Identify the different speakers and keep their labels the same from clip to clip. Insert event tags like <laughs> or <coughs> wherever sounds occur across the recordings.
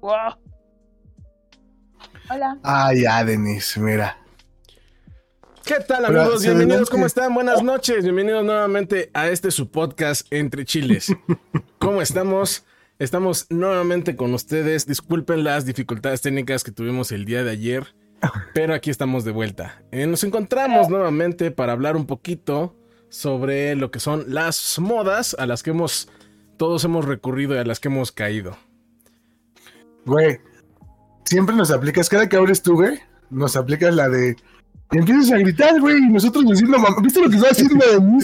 Speaker 1: wow. Hola.
Speaker 2: Ah, ya, Denis, mira.
Speaker 3: ¿Qué tal amigos? Pero, Bienvenidos, ¿cómo están? Buenas noches, bienvenidos nuevamente a este su podcast Entre Chiles. ¿Cómo estamos? Estamos nuevamente con ustedes. Disculpen las dificultades técnicas que tuvimos el día de ayer, pero aquí estamos de vuelta. Eh, nos encontramos nuevamente para hablar un poquito sobre lo que son las modas a las que hemos todos hemos recurrido y a las que hemos caído.
Speaker 2: Güey, siempre nos aplicas, cada que abres tú, güey, nos aplicas la de empiezas a gritar, güey, y nosotros diciendo, mamá, ¿viste lo que estaba haciendo Ah, de mí?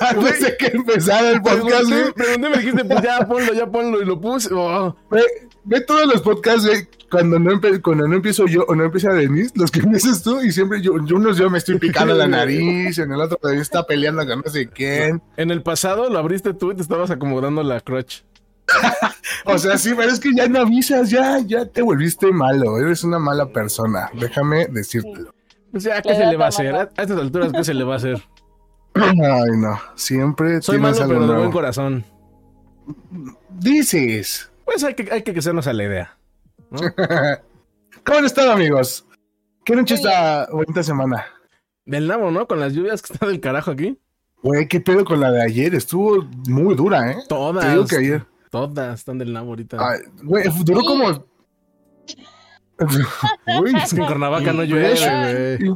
Speaker 2: Antes de que empezara el podcast, güey.
Speaker 3: Pregunté, me dijiste, pues ya ponlo, ya ponlo, y lo puse. Oh.
Speaker 2: Güey, ve todos los podcasts, güey, cuando no, cuando no empiezo yo o no empieza Denise, los que empiezas tú, y siempre yo, yo unos yo me estoy picando la nariz, en el otro también está peleando con no sé quién.
Speaker 3: En el pasado lo abriste tú y te estabas acomodando la crotch.
Speaker 2: o sea, sí, pero es que ya no avisas, ya, ya te volviste malo, eres una mala persona, déjame decírtelo.
Speaker 3: O sea, Pues ¿qué se le va a hacer? A estas alturas, ¿qué se le va a <laughs> hacer?
Speaker 2: Ay, no. Siempre
Speaker 3: Soy malo, pero nuevo. de buen corazón.
Speaker 2: Dices. <laughs>
Speaker 3: Pues hay que, hay que hacernos a la idea. ¿no?
Speaker 2: ¿Cómo han estado, amigos? ¿Qué noche esta bonita semana?
Speaker 3: Del nabo, ¿no? Con las lluvias que está del carajo aquí.
Speaker 2: Güey, qué pedo con la de ayer. Estuvo muy dura, ¿eh?
Speaker 3: Todas. Te digo que ayer. Todas están del nabo ahorita.
Speaker 2: Ay, güey, duró como <laughs>
Speaker 3: Uy, es que en Cuernavaca no llueve,
Speaker 2: <laughs>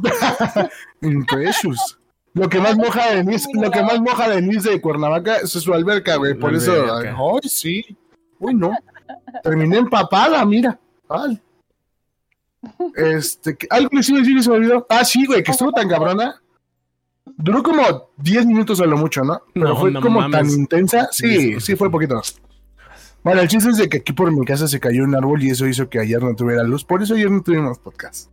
Speaker 2: Imprecious. Lo que más moja de Denise, lo que más moja de Denise de Cuernavaca es su alberca, güey. Por eso, ay, ay, sí. Uy, no. Terminé empapada, mira. Ay. Este, algo les iba a decir y se me olvidó. Ah, sí, güey, que estuvo tan cabrona. Duró como 10 minutos a lo mucho, ¿no? Pero no, fue no como mames. tan intensa. Sí, sí, fue poquito. Bueno, el chiste es de que aquí por mi casa se cayó un árbol y eso hizo que ayer no tuviera luz. Por eso ayer no tuvimos podcast.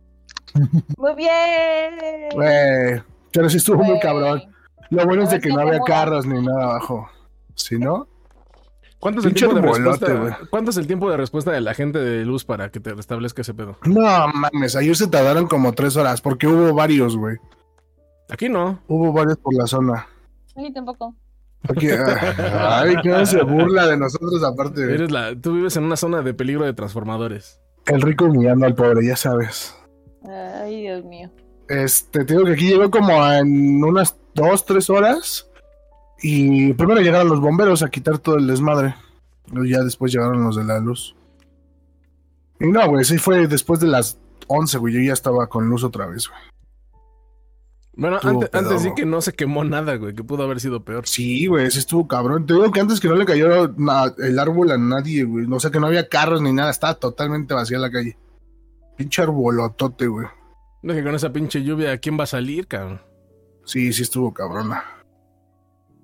Speaker 1: Muy bien. Pues,
Speaker 2: Wey, pero sí estuvo wey. muy cabrón. Lo bueno es de que no había carros ni nada abajo. Si no.
Speaker 3: ¿Cuánto es, el tiempo de respuesta, ¿Cuánto es el tiempo de respuesta de la gente de luz para que te restablezca ese pedo?
Speaker 2: No mames, ayer se tardaron como tres horas porque hubo varios, güey.
Speaker 3: Aquí no.
Speaker 2: Hubo varios por la zona.
Speaker 1: Sí, tampoco.
Speaker 2: Porque, ay, que se burla de nosotros aparte.
Speaker 3: De... Eres la, tú vives en una zona de peligro de transformadores.
Speaker 2: El rico humillando al pobre, ya sabes.
Speaker 1: Ay, Dios mío.
Speaker 2: Este, te digo que aquí llegó como en unas dos, tres horas. Y primero llegaron los bomberos a quitar todo el desmadre. Y ya después llegaron los de la luz. Y no, güey, sí fue después de las 11, güey. Yo ya estaba con luz otra vez, güey.
Speaker 3: Bueno, antes, antes, sí que no se quemó nada, güey, que pudo haber sido peor.
Speaker 2: Sí, güey, ese estuvo cabrón. Te digo que antes que no le cayó el árbol a nadie, güey. O sea, que no había carros ni nada, estaba totalmente vacía la calle. Pinche arbolotote, güey.
Speaker 3: No que con esa pinche lluvia, ¿a quién va a salir, cabrón?
Speaker 2: Sí, sí estuvo cabrona.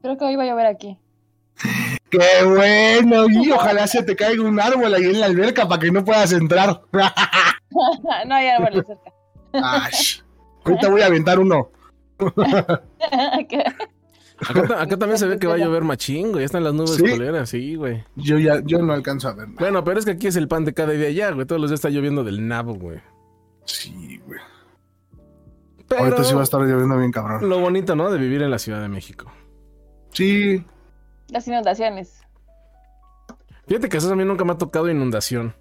Speaker 1: Creo que hoy va a llover aquí. <laughs>
Speaker 2: ¡Qué bueno! Y ojalá se te caiga un árbol ahí en la alberca para que no puedas entrar.
Speaker 1: no hay árboles cerca. <laughs>
Speaker 2: Ash. Ahorita voy a aventar uno.
Speaker 3: acá, acá, también se ve que va a llover machín, güey. Están las nubes ¿Sí? coleras, sí, güey.
Speaker 2: Yo ya, yo no alcanzo a ver. Nada.
Speaker 3: Bueno, pero es que aquí es el pan de cada día ya, güey. Todos los días está lloviendo del nabo, güey.
Speaker 2: Sí, güey. Pero Ahorita sí va a estar lloviendo bien cabrón.
Speaker 3: Lo bonito, ¿no? De vivir en la Ciudad de México.
Speaker 2: Sí.
Speaker 1: Las inundaciones.
Speaker 3: Fíjate que eso a mí nunca me ha tocado inundación.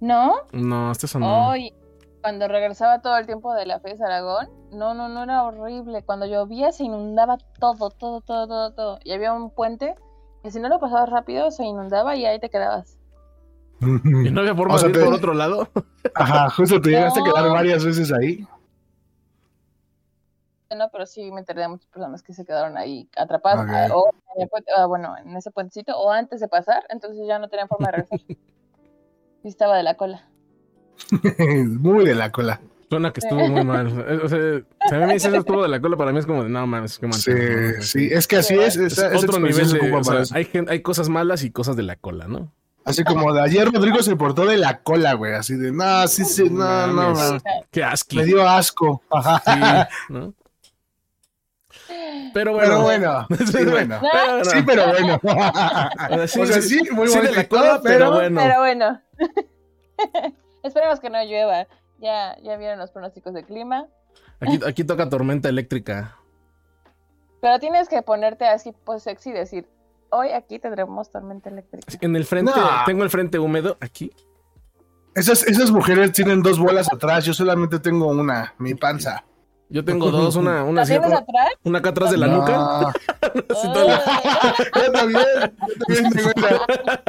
Speaker 1: ¿No?
Speaker 3: No, hasta
Speaker 2: Mm.
Speaker 3: eso no.
Speaker 1: Hoy cuando regresaba todo el tiempo de la FES Aragón, no, no, no era horrible. Cuando llovía se inundaba todo, todo, todo, todo, todo. Y había un puente que si no lo pasabas rápido se inundaba y ahí te quedabas.
Speaker 3: ¿Y no había forma o sea, de ir te... por otro lado? <laughs>
Speaker 2: Ajá, justo te no. llegaste a quedar varias veces ahí.
Speaker 1: No, pero sí me enteré de muchas personas que se quedaron ahí atrapadas. Okay. O en el puente, ah, bueno, en ese puentecito o antes de pasar, entonces ya no tenían forma de
Speaker 3: <laughs>
Speaker 1: regresar. y estaba de la cola.
Speaker 2: <laughs> muy de la cola.
Speaker 3: Suena que estuvo muy mal. Eh, O sea, si a mí me dices estuvo de la cola, para mí es como de no mames, qué mal.
Speaker 2: Sí, sí, es que así es. es,
Speaker 3: es otro nivel de, o sea, hay, hay, cosas malas y cosas de la cola, ¿no?
Speaker 2: Así como de ayer Rodrigo se portó de la cola, güey. Así de, no, sí, sí, no, mames, no, man.
Speaker 3: Qué asco.
Speaker 2: Me dio asco. Ajá.
Speaker 3: Sí, ¿no? Pero bueno.
Speaker 2: Pero
Speaker 3: <laughs>
Speaker 2: bueno. <laughs> Sí, bueno. Pero, sí, pero bueno. <laughs>
Speaker 3: Sí, o sea, sí, muy sí, de la cola, pero, bueno.
Speaker 1: Pero bueno. <laughs> Esperemos que no llueva. Ya, ya vieron los pronósticos de clima.
Speaker 3: Aquí, aquí toca tormenta eléctrica.
Speaker 1: Pero tienes que ponerte así pues sexy y decir, hoy aquí tendremos tormenta eléctrica.
Speaker 3: En el frente,
Speaker 2: No.
Speaker 3: tengo el frente húmedo aquí.
Speaker 2: Esas, esas mujeres tienen dos bolas atrás, yo solamente tengo una, mi panza.
Speaker 3: Yo tengo dos, una, una,
Speaker 1: ¿La
Speaker 3: así,
Speaker 1: tienes
Speaker 3: una,
Speaker 1: atrás?
Speaker 3: una acá atrás de la
Speaker 2: No. <laughs>
Speaker 3: nuca. <laughs> Así toda la-
Speaker 2: Yo también, yo también tengo una.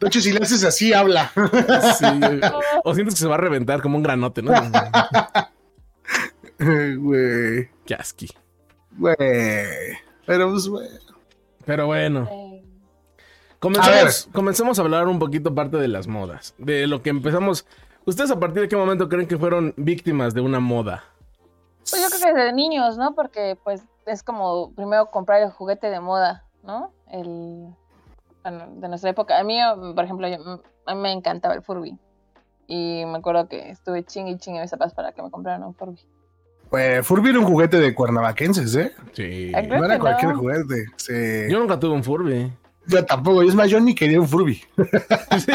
Speaker 2: De hecho, si le haces así, habla. <laughs>
Speaker 3: Sí. O sientes que se va a reventar como un granote, ¿no?
Speaker 2: Güey,
Speaker 3: Qué asqui.
Speaker 2: güey. Pero pues, güey.
Speaker 3: Pero bueno.
Speaker 1: Eh,
Speaker 3: Comenzamos, comencemos a hablar un poquito parte de las modas. De lo que empezamos. ¿Ustedes a partir de qué momento creen que fueron víctimas de una moda?
Speaker 1: Pues yo creo que desde niños, ¿no? Porque pues es como primero comprar el juguete de moda, ¿no? El bueno, de nuestra época. A mí, por ejemplo, yo- a mí me encantaba el Furby. Y me acuerdo que estuve chingue y chingue mis papás para que me compraran un Furby.
Speaker 2: Güey, Furby era un juguete de cuernavaquenses, ¿eh?
Speaker 3: Sí.
Speaker 1: Ay, Creo
Speaker 2: No era
Speaker 1: que
Speaker 2: cualquier
Speaker 1: no.
Speaker 2: juguete. Sí. Yo,
Speaker 3: Yo nunca tuve un Furby.
Speaker 2: tampoco, es más, yo ni quería un Furby.
Speaker 3: <laughs> Sí,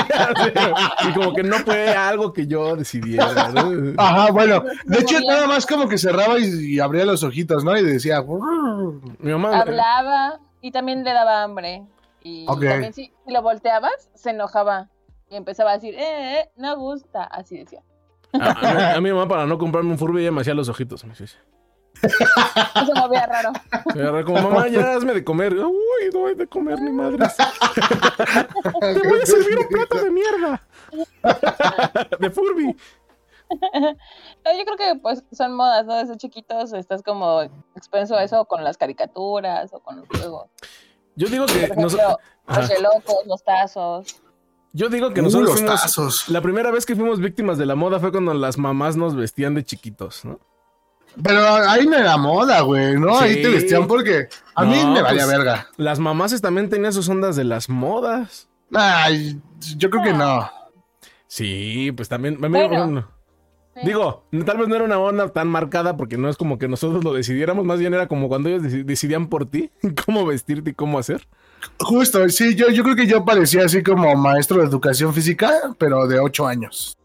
Speaker 3: y como que no fue algo que yo decidiera. ¿no?
Speaker 2: Ajá, bueno. De
Speaker 1: No
Speaker 2: hecho,
Speaker 1: podía.
Speaker 2: nada más como que cerraba y, y abría los ojitos, ¿no? Y decía. "Brrr".
Speaker 3: Mi mamá.
Speaker 1: Hablaba y también le daba hambre. Y
Speaker 2: Ok.
Speaker 1: también si, si lo volteabas, se enojaba. Y empezaba a decir, eh, eh, no gusta. Así decía.
Speaker 3: A, a mi mamá, para no comprarme un Furby, ella me hacía los ojitos. Me decía,
Speaker 1: Y se movía raro.
Speaker 3: me agarraba como mamá, ya hazme de comer. Uy, no hay de comer ni madre. Te voy a servir un plato de mierda. <laughs> De Furby.
Speaker 1: No, yo creo que pues son modas, ¿no? Desde chiquitos estás como expenso a eso con las caricaturas o con los juegos.
Speaker 2: Eh,
Speaker 3: Yo digo
Speaker 1: Por
Speaker 3: que.
Speaker 1: ejemplo,
Speaker 3: nos- Ajá.
Speaker 1: los locos, los tazos.
Speaker 3: Yo digo que
Speaker 2: Uh,
Speaker 3: nosotros
Speaker 2: los
Speaker 3: fuimos-
Speaker 2: tazos.
Speaker 3: La primera vez que fuimos víctimas de la moda fue cuando las mamás nos vestían de chiquitos, ¿no?
Speaker 2: Pero ahí no era moda, güey, ¿no?
Speaker 3: Sí.
Speaker 2: Ahí te vestían porque a mí
Speaker 3: No,
Speaker 2: me valía
Speaker 3: pues-
Speaker 2: verga.
Speaker 3: Las mamás también tenían sus ondas de las modas.
Speaker 2: Ay, yo creo que no.
Speaker 3: Sí, pues también. a mí, por
Speaker 1: Bueno.
Speaker 3: ejemplo,
Speaker 1: Sí.
Speaker 3: Digo, tal vez no era una onda tan marcada porque no es como que nosotros lo decidiéramos, más bien era como cuando ellos deci- decidían por ti <laughs> cómo vestirte y cómo hacer.
Speaker 2: Justo, sí, yo, yo creo que yo parecía así como maestro de educación física, pero de ocho años.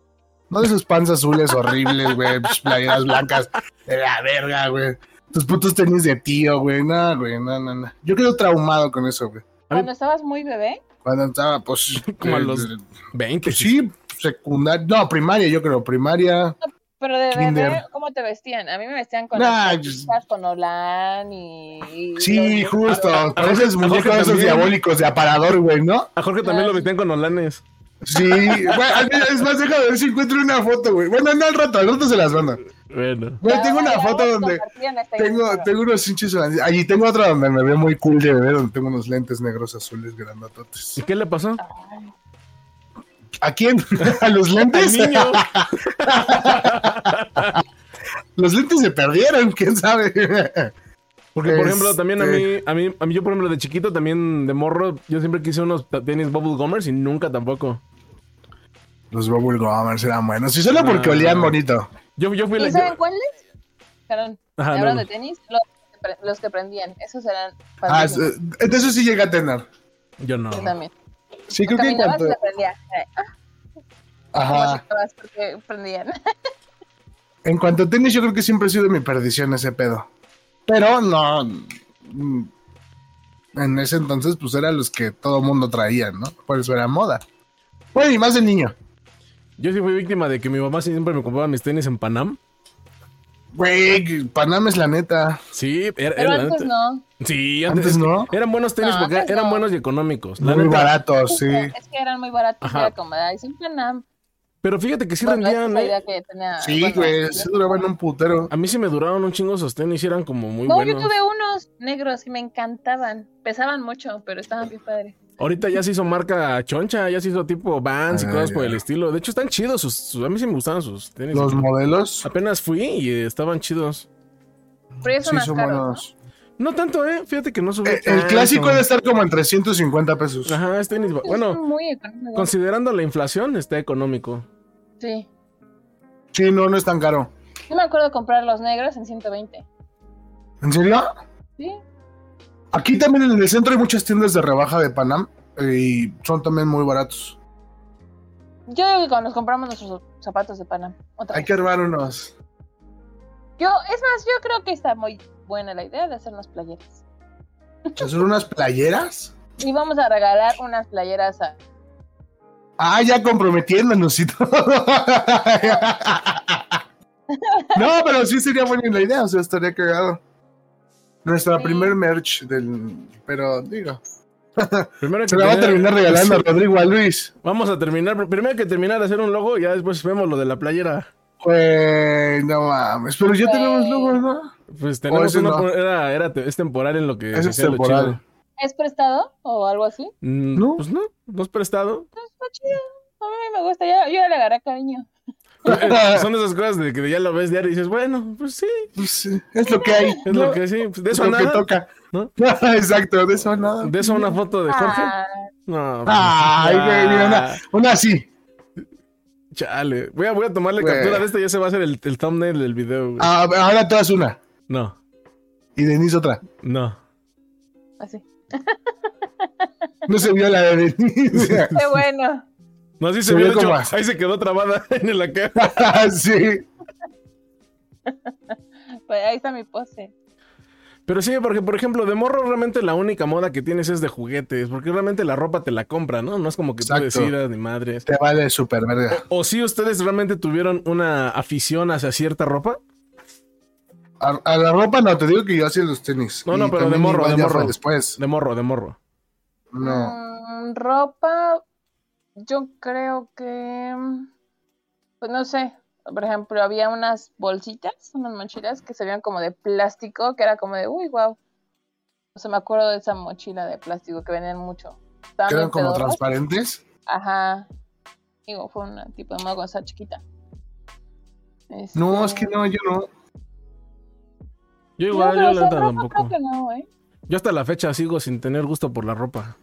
Speaker 2: No de sus panzas azules horribles, güey, <laughs> sus playeras blancas, de la verga, güey. Tus putos tenis de tío, güey, no, güey, no, no, no. Yo quedo traumado con eso, güey.
Speaker 1: Cuando estabas muy bebé,
Speaker 2: Cuando estaba, pues...
Speaker 3: <laughs> Como a
Speaker 2: eh,
Speaker 3: los- 20.
Speaker 2: Sí, secundaria, no, primaria, yo creo, primaria.
Speaker 1: pero de bebé,
Speaker 2: Kinder.
Speaker 1: ¿cómo te vestían? A mí me vestían con
Speaker 2: Nah,
Speaker 1: las
Speaker 2: yo-
Speaker 1: cosas, con Olan y... y
Speaker 2: Sí,
Speaker 1: los-
Speaker 2: justo. Pareces muñecos
Speaker 3: Jorge
Speaker 2: esos
Speaker 3: también.
Speaker 2: diabólicos de aparador, güey, ¿no?
Speaker 3: A Jorge también lo vestían con olanes.
Speaker 2: Sí. Bueno, es más, deja de ver si encuentro una foto, güey. Bueno, no al rato, al rato se las mando.
Speaker 3: Bueno.
Speaker 2: Güey, tengo
Speaker 1: Ah,
Speaker 2: una
Speaker 1: la
Speaker 2: foto
Speaker 1: vamos a
Speaker 2: donde
Speaker 1: compartir en este
Speaker 2: tengo,
Speaker 1: Instagram.
Speaker 2: tengo unos hinches holandeses. Allí tengo otra donde me veo muy cool de bebé, donde tengo unos lentes negros azules
Speaker 3: ¿Y
Speaker 2: grandototes.
Speaker 3: qué le pasó?
Speaker 2: ¿A quién? <laughs> ¿A los lentes?
Speaker 1: <laughs>
Speaker 3: Al niño.
Speaker 2: Los lentes se perdieron, quién sabe.
Speaker 3: Porque, por ejemplo, también a
Speaker 2: Este.
Speaker 3: mí, a mí, a mí, yo, por ejemplo, de chiquito, también de morro, yo siempre quise unos ta- tenis bubble gummers y nunca tampoco.
Speaker 2: Los Bubble Gummers eran buenos. Y solo porque
Speaker 3: Ah.
Speaker 2: olían bonito.
Speaker 3: Yo, yo fui la.
Speaker 1: ¿Y saben
Speaker 3: Yo,
Speaker 1: cuáles? Perdón,
Speaker 3: Ajá,
Speaker 1: hablando
Speaker 3: no.
Speaker 1: de tenis, los, que pre- los que prendían, esos eran...
Speaker 2: Ah,
Speaker 1: padrísimos.
Speaker 2: es- de eso sí llega a tener.
Speaker 3: yo no.
Speaker 1: Yo también.
Speaker 2: Sí, creo que en
Speaker 1: Caminabas
Speaker 2: cuanto. Ah.
Speaker 1: y se prendía. Eh, ¿Cómo
Speaker 2: Ajá.
Speaker 1: checabas porque prendían?
Speaker 2: En cuanto a tenis, yo creo que siempre ha sido mi perdición ese pedo. Pero no. mm, En ese entonces, pues eran los que todo mundo traía, ¿no? Por eso era moda. Bueno, y más de niño.
Speaker 3: Yo sí fui víctima de que mi mamá siempre me compraba mis tenis en Panam.
Speaker 2: Güey, Panam es la neta.
Speaker 3: Sí, era, era
Speaker 1: Pero
Speaker 3: la
Speaker 1: antes
Speaker 3: neta.
Speaker 1: no.
Speaker 3: Sí, antes,
Speaker 2: Antes no.
Speaker 3: Eran buenos tenis
Speaker 1: No,
Speaker 3: porque
Speaker 1: antes
Speaker 3: eran
Speaker 1: no.
Speaker 3: buenos y económicos. la
Speaker 2: Muy
Speaker 3: neta.
Speaker 2: barato, sí.
Speaker 1: Es que eran muy baratos y
Speaker 3: Ajá.
Speaker 1: era como, ay, son Panam.
Speaker 3: Pero fíjate que sí
Speaker 1: Bueno, esa es
Speaker 3: rendían.
Speaker 1: la
Speaker 3: eh.
Speaker 1: idea que tenía.
Speaker 2: Sí,
Speaker 1: Ah, bueno,
Speaker 2: güey,
Speaker 1: yo-
Speaker 2: se duraban un putero.
Speaker 3: A mí sí me duraron un chingo esos tenis y eran como muy
Speaker 1: No, yo
Speaker 3: buenos.
Speaker 1: tuve unos negros y me encantaban. Pesaban mucho, pero estaban bien padres.
Speaker 3: Ahorita ya se hizo marca choncha, ya se hizo tipo Vans y
Speaker 2: Ah,
Speaker 3: cosas por
Speaker 2: ya.
Speaker 3: el estilo. De hecho, están chidos. Sus, sus- a mí sí me gustaban sus tenis.
Speaker 2: Los modelos
Speaker 3: Apenas fui y eh, estaban chidos.
Speaker 1: Pero ellos son
Speaker 2: sí
Speaker 1: más
Speaker 2: son
Speaker 1: caros.
Speaker 2: buenos.
Speaker 3: No tanto, ¿eh? Fíjate que no subí.
Speaker 2: Eh, El
Speaker 3: tanto.
Speaker 2: clásico debe estar como en 350 pesos.
Speaker 3: Ajá, es tenis. ba-
Speaker 1: ¿no? Son
Speaker 3: Bueno,
Speaker 1: muy económicos.
Speaker 3: considerando la inflación, está económico.
Speaker 1: Sí.
Speaker 2: Sí, no, no es tan caro.
Speaker 1: Yo me acuerdo de comprar los negros en 120.
Speaker 2: ¿En serio?
Speaker 1: Sí.
Speaker 2: Aquí también en el centro hay muchas tiendas de rebaja de Panam eh, y son también muy baratos.
Speaker 1: Yo digo que cuando nos compramos nuestros zapatos de Panam. Otra
Speaker 2: Hay
Speaker 1: vez.
Speaker 2: que armar unos.
Speaker 1: Yo, es más, yo creo que está muy buena la idea de hacernos playeras.
Speaker 2: ¿Hacer unas playeras?
Speaker 1: íbamos a regalar unas playeras a...
Speaker 2: Ah, ya comprometiéndonos y todo. no, pero sí sería buena la idea, o sea, estaría cagado. Nuestra
Speaker 1: Sí.
Speaker 2: primer merch del. Pero digo.
Speaker 3: Primero que
Speaker 2: Se la va a
Speaker 3: tener-
Speaker 2: terminar regalando a
Speaker 3: Sí.
Speaker 2: Rodrigo a Luis.
Speaker 3: Vamos a terminar. pr- Primero hay que terminar de hacer un logo y ya después vemos lo de la playera.
Speaker 2: Güey, no mames. Pero ya tenemos
Speaker 1: Güey.
Speaker 2: logos, ¿no?
Speaker 3: Pues tenemos
Speaker 2: ese
Speaker 3: una.
Speaker 2: no.
Speaker 3: por- Era, era te- es temporal en lo que.
Speaker 2: Ese
Speaker 3: se
Speaker 2: es
Speaker 3: hacía lo
Speaker 2: temporal.
Speaker 3: chido.
Speaker 1: ¿Es prestado o algo así?
Speaker 3: Mm,
Speaker 2: ¿No?
Speaker 3: Pues no, no es prestado.
Speaker 1: Está chido. A mí me gusta, ya, yo ya le agarré cariño.
Speaker 2: <laughs> Ah.
Speaker 3: Eh, Son esas cosas de que ya lo ves diario y dices, bueno, pues sí,
Speaker 2: Pues, sí, es lo que hay.
Speaker 3: es
Speaker 2: ¿no?
Speaker 3: lo que sí. pues de
Speaker 2: Es
Speaker 3: eso a
Speaker 2: lo que
Speaker 3: nada.
Speaker 2: toca.
Speaker 3: <laughs> ¿no?
Speaker 2: Exacto, de eso nada.
Speaker 3: De eso a una foto de Jorge.
Speaker 1: Ah,
Speaker 3: No. pues,
Speaker 2: Ay,
Speaker 3: ah,
Speaker 2: güey, mira, una, una así.
Speaker 3: Chale. Voy a, voy a tomarle
Speaker 2: Güey.
Speaker 3: captura de este y ese va a ser el, el thumbnail del video, güey.
Speaker 2: Ah, ahora tú haz una.
Speaker 3: No,
Speaker 2: Y Denise otra.
Speaker 3: no.
Speaker 1: así.
Speaker 2: No se vio la de <laughs>
Speaker 3: <laughs>
Speaker 2: Denise.
Speaker 1: Qué bueno.
Speaker 3: No, así se
Speaker 2: Se vio
Speaker 3: vio, de hecho,
Speaker 2: como así.
Speaker 3: ahí se quedó trabada <laughs> en la cara.
Speaker 2: Ah, sí.
Speaker 1: Pues ahí está mi pose.
Speaker 3: Pero sí, porque por ejemplo, de morro realmente la única moda que tienes es de juguetes, porque realmente la ropa te la compra, ¿no? No es como que
Speaker 2: Exacto.
Speaker 3: tú decidas ni madres.
Speaker 2: Te vale súper verga.
Speaker 3: O si ustedes realmente tuvieron una afición hacia cierta ropa.
Speaker 2: A, a la ropa no, te digo que yo hacía los tenis.
Speaker 3: No, no,
Speaker 2: Y
Speaker 3: pero de
Speaker 2: también
Speaker 3: morro,
Speaker 2: igual
Speaker 3: de
Speaker 2: ya
Speaker 3: morro.
Speaker 2: fue Después.
Speaker 3: De morro, de morro.
Speaker 2: No.
Speaker 1: Mm, ropa, yo creo que, mm, pues no sé, por ejemplo, había unas bolsitas, unas mochilas que se veían como de plástico, que era como de, uy, wow. O sea, me acuerdo de esa mochila de plástico que vendían mucho. Estaban
Speaker 2: Que eran
Speaker 1: bien
Speaker 2: como
Speaker 1: pedorras.
Speaker 2: transparentes.
Speaker 1: Ajá. Digo, fue una tipo de moda esa chiquita. Este,
Speaker 2: No, es que no, yo no.
Speaker 3: Yo igual,
Speaker 1: no,
Speaker 3: yo
Speaker 1: pero
Speaker 3: la
Speaker 1: esa
Speaker 3: neta
Speaker 1: ropa creo
Speaker 3: tampoco.
Speaker 1: que no, ¿eh?
Speaker 3: Yo hasta la fecha sigo sin tener gusto por la ropa.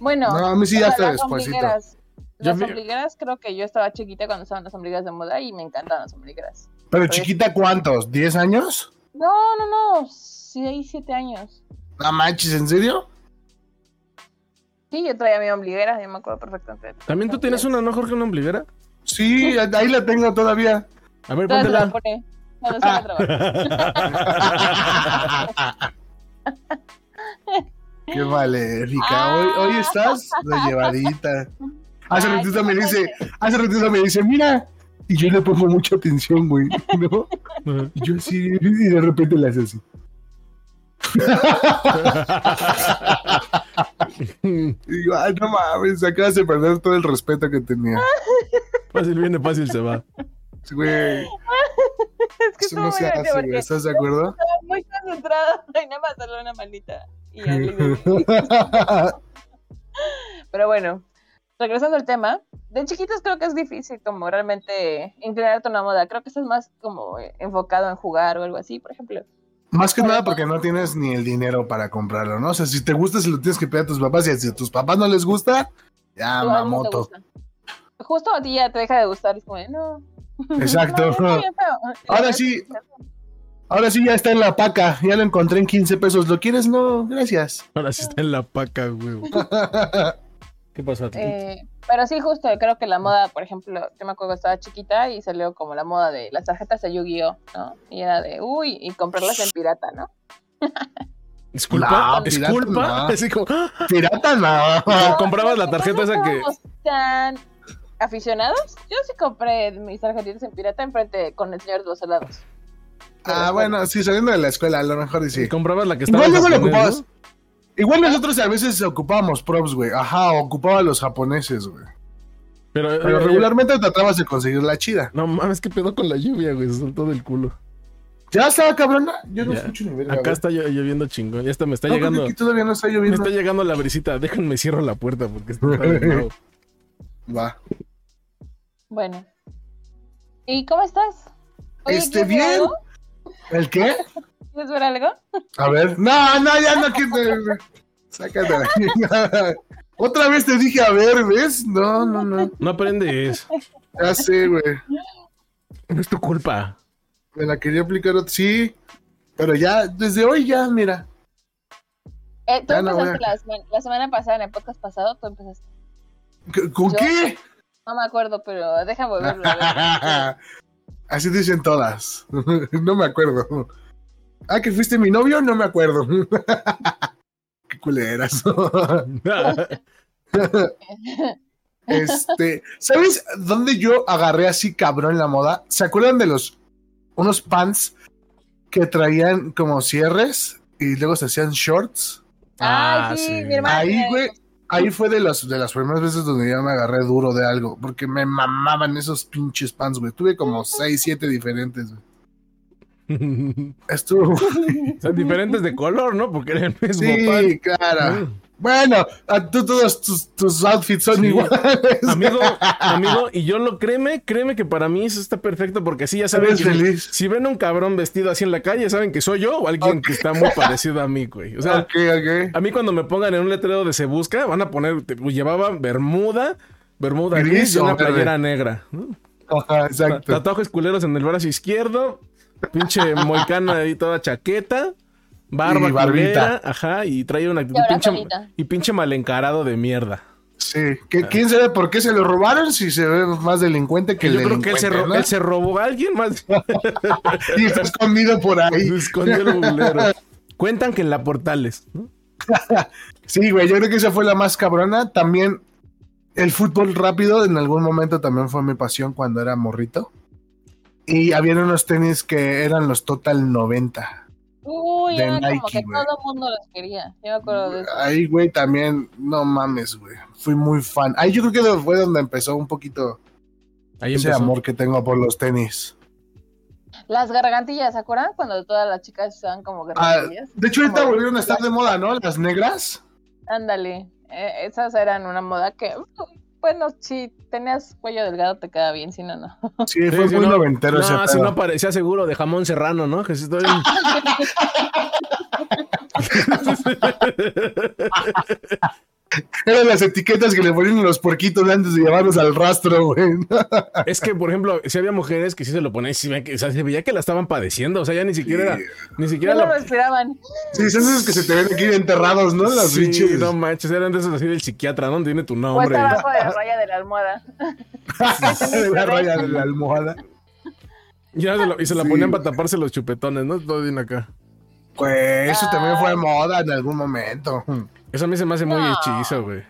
Speaker 1: Bueno,
Speaker 2: No, a mí sí
Speaker 1: o
Speaker 2: ya
Speaker 1: sea,
Speaker 2: está
Speaker 1: las
Speaker 2: despuésito.
Speaker 1: ombligueras.
Speaker 3: Ya
Speaker 1: Las
Speaker 3: vi-
Speaker 1: ombligueras creo que yo estaba chiquita cuando estaban las ombligueras de moda y me encantaban las ombligueras.
Speaker 2: Pero chiquita, ¿cuántos? ¿10 años?
Speaker 1: No, no, no, seis, siete años.
Speaker 2: No manches, ¿en serio?
Speaker 1: Sí, yo traía mi ombliguera, yo me acuerdo perfectamente.
Speaker 3: También tú tienes una, ¿no, Jorge, una ombliguera?
Speaker 2: Sí, ahí la tengo todavía.
Speaker 3: A ver,
Speaker 1: Entonces la
Speaker 3: póntela.
Speaker 1: pone cuando sale a
Speaker 2: <laughs>
Speaker 1: trabajar.
Speaker 2: Qué valérica. Hoy, hoy estás de llevadita. Hace
Speaker 1: Ah. Ay,
Speaker 2: ratito
Speaker 1: qué
Speaker 2: me
Speaker 1: maravilla.
Speaker 2: dice, hace ratito me dice, mira. Y yo le pongo mucha atención, güey. ¿no? Y yo así, y de repente la hace así. Y digo, ay, no mames, acabas de perder todo el respeto que tenía.
Speaker 3: <laughs> fácil viene, fácil se va.
Speaker 2: Güey,
Speaker 1: Es que
Speaker 2: eso
Speaker 1: estuvo
Speaker 2: no
Speaker 1: muy
Speaker 2: se
Speaker 1: divertido
Speaker 2: hace, güey.
Speaker 1: porque
Speaker 2: ¿Estás de acuerdo?
Speaker 1: estaba muy concentrada y nada más darle una maldita. Y ya le dije. Pero bueno, regresando al tema, de chiquitos creo que es difícil como realmente inclinarte a una moda. Creo que estás más como eh, enfocado en jugar o algo así, por ejemplo.
Speaker 2: Más que nada porque no tienes ni el dinero para comprarlo, ¿no? O sea, si te gusta, se lo tienes que pedir a tus papás. Y si a tus papás no les gusta, ya,
Speaker 1: Tú algo te
Speaker 2: mamoto.
Speaker 1: gusta. <laughs> Justo a ti ya te deja de gustar, es como, de, no.
Speaker 2: Exacto.
Speaker 1: No, está bien feo.
Speaker 2: Ahora sí. Ahora sí, ya está en la paca. Ya lo encontré en 15 pesos. ¿Lo quieres? No, gracias.
Speaker 3: Ahora sí está en la
Speaker 2: <laughs>
Speaker 3: paca, güey. ¿Qué pasó, Atlanta?
Speaker 1: Eh, pero sí, justo, creo que la moda, por ejemplo, yo me acuerdo que estaba chiquita y salió como la moda de las tarjetas de Yu-Gi-Oh, ¿no? Y era de, uy, y comprarlas en pirata, ¿no?
Speaker 3: Disculpa,
Speaker 2: no, pirata,
Speaker 3: disculpa.
Speaker 2: no.
Speaker 3: <laughs>
Speaker 2: Ah.
Speaker 3: Así como, ¡ah!
Speaker 2: Pirata,
Speaker 3: Como
Speaker 2: no.
Speaker 3: comprabas la
Speaker 1: Nosotros
Speaker 3: tarjeta esa
Speaker 1: no
Speaker 3: que.
Speaker 1: estábamos tan aficionados. Yo sí compré mis tarjetitas en pirata enfrente con el señor de los helados.
Speaker 2: Ah, bueno, sí, saliendo de la escuela, a lo mejor y sí.
Speaker 3: Comprabas la que estaba.
Speaker 2: Igual
Speaker 3: en
Speaker 2: luego lo
Speaker 3: japonés,
Speaker 2: ocupabas. Igual nosotros a veces ocupábamos props, güey. Ajá, ocupaba a los japoneses, güey.
Speaker 3: ¿no? Pero,
Speaker 2: Pero
Speaker 3: eh,
Speaker 2: regularmente tratabas de conseguir la chida.
Speaker 3: No mames, ¿qué pedo con la lluvia, güey? Se soltó del culo.
Speaker 2: ¿Ya estaba cabrona? Yo no
Speaker 3: Ya.
Speaker 2: escucho ni verga.
Speaker 3: Acá
Speaker 2: güey.
Speaker 3: está llo- lloviendo chingón. Ya está, me está
Speaker 2: No, creo que
Speaker 3: llegando.
Speaker 2: Aquí todavía no está
Speaker 3: Me
Speaker 2: lloviendo.
Speaker 3: está llegando la brisita. Déjenme cierro la puerta porque está. bien bravo.
Speaker 2: Va.
Speaker 1: Bueno. ¿Y cómo estás? ¿quieres
Speaker 2: Este,
Speaker 1: ver
Speaker 2: bien.
Speaker 1: algo?
Speaker 2: ¿El qué?
Speaker 1: ¿Quieres ver algo?
Speaker 2: A ver. No, no, ya no quiero. Sácate. la- <laughs> Otra vez te dije, a ver, ¿ves? No, no, no.
Speaker 3: No aprendes.
Speaker 2: Ya sé, güey.
Speaker 3: No es tu culpa.
Speaker 2: Me la quería aplicar. ot- Sí. Pero ya, desde hoy ya, mira.
Speaker 1: Eh, tú
Speaker 2: Ya no voy
Speaker 1: empezaste la, semana, la semana pasada, en el podcast pasado, tú empezaste.
Speaker 2: ¿Con- ¿Con
Speaker 1: Yo-
Speaker 2: qué? <laughs>
Speaker 1: No me acuerdo, pero deja volverlo a ver.
Speaker 2: Así dicen todas. <laughs> No me acuerdo. Ah, que fuiste mi novio, no me acuerdo. <laughs> qué culeras. <laughs> Ah.
Speaker 3: <laughs>
Speaker 2: este, ¿sabes dónde yo agarré así cabrón la moda? ¿Se acuerdan de los unos pants que traían como cierres y luego se hacían shorts?
Speaker 1: Ah, sí, mi hermana.
Speaker 2: Ahí, güey, ahí fue de las, de las primeras veces donde yo me agarré duro de algo, porque me mamaban esos pinches pants, güey. Tuve como 6, 7 diferentes, güey. Estuvo.
Speaker 3: <laughs> Son diferentes de color, ¿no? Porque era el mismo
Speaker 2: Sí,
Speaker 3: pan.
Speaker 2: claro. Bueno, a tú todos tus, tus outfits son
Speaker 3: Sí.
Speaker 2: iguales.
Speaker 3: Amigo, amigo, y yo lo créeme, créeme que para mí eso está perfecto porque así ya saben
Speaker 2: Eres
Speaker 3: que
Speaker 2: feliz.
Speaker 3: si ven a un cabrón vestido así en la calle, saben que soy yo o alguien que está
Speaker 2: <laughs>
Speaker 3: muy parecido a mí, güey. <laughs> O sea,
Speaker 2: ok, ok.
Speaker 3: a mí cuando me pongan en un letrero de se busca, van a poner, te- llevaba bermuda, bermuda
Speaker 2: Gris
Speaker 3: gris, y
Speaker 2: o
Speaker 3: una
Speaker 2: verde.
Speaker 3: playera negra. ¿no?
Speaker 2: Ajá,
Speaker 3: Ta-
Speaker 2: exacto.
Speaker 3: Tatuajes culeros en el brazo izquierdo,
Speaker 2: <laughs>
Speaker 3: pinche moicana ahí toda chaqueta,
Speaker 2: Y
Speaker 3: barba
Speaker 2: barbita.
Speaker 3: culera, ajá, y trae una actitud
Speaker 1: ahora
Speaker 3: pinche,
Speaker 1: colita.
Speaker 3: y pinche mal encarado de mierda.
Speaker 2: Sí. ¿Qué- ¿Quién sabe por qué se lo robaron? Si se ve más delincuente que
Speaker 3: Que
Speaker 2: el
Speaker 3: yo creo que él se, ro-
Speaker 2: delincuente,
Speaker 3: él se robó a
Speaker 2: <laughs>
Speaker 3: alguien más.
Speaker 2: ¿no? <laughs> Y está escondido por ahí.
Speaker 3: Se <laughs> escondió el bulero. Cuentan que en la Portales. ¿no?
Speaker 2: Sí, güey, yo creo que esa fue la más cabrona. También el fútbol rápido en algún momento también fue mi pasión cuando era morrito. Y habían unos tenis que eran los Total 90.
Speaker 1: Uy,
Speaker 2: de
Speaker 1: era como
Speaker 2: Nike,
Speaker 1: que
Speaker 2: güey.
Speaker 1: todo el mundo los quería. Yo me acuerdo de eso.
Speaker 2: Ahí, güey, también, no mames, güey. Fui muy fan. Ahí yo creo que fue donde empezó un poquito
Speaker 3: Ahí
Speaker 2: ese
Speaker 3: empezó.
Speaker 2: amor que tengo por los tenis.
Speaker 1: Las gargantillas, ¿se acuerdan? Cuando todas las chicas usaban como
Speaker 2: Ah,
Speaker 1: gargantillas.
Speaker 2: de hecho, ahorita
Speaker 1: Como-
Speaker 2: volvieron a estar de moda, ¿no? Las negras.
Speaker 1: Ándale. Eh, esas eran una moda que, bueno, si tenías cuello delgado te quedaba bien, si no, no.
Speaker 2: Sí,
Speaker 3: Sí,
Speaker 2: fue
Speaker 3: si
Speaker 2: muy
Speaker 3: no-
Speaker 2: noventero
Speaker 3: no,
Speaker 2: ese
Speaker 3: si
Speaker 2: pedo.
Speaker 3: no parecía seguro de jamón serrano, ¿no? Que si estoy-
Speaker 2: <laughs> Eran las etiquetas que le ponían a los puerquitos antes de llevarlos al rastro, güey.
Speaker 3: es que, por ejemplo, si había mujeres que sí se lo ponían, sí veían que- o sea, se veía que la estaban padeciendo. O sea, ya ni siquiera era.
Speaker 2: Sí.
Speaker 3: Ni
Speaker 1: <laughs> No
Speaker 3: siquiera
Speaker 1: lo
Speaker 3: la-
Speaker 1: respiraban.
Speaker 2: Sí, son esos que se te ven aquí enterrados, ¿no? Las
Speaker 3: Sí,
Speaker 2: pinches. <laughs>
Speaker 3: no manches, eran de esos así del psiquiatra, ¿no? Tiene tu
Speaker 1: O
Speaker 3: nombre.
Speaker 1: está abajo de la raya de la almohada.
Speaker 2: de la raya de la almohada.
Speaker 3: Ya se lo- y se la
Speaker 2: Sí,
Speaker 3: ponían para
Speaker 2: güey.
Speaker 3: taparse los chupetones, ¿no? Todo bien acá.
Speaker 2: Pues eso también fue moda en algún momento.
Speaker 3: Eso a mí se me hace muy
Speaker 1: No.
Speaker 3: hechizo, güey.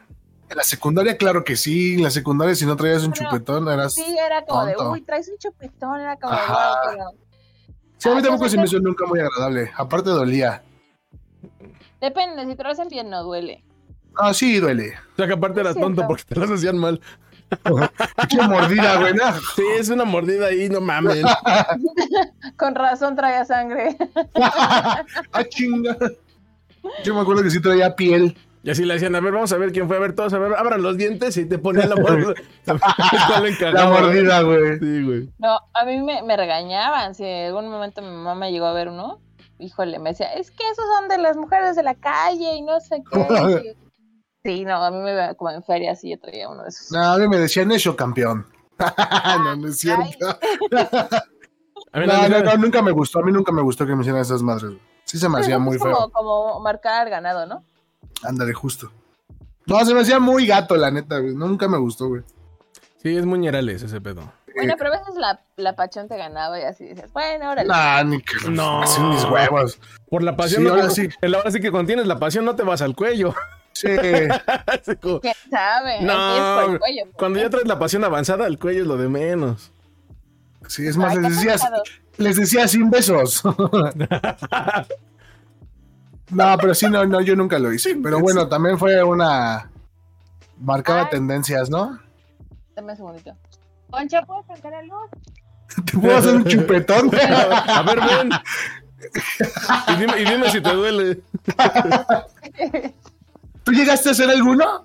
Speaker 2: En la secundaria, claro que sí. En la secundaria, si no traías un
Speaker 1: Pero,
Speaker 2: chupetón, eras.
Speaker 1: Sí, era como de,
Speaker 2: Tonto.
Speaker 1: uy, traes un chupetón, era como,
Speaker 2: Ajá.
Speaker 1: wow, pero...
Speaker 2: Sí, a mí
Speaker 1: Ah,
Speaker 2: tampoco
Speaker 1: pues,
Speaker 2: se me
Speaker 1: es que-
Speaker 2: hizo nunca muy agradable. Aparte, dolía.
Speaker 1: Depende, si te lo hacen bien no duele.
Speaker 2: Ah, sí, duele.
Speaker 3: O sea, que aparte era
Speaker 1: Es cierto.
Speaker 3: tonto porque te las hacían mal.
Speaker 2: Qué
Speaker 1: <laughs>
Speaker 2: mordida, güey. ¿no?
Speaker 3: Sí, es una mordida ahí, no mames.
Speaker 1: Con razón traía sangre.
Speaker 2: Ah, chinga. Yo me acuerdo que sí traía piel.
Speaker 3: Y así le decían, a ver, vamos a ver quién fue, a ver todos, a ver, abran los dientes y te ponían
Speaker 2: <laughs>
Speaker 3: la mordida. <laughs> Cuál
Speaker 2: La
Speaker 3: encajaba.
Speaker 2: mordida, güey.
Speaker 3: Sí, güey.
Speaker 1: No, a mí me, me regañaban. Si en algún momento mi mamá me llegó a ver uno, híjole, me decía, es que esos son de las mujeres de la calle y no sé
Speaker 2: <laughs>
Speaker 1: qué. Sí, no, a mí me veía como en feria así, yo traía uno de esos.
Speaker 2: No, a mí me decían eso, campeón. <laughs> no, no es cierto.
Speaker 3: A
Speaker 2: No,
Speaker 3: mí la
Speaker 2: no,
Speaker 3: neta-
Speaker 2: no, nunca me gustó. A mí nunca me gustó que me hicieran esas madres. güey. Sí se me
Speaker 1: Es
Speaker 2: hacía muy feo.
Speaker 1: como, como marcar al ganado, ¿no?
Speaker 2: Ándale, justo. No, se me hacía muy gato, la neta, güey. Nunca me gustó, güey.
Speaker 3: Sí, es muñerales ese pedo.
Speaker 1: Bueno, pero a veces la, la pachón te ganaba y así dices, bueno, órale.
Speaker 2: Nah, ni que
Speaker 3: No.
Speaker 2: así mis huevos.
Speaker 3: Por la pasión.
Speaker 2: Sí,
Speaker 3: no
Speaker 2: ahora
Speaker 3: te-
Speaker 2: sí.
Speaker 3: el ahora sí que contienes la pasión, no te vas al cuello. <laughs>
Speaker 2: Sí.
Speaker 3: Así como-
Speaker 1: ¿Quién sabe? Así es por
Speaker 3: no,
Speaker 1: el cuello, pues,
Speaker 3: cuando
Speaker 1: ¿no?
Speaker 3: ya traes la pasión avanzada, el cuello es lo de menos. <laughs>
Speaker 2: Sí, es más,
Speaker 1: Ay,
Speaker 2: les
Speaker 1: qué
Speaker 2: decía,
Speaker 1: pesado.
Speaker 2: les decía sin besos. no, pero sí, no, no, yo nunca lo hice. Pero bueno, también fue una. Marcaba
Speaker 1: Ay.
Speaker 2: tendencias, ¿no? <laughs>
Speaker 1: Dame un segundito. Concha, ¿puedes prender la luz?
Speaker 2: ¿Te puedo hacer un chupetón?
Speaker 3: A ver, ven. Y dime, y dime si te duele.
Speaker 2: ¿Tú llegaste a hacer alguno?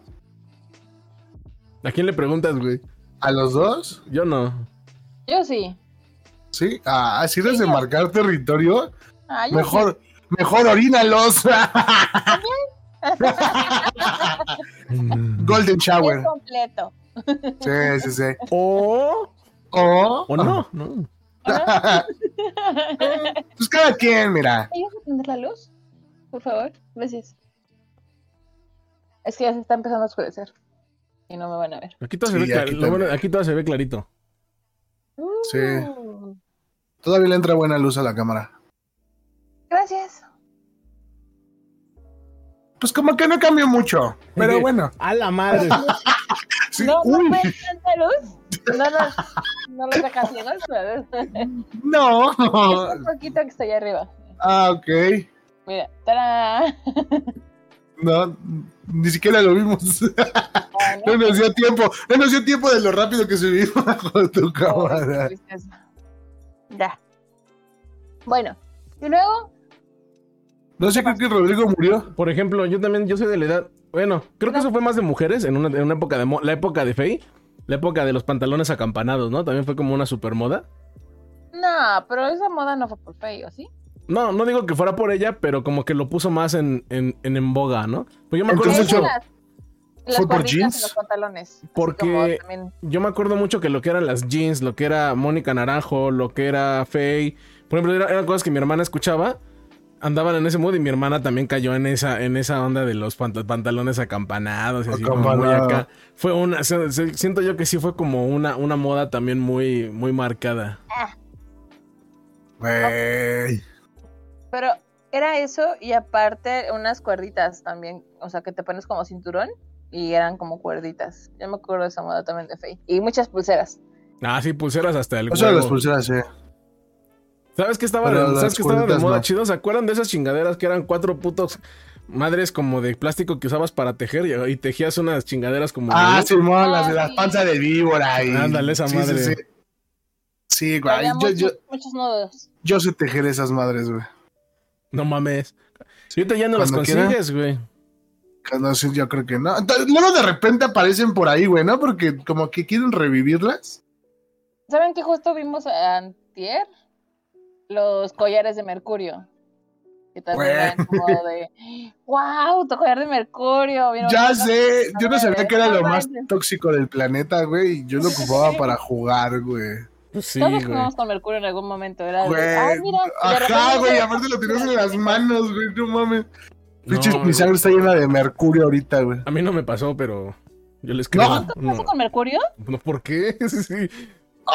Speaker 3: ¿A quién le preguntas, güey?
Speaker 2: ¿A los dos?
Speaker 3: Yo no.
Speaker 1: <laughs> Yo sí.
Speaker 2: Sí. Ah, así eres de marcar territorio.
Speaker 1: Ah, yo sí.
Speaker 2: Mejor, mejor orínalos. <laughs> Golden
Speaker 1: Bien
Speaker 2: Shower.
Speaker 1: completo.
Speaker 2: Sí, sí, sí.
Speaker 3: O,
Speaker 2: O.
Speaker 3: o no, no.
Speaker 2: Pues cada quien, mira.
Speaker 1: ¿Ayudas a prender la luz? Por favor, gracias. Es que ya se está empezando a oscurecer. Y no me van a ver.
Speaker 3: Aquí todo,
Speaker 2: Sí,
Speaker 3: se, ve clar-
Speaker 2: aquí
Speaker 3: lo
Speaker 2: también.
Speaker 3: bueno- aquí todo se ve clarito.
Speaker 2: Sí.
Speaker 1: Mm,
Speaker 2: Todavía le entra buena luz a la cámara.
Speaker 1: Gracias.
Speaker 2: pues como que no cambió mucho, pero bueno.
Speaker 3: A la madre.
Speaker 2: Sí,
Speaker 1: no, no
Speaker 2: uy,
Speaker 1: fue tanta luz. No nos, no nos deja ciegos, pero es
Speaker 2: no.
Speaker 1: un poquito que está allá arriba.
Speaker 2: Ah, ok.
Speaker 1: Mira, ¡tarán!
Speaker 2: No, ni siquiera lo <laughs> vimos. No nos dio tiempo. No nos dio tiempo de lo rápido que <laughs> subimos bajo tu cámara.
Speaker 1: Ya. Bueno, y luego,
Speaker 2: No sé, creo que Rodrigo murió.
Speaker 3: <laughs> Por ejemplo, yo también, yo soy de la edad. Bueno, creo que eso fue más de mujeres en una, en una época de mo- la época de Faye, la época de los pantalones acampanados, ¿no? También fue como una supermoda.
Speaker 1: no, pero esa moda no fue por feo, ¿sí?
Speaker 3: No, no digo que fuera por ella, pero como que lo puso más en, en, en, en boga, ¿no? Pues yo me acuerdo
Speaker 2: Entonces,
Speaker 1: Esas,
Speaker 2: yo-
Speaker 3: mucho.
Speaker 1: las, las
Speaker 2: fue por
Speaker 1: gorritas
Speaker 2: jeans.
Speaker 1: y los pantalones. así
Speaker 3: Porque-
Speaker 1: como también-
Speaker 3: Yo me acuerdo mucho que lo que eran las jeans, lo que era Mónica Naranjo, lo que era Faye. Por ejemplo, era- eran cosas que mi hermana escuchaba. Andaban en ese mood y mi hermana también cayó en esa, en esa onda de los pant- pantalones acampanados. y Así, como muy
Speaker 2: Acampanada.
Speaker 3: acá. Fue una, se- se- siento yo que sí fue como una, una moda también muy, muy marcada.
Speaker 2: Güey.
Speaker 1: Pero era eso y aparte unas cuerditas también, o sea, que te pones como cinturón y eran como cuerditas. Yo me acuerdo de esa moda también de Faye. Y muchas pulseras.
Speaker 3: Ah, sí, pulseras hasta el
Speaker 2: O sea,
Speaker 3: huevo.
Speaker 2: las pulseras, eh.
Speaker 3: ¿Sabes qué estaba,
Speaker 2: Pero
Speaker 3: de,
Speaker 2: las
Speaker 3: ¿sabes qué estaba de
Speaker 2: cuerditas
Speaker 3: moda
Speaker 2: no.
Speaker 3: chido? ¿Se acuerdan de esas chingaderas que eran cuatro putos madres como de plástico que usabas para tejer y, y tejías unas chingaderas como...
Speaker 2: Ah,
Speaker 3: de-
Speaker 2: sí, mo, las de las
Speaker 1: Ay.
Speaker 2: panzas de víbora. Y...
Speaker 3: Ándale, esa madre.
Speaker 2: Sí, sí. Sí, güey.
Speaker 1: Había
Speaker 2: Yo,
Speaker 1: muchos,
Speaker 2: yo,
Speaker 1: muchos nudos.
Speaker 2: yo sé tejer esas madres, güey.
Speaker 3: No mames. Y ahorita ya no las
Speaker 2: Cuando quiera.
Speaker 3: consigues, güey.
Speaker 2: Ah, No sé, yo creo que no. Entonces, Luego de repente aparecen por ahí, güey, ¿no? Porque como que quieren revivirlas.
Speaker 1: ¿Saben qué justo vimos antier? Los collares de mercurio. Que también
Speaker 2: Güey.
Speaker 1: eran como de <gasps> wow, tu collar de mercurio. bien
Speaker 2: Ya
Speaker 1: bonito".
Speaker 2: sé, yo no sabía que era lo
Speaker 1: No
Speaker 2: más
Speaker 1: manches.
Speaker 2: tóxico del planeta, güey. Y yo lo ocupaba para jugar, güey.
Speaker 3: Pues sí,
Speaker 1: Todos
Speaker 3: güey.
Speaker 1: jugamos con mercurio en algún momento, era de,
Speaker 2: Güey,
Speaker 1: "Ay, mira, y de
Speaker 2: Ajá,
Speaker 1: repente-
Speaker 2: güey, aparte lo tenías en las manos, güey, no mames. Pinches,
Speaker 3: No,
Speaker 2: mi
Speaker 3: güey.
Speaker 2: sangre está llena de mercurio ahorita, güey.
Speaker 3: A mí no me pasó, pero yo les creo.
Speaker 1: ¿Qué
Speaker 3: No,
Speaker 1: pasó con mercurio?
Speaker 3: no,
Speaker 2: <laughs>
Speaker 3: ¿por qué? Sí, sí.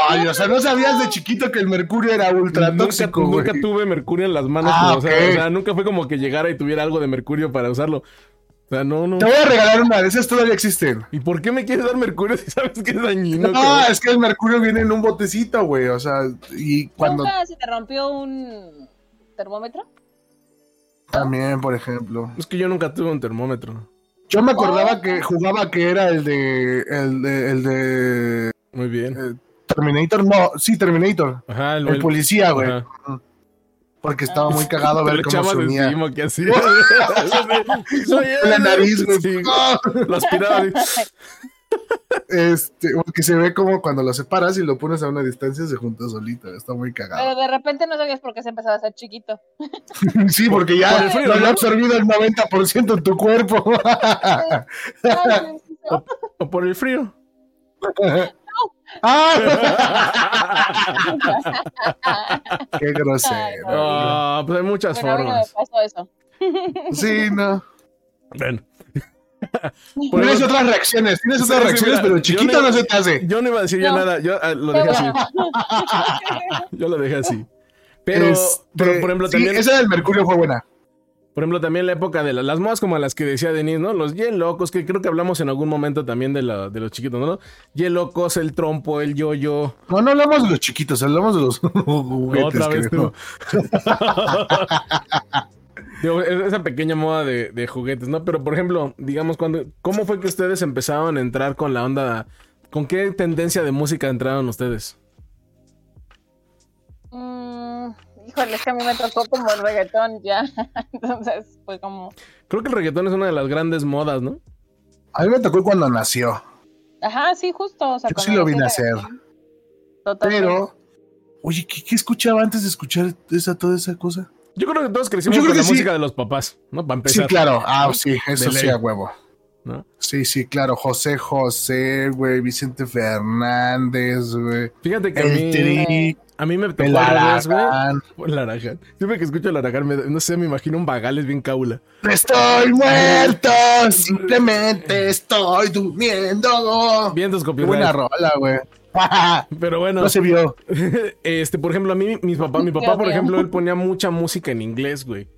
Speaker 2: Ay, o sea, no sabías de chiquito que el mercurio era ultra
Speaker 3: Nunca,
Speaker 2: tóxico, güey.
Speaker 3: nunca tuve mercurio en las manos.
Speaker 2: Ah,
Speaker 3: pero, o, sea,
Speaker 2: ok.
Speaker 3: o sea, nunca fue como que llegara y tuviera algo de mercurio para usarlo. O sea, no, no.
Speaker 2: Te voy a regalar una de esas, todavía existen.
Speaker 3: ¿Y por qué me quieres dar mercurio si sabes que es dañino?
Speaker 2: No,
Speaker 3: cabrón?
Speaker 2: es que el mercurio viene en un botecito, güey. O sea, y cuando
Speaker 1: ¿Nunca se te rompió un termómetro?
Speaker 2: también, por ejemplo.
Speaker 3: Es que yo nunca tuve un termómetro.
Speaker 2: Yo me acordaba que jugaba que era el de. El de. El de
Speaker 3: Muy bien.
Speaker 2: Terminator. No, sí, Terminator.
Speaker 3: Ajá,
Speaker 2: El policía, güey.
Speaker 3: Ajá.
Speaker 2: Porque estaba muy cagado
Speaker 3: Te <laughs>
Speaker 2: ver
Speaker 3: lo
Speaker 2: cómo
Speaker 3: echabas
Speaker 2: se unía.
Speaker 3: encima,
Speaker 2: <laughs>
Speaker 3: ¿qué hacía? Soy
Speaker 2: La
Speaker 3: él.
Speaker 2: nariz, güey.
Speaker 3: Sí, lo aspiraba. así.
Speaker 2: <laughs> Este, porque se ve como cuando lo separas y lo pones a una distancia se junta solito. Está muy cagado.
Speaker 1: Pero de repente no sabías por qué se empezaba a hacer
Speaker 3: <laughs>
Speaker 1: chiquito.
Speaker 2: <laughs> Sí, porque
Speaker 3: Por
Speaker 2: ya
Speaker 3: el frío,
Speaker 2: lo había
Speaker 3: ¿no?
Speaker 2: absorbido el 90% en tu cuerpo.
Speaker 1: Ay, sí, sí, sí.
Speaker 3: O por el frío.
Speaker 2: ¡Ah!
Speaker 1: Ah,
Speaker 2: ¡Qué grosero!
Speaker 3: Ah, pues hay muchas
Speaker 1: bueno, a mí no me
Speaker 3: formas.
Speaker 1: pasó eso.
Speaker 2: Sí, no.
Speaker 1: <laughs>
Speaker 3: Ven. Por
Speaker 2: Tienes
Speaker 3: ejemplo,
Speaker 2: otras reacciones, tienes otras
Speaker 3: Sí, sí,
Speaker 2: reacciones,
Speaker 3: mira,
Speaker 2: pero
Speaker 3: yo
Speaker 2: chiquito
Speaker 3: no-
Speaker 2: no se te hace.
Speaker 3: yo no iba a decir yo
Speaker 1: No.
Speaker 3: nada. Yo ah, lo
Speaker 1: Qué
Speaker 3: dejé así.
Speaker 1: bueno.
Speaker 3: Yo lo dejé así. Pero,
Speaker 2: Este,
Speaker 3: pero, por ejemplo,
Speaker 2: sí,
Speaker 3: también.
Speaker 2: esa del Mercurio fue buena.
Speaker 3: Por ejemplo, también la época de la- las modas como las que decía Denise, ¿no? Los bien locos, que creo que hablamos en algún momento también de, la- de los chiquitos, ¿no? Bien locos, el trompo, el yo-yo.
Speaker 2: No, no hablamos de los chiquitos, hablamos de los <laughs> juguetes.
Speaker 3: Otra vez
Speaker 2: creo.
Speaker 3: tú. <laughs> Digo, es- esa pequeña moda de, de juguetes, ¿no? Pero, por ejemplo, digamos, cuando, ¿cómo fue que ustedes empezaron a entrar con la onda? ¿Con qué tendencia de música entraron ustedes?
Speaker 1: Mm, híjole, es que a mí me tocó como el reggaetón ya. <laughs> Entonces fue como,
Speaker 3: Creo que el reggaetón es una de las grandes modas, ¿no?
Speaker 2: A mí me tocó cuando nació,
Speaker 1: ajá, sí, justo. O sea,
Speaker 2: Yo
Speaker 1: cuando
Speaker 2: sí lo vi
Speaker 1: nací,
Speaker 2: nacer.
Speaker 1: Totalmente.
Speaker 2: pero. Oye, ¿qué, qué escuchaba antes de escuchar esa, toda esa cosa?
Speaker 3: Yo creo que todos crecimos
Speaker 2: Yo creo
Speaker 3: con la
Speaker 2: que sí.
Speaker 3: música de los papás, ¿no? Para
Speaker 2: Sí,
Speaker 3: empezar.
Speaker 2: claro. Ah, sí, eso
Speaker 3: De
Speaker 2: sí,
Speaker 3: ley.
Speaker 2: a huevo.
Speaker 3: ¿no?
Speaker 2: Sí, sí, claro. José José, güey. Vicente Fernández, güey.
Speaker 3: Fíjate que a
Speaker 2: El
Speaker 3: mí,
Speaker 2: Tri,
Speaker 3: a mí me tocó
Speaker 2: el
Speaker 3: al revés, güey.
Speaker 2: Aragán.
Speaker 3: Por <laughs> el Aragán. Siempre que escucho el Aragán, me da- no sé, me imagino un vagales bien caula.
Speaker 2: Estoy muerto, simplemente estoy durmiendo.
Speaker 3: Bien tus
Speaker 2: Qué buena
Speaker 3: copyrights.
Speaker 2: rola, güey. <laughs>
Speaker 3: Pero bueno.
Speaker 2: No se vio.
Speaker 3: <laughs> este, por ejemplo, a mí, mis papá, mi papá,
Speaker 1: Dios
Speaker 3: por
Speaker 1: mío.
Speaker 3: ejemplo, él ponía mucha música en inglés, güey.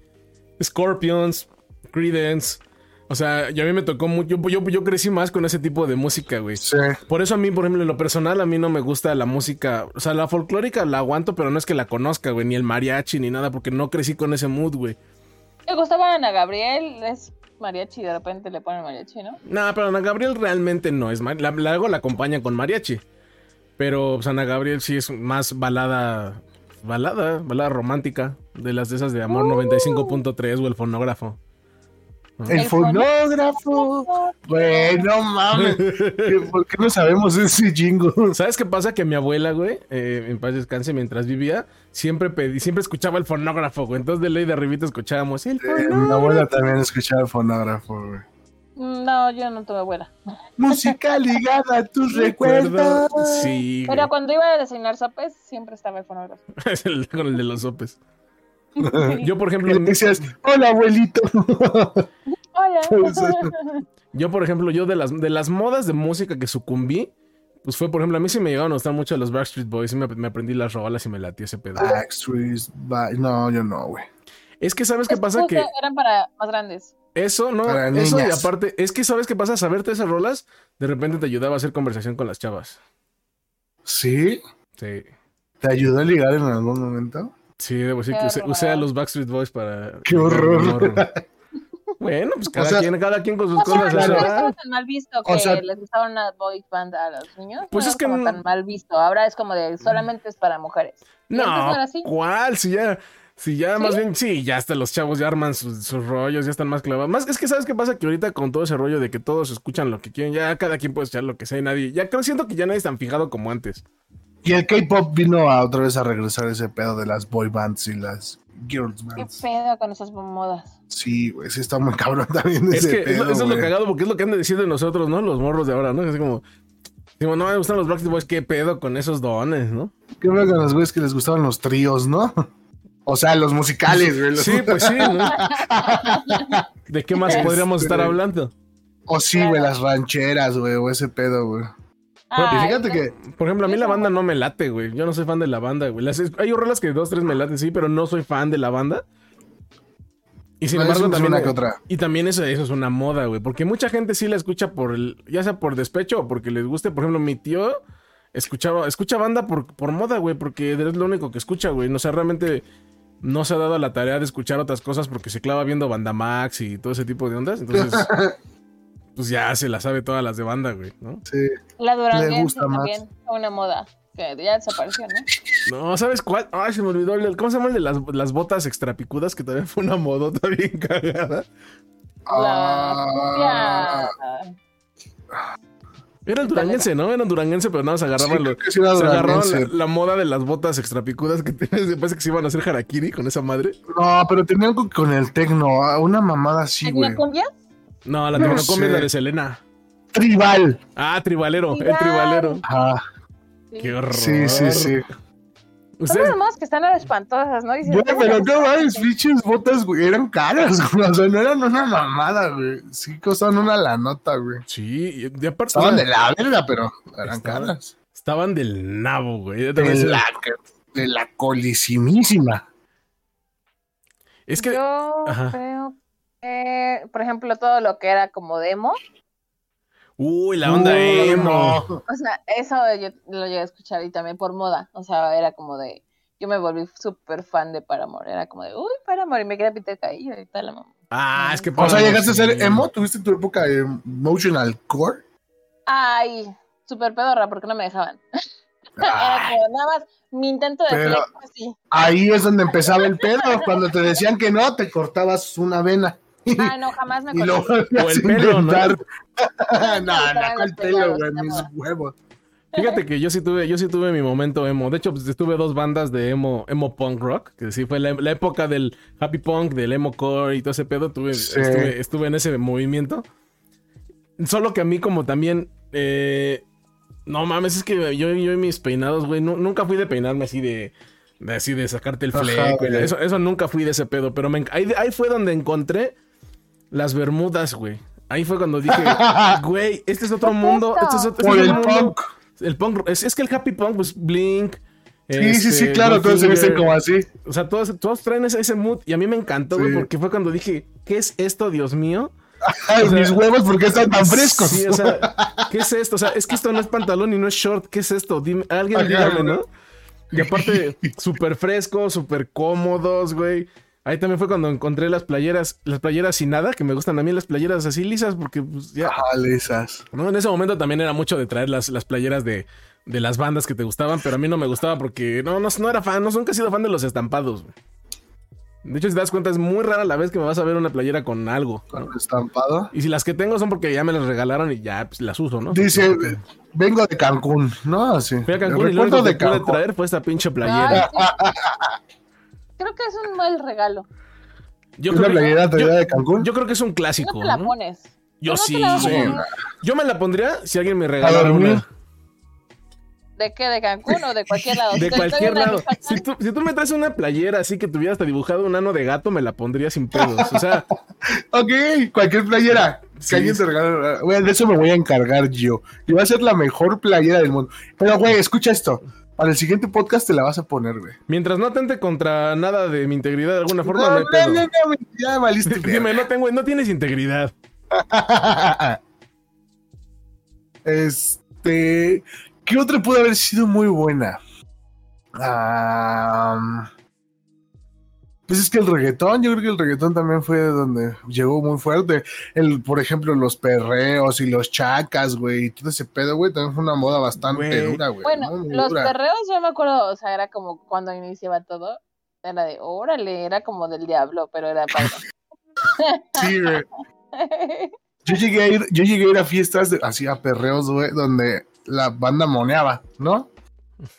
Speaker 3: Scorpions, Credence, O sea, yo a mí me tocó mucho. Yo, yo, yo crecí más con ese tipo de música, güey.
Speaker 2: Sí.
Speaker 3: Por eso a mí, por ejemplo, en lo personal, a mí no me gusta la música. O sea, la folclórica la aguanto, pero no es que la conozca, güey. Ni el mariachi, ni nada, porque no crecí con ese mood, güey.
Speaker 1: Le gustaba Ana Gabriel, es mariachi, de repente le ponen mariachi, ¿no?
Speaker 3: Nah, pero Ana Gabriel realmente no es. mar- La, la, luego la acompaña con mariachi. Pero pues, Ana Gabriel sí es más balada. Balada, balada romántica. De las de esas de amor 95.3 o el fonógrafo.
Speaker 2: El,
Speaker 1: El
Speaker 2: fonógrafo. Bueno, mames. ¿Qué-
Speaker 3: <laughs>
Speaker 2: ¿Por qué no sabemos ese jingo?
Speaker 3: ¿Sabes qué pasa? Que mi abuela, güey, eh, en paz descanse, mientras vivía, siempre pedí, siempre escuchaba el fonógrafo, güey. Entonces de ley de arribita escuchábamos el
Speaker 2: Eh,
Speaker 3: fonógrafo.
Speaker 2: mi abuela también escuchaba fonógrafo, güey.
Speaker 1: Mm, No, yo no tuve abuela.
Speaker 2: Música ligada a tus recuerdos.
Speaker 3: Sí,
Speaker 1: Pero cuando iba a designar sopes, siempre estaba el fonógrafo.
Speaker 3: güey. Es el- con el de los sopes. <laughs> Yo, por
Speaker 2: Y
Speaker 3: ejemplo,
Speaker 2: le decías, hola abuelito.
Speaker 3: <laughs>
Speaker 1: Hola.
Speaker 3: Pues, eh, yo, por ejemplo, yo de las, de las modas de música que sucumbí, pues fue, por ejemplo, a mí sí me llegaron a gustar mucho los Backstreet Boys y me, me aprendí las rolas y me latí ese pedo.
Speaker 2: Ah, Backstreet, Boys. no, yo no, güey.
Speaker 3: Es que, ¿sabes qué
Speaker 1: Es
Speaker 3: pasa?
Speaker 1: justo,
Speaker 3: Que
Speaker 1: Eran para más grandes.
Speaker 3: Eso, no,
Speaker 2: Para
Speaker 3: eso y
Speaker 2: niñas.
Speaker 3: aparte, es que sabes qué pasa, saberte esas rolas, de repente te ayudaba a hacer conversación con las chavas.
Speaker 2: ¿Sí?
Speaker 3: Sí,
Speaker 2: ¿Te ayudó a ligar en algún momento?
Speaker 3: sí, debo decir
Speaker 1: Qué
Speaker 3: que usé,
Speaker 1: horror.
Speaker 3: usé a los Backstreet Boys para...
Speaker 2: Qué horror.
Speaker 3: bueno,
Speaker 2: <laughs>
Speaker 3: pues cada,
Speaker 2: sea-
Speaker 3: quien, cada quien con sus
Speaker 1: No, pero Pues,
Speaker 3: cosas.
Speaker 1: no
Speaker 3: o sea,
Speaker 1: estaba tan mal visto que
Speaker 2: O sea-
Speaker 1: les gustaba una boy band a los niños.
Speaker 3: Pues
Speaker 1: no
Speaker 3: es
Speaker 1: era
Speaker 3: que Mm.
Speaker 1: como
Speaker 3: no-
Speaker 1: tan mal visto. Ahora es como de solamente es para mujeres.
Speaker 3: no,
Speaker 1: antes no era así.
Speaker 3: ¿cuál? Si ya, si ya,
Speaker 1: ¿Sí?
Speaker 3: más bien, sí, ya hasta los chavos ya arman sus, sus rollos, ya están más clavados. Más es que sabes qué pasa, que ahorita con todo ese rollo de que todos escuchan lo que quieren, ya cada quien puede escuchar lo que sea y nadie, ya creo, siento que ya nadie es tan fijado como antes.
Speaker 2: Y el K-pop vino a otra vez a regresar ese pedo de las boy bands y las girls
Speaker 1: Qué
Speaker 2: bands.
Speaker 1: pedo con esas modas.
Speaker 2: Sí, güey, sí está muy cabrón también <laughs>
Speaker 3: Es
Speaker 2: ese
Speaker 3: que
Speaker 2: pedo,
Speaker 3: eso, eso es lo
Speaker 2: güey.
Speaker 3: cagado porque es lo que han de decir de nosotros, ¿no? Los morros de ahora, ¿no? Así como, digo, no me gustan los Black Boys, qué pedo con esos dones, ¿no?
Speaker 2: Qué bueno con los güeyes que les gustaban los tríos, ¿no? <laughs> O sea, los musicales, güey. los-
Speaker 3: Sí, pues sí, ¿no? ¿De qué más
Speaker 1: Este-
Speaker 3: podríamos estar hablando?
Speaker 2: <laughs> O sí, güey, las rancheras, güey, o ese pedo, güey. Y
Speaker 1: Ay,
Speaker 2: fíjate
Speaker 1: no.
Speaker 2: que
Speaker 3: Por ejemplo, a mí la banda no me late, güey. Yo no soy fan de la banda, güey. Las- hay rolas que dos, tres me laten, sí, pero no soy fan de la banda. Y sin
Speaker 2: No, eso
Speaker 3: embargo,
Speaker 2: es
Speaker 3: también.
Speaker 2: una que otra.
Speaker 3: Y también eso, eso es una moda, güey. Porque mucha gente sí la escucha por el. Ya sea por despecho o porque les guste. Por ejemplo, mi tío escuchaba, escucha banda por, por moda, güey. Porque es lo único que escucha, güey. No sé, realmente no se ha dado la tarea de escuchar otras cosas porque se clava viendo banda Max y todo ese tipo de ondas. Entonces,
Speaker 2: <laughs>
Speaker 3: pues ya se la sabe todas las de banda, güey, ¿no?
Speaker 2: sí,
Speaker 1: La
Speaker 2: Le
Speaker 1: duranguense
Speaker 2: gusta más.
Speaker 1: también fue una moda que ya desapareció, ¿no?
Speaker 3: No, ¿sabes cuál? Ay, se me olvidó. el- ¿Cómo se llama el de las, las botas extrapicudas? Que también fue una modota bien cagada.
Speaker 2: Ah.
Speaker 1: La cumbia.
Speaker 3: Era el duranguense, ¿no? Era un duranguense, pero nada, se agarraban
Speaker 2: Sí,
Speaker 3: los,
Speaker 2: creo que sí era
Speaker 3: Se agarraron
Speaker 2: duranguense.
Speaker 3: la, la moda de las botas extrapicudas que <laughs> tenías después de que se iban a hacer harakiri con esa madre.
Speaker 2: No, pero tenían con, con el tecno, ah, una mamada así, güey.
Speaker 1: ¿Tecno cumbia?
Speaker 3: No, la
Speaker 2: No
Speaker 3: tecnocumbia
Speaker 2: sé.
Speaker 3: es la de Selena.
Speaker 2: Tribal.
Speaker 3: Ah, tribalero, el
Speaker 1: Tribal.
Speaker 3: tribalero.
Speaker 2: Ajá.
Speaker 1: Sí.
Speaker 3: Qué horror.
Speaker 2: Sí, sí, sí.
Speaker 1: Son
Speaker 3: Ustedes,
Speaker 1: las modas que están ahora espantosas, ¿no? Dicen,
Speaker 2: Güey,
Speaker 3: pues,
Speaker 1: ¿cómo
Speaker 2: pero
Speaker 1: les-
Speaker 2: no mames, pinches botas, güey. Eran caras, <laughs> güey. O sea, no eran una mamada, güey. Sí, costaban una la nota, güey.
Speaker 3: sí, y- y aparte
Speaker 2: Estaban de la verga, pero eran
Speaker 3: Estaban
Speaker 2: caras.
Speaker 3: estaban del nabo, güey. Yo también
Speaker 2: De
Speaker 3: sé-
Speaker 2: la, de la colisimísima.
Speaker 3: Es que
Speaker 1: Yo
Speaker 3: Ajá.
Speaker 1: creo que, por ejemplo, todo lo que era como demo,
Speaker 3: uy, la onda emo.
Speaker 1: o sea, eso yo lo llegué a escuchar y también por moda, o sea, era como de, yo me volví súper fan de Paramore, era como de, uy, Paramore, y me quería pintar el cabello y tal, la mamá.
Speaker 3: Ah, es que
Speaker 2: O sea,
Speaker 3: para-
Speaker 2: llegaste a ser emo, tuviste tu época de emotional core.
Speaker 1: Ay, súper pedorra, porque no me dejaban. Era
Speaker 2: Ah,
Speaker 1: como nada más mi intento de
Speaker 2: Pero-
Speaker 1: flex, así.
Speaker 2: ahí es donde empezaba el pedo. Cuando te decían que no, te cortabas una vena.
Speaker 1: Ah, no, jamás me
Speaker 2: Y lo
Speaker 1: corté.
Speaker 2: volvías
Speaker 3: O el
Speaker 2: a
Speaker 3: pelo, ¿no?
Speaker 2: intentar.
Speaker 1: No,
Speaker 2: <laughs>
Speaker 1: no,
Speaker 2: no, no,
Speaker 1: los
Speaker 2: el pelo,
Speaker 1: pegados,
Speaker 2: güey,
Speaker 1: nada
Speaker 2: mis
Speaker 1: más.
Speaker 2: huevos.
Speaker 3: Fíjate que yo sí tuve, yo sí tuve mi momento emo. De hecho, pues estuve dos bandas de emo, emo punk rock, que sí fue la, la época del happy punk, del emo core y todo ese pedo. Tuve,
Speaker 2: Sí.
Speaker 3: estuve, estuve en ese movimiento. Solo que a mí como también, eh, no mames, es que yo, yo y mis peinados, güey, nu- nunca fui de peinarme así de, de así de sacarte el
Speaker 2: Ajá,
Speaker 3: fleco. y la-
Speaker 2: güey.
Speaker 3: eso, eso nunca fui de ese pedo, pero me enc- ahí, ahí fue donde encontré las bermudas, güey. Ahí fue cuando
Speaker 2: <laughs>
Speaker 3: dije, güey, este es otro
Speaker 1: ¿Qué es
Speaker 3: mundo,
Speaker 1: esto?
Speaker 3: este es otro,
Speaker 2: Por
Speaker 3: este es
Speaker 2: el
Speaker 3: otro mundo.
Speaker 2: punk.
Speaker 3: El punk, es, es que el happy punk, pues Blink.
Speaker 2: Sí, sí, sí,
Speaker 3: este,
Speaker 2: claro, todos se visten
Speaker 3: Goldfinger,
Speaker 2: como
Speaker 3: <laughs>
Speaker 2: así.
Speaker 3: O sea, todos, todos traen ese, ese mood y a mí me encantó, güey,
Speaker 2: Sí.
Speaker 3: porque fue cuando dije, ¿qué es esto, Dios mío?
Speaker 2: Ay, mis huevos, ¿por qué están tan frescos?
Speaker 3: Sí,
Speaker 2: <laughs>
Speaker 3: o sea, ¿qué es esto? O sea, es que esto no es pantalón y no es short. ¿Qué es esto? Dime, alguien
Speaker 2: Ajá,
Speaker 3: dígame,
Speaker 2: güey.
Speaker 3: ¿no? Y aparte, súper frescos, súper cómodos, güey. Ahí también fue cuando encontré las playeras, las playeras sin nada, que me gustan a mí las playeras así lisas, porque pues, ya.
Speaker 2: Jale esas.
Speaker 3: No, en ese momento también era mucho de traer las, las playeras de, de las bandas que te gustaban, pero a mí no me gustaba porque no, no, no era fan, no, nunca he sido fan de los estampados. güey. De hecho, si te das cuenta, es muy rara la vez que me vas a ver una playera con algo. ¿no?
Speaker 2: Con estampado.
Speaker 3: Y si las que tengo son porque ya me las regalaron y ya pues, las uso, ¿no?
Speaker 2: Dice, vengo de Cancún. No, sí.
Speaker 3: Fui a Cancún y lo
Speaker 2: Recuerdo
Speaker 3: único que
Speaker 2: de
Speaker 3: pude
Speaker 2: Cancún.
Speaker 3: traer fue esta pinche
Speaker 1: Ay,
Speaker 3: playera.
Speaker 1: sí. Creo que es un mal regalo.
Speaker 3: Yo
Speaker 2: Una
Speaker 3: creo,
Speaker 2: playera
Speaker 3: que, yo,
Speaker 2: traída de Cancún.
Speaker 3: yo creo que es un
Speaker 1: No
Speaker 3: clásico.
Speaker 1: te la
Speaker 3: ¿no?
Speaker 1: pones.
Speaker 3: Yo
Speaker 1: No te
Speaker 3: sí.
Speaker 1: la vas a
Speaker 2: sí.
Speaker 1: poner.
Speaker 3: Yo me la pondría si alguien me regalara
Speaker 2: dormir.
Speaker 3: una.
Speaker 1: ¿De qué? ¿De Cancún o de
Speaker 2: <laughs>
Speaker 1: cualquier lado?
Speaker 3: De
Speaker 1: Estoy-
Speaker 3: cualquier
Speaker 1: estoy en
Speaker 3: lado.
Speaker 1: Michoacán.
Speaker 3: Si tú, si tú me traes una playera así que tuviera hasta dibujado un ano de gato, me la pondría sin pedos.
Speaker 2: <laughs>
Speaker 3: O sea,
Speaker 2: Ok, cualquier playera.
Speaker 3: Sí.
Speaker 2: Que alguien te regale. Güey, de eso me voy a encargar yo. Y va a ser la mejor playera del mundo. Pero, güey, escucha esto. Para el siguiente podcast te la vas a poner, güey.
Speaker 3: mientras no atente contra nada de mi integridad de alguna forma, no
Speaker 2: No,
Speaker 3: hay
Speaker 2: no,
Speaker 3: pedo.
Speaker 2: no, no, güey, ya
Speaker 3: <laughs>
Speaker 2: valiste.
Speaker 3: Dime, no tengo, no tienes integridad.
Speaker 2: verga. este. ¿Qué otra pudo haber sido muy buena? Ah, pues es que el reggaetón, yo creo que el reggaetón también fue donde llegó muy fuerte. El, por ejemplo, los perreos y los chacas, güey, y todo ese pedo, güey, también fue una moda bastante
Speaker 3: Güey.
Speaker 2: dura, güey.
Speaker 1: Bueno,
Speaker 2: ¿no? Muy
Speaker 1: los
Speaker 2: dura.
Speaker 1: perreos yo me acuerdo, o sea, era como cuando iniciaba todo. Era de, órale, era como del diablo, pero era
Speaker 3: <laughs>
Speaker 1: padre.
Speaker 2: Sí, güey. Yo llegué a ir, yo llegué a ir a fiestas de- así a perreos, güey, donde la banda moneaba, ¿no?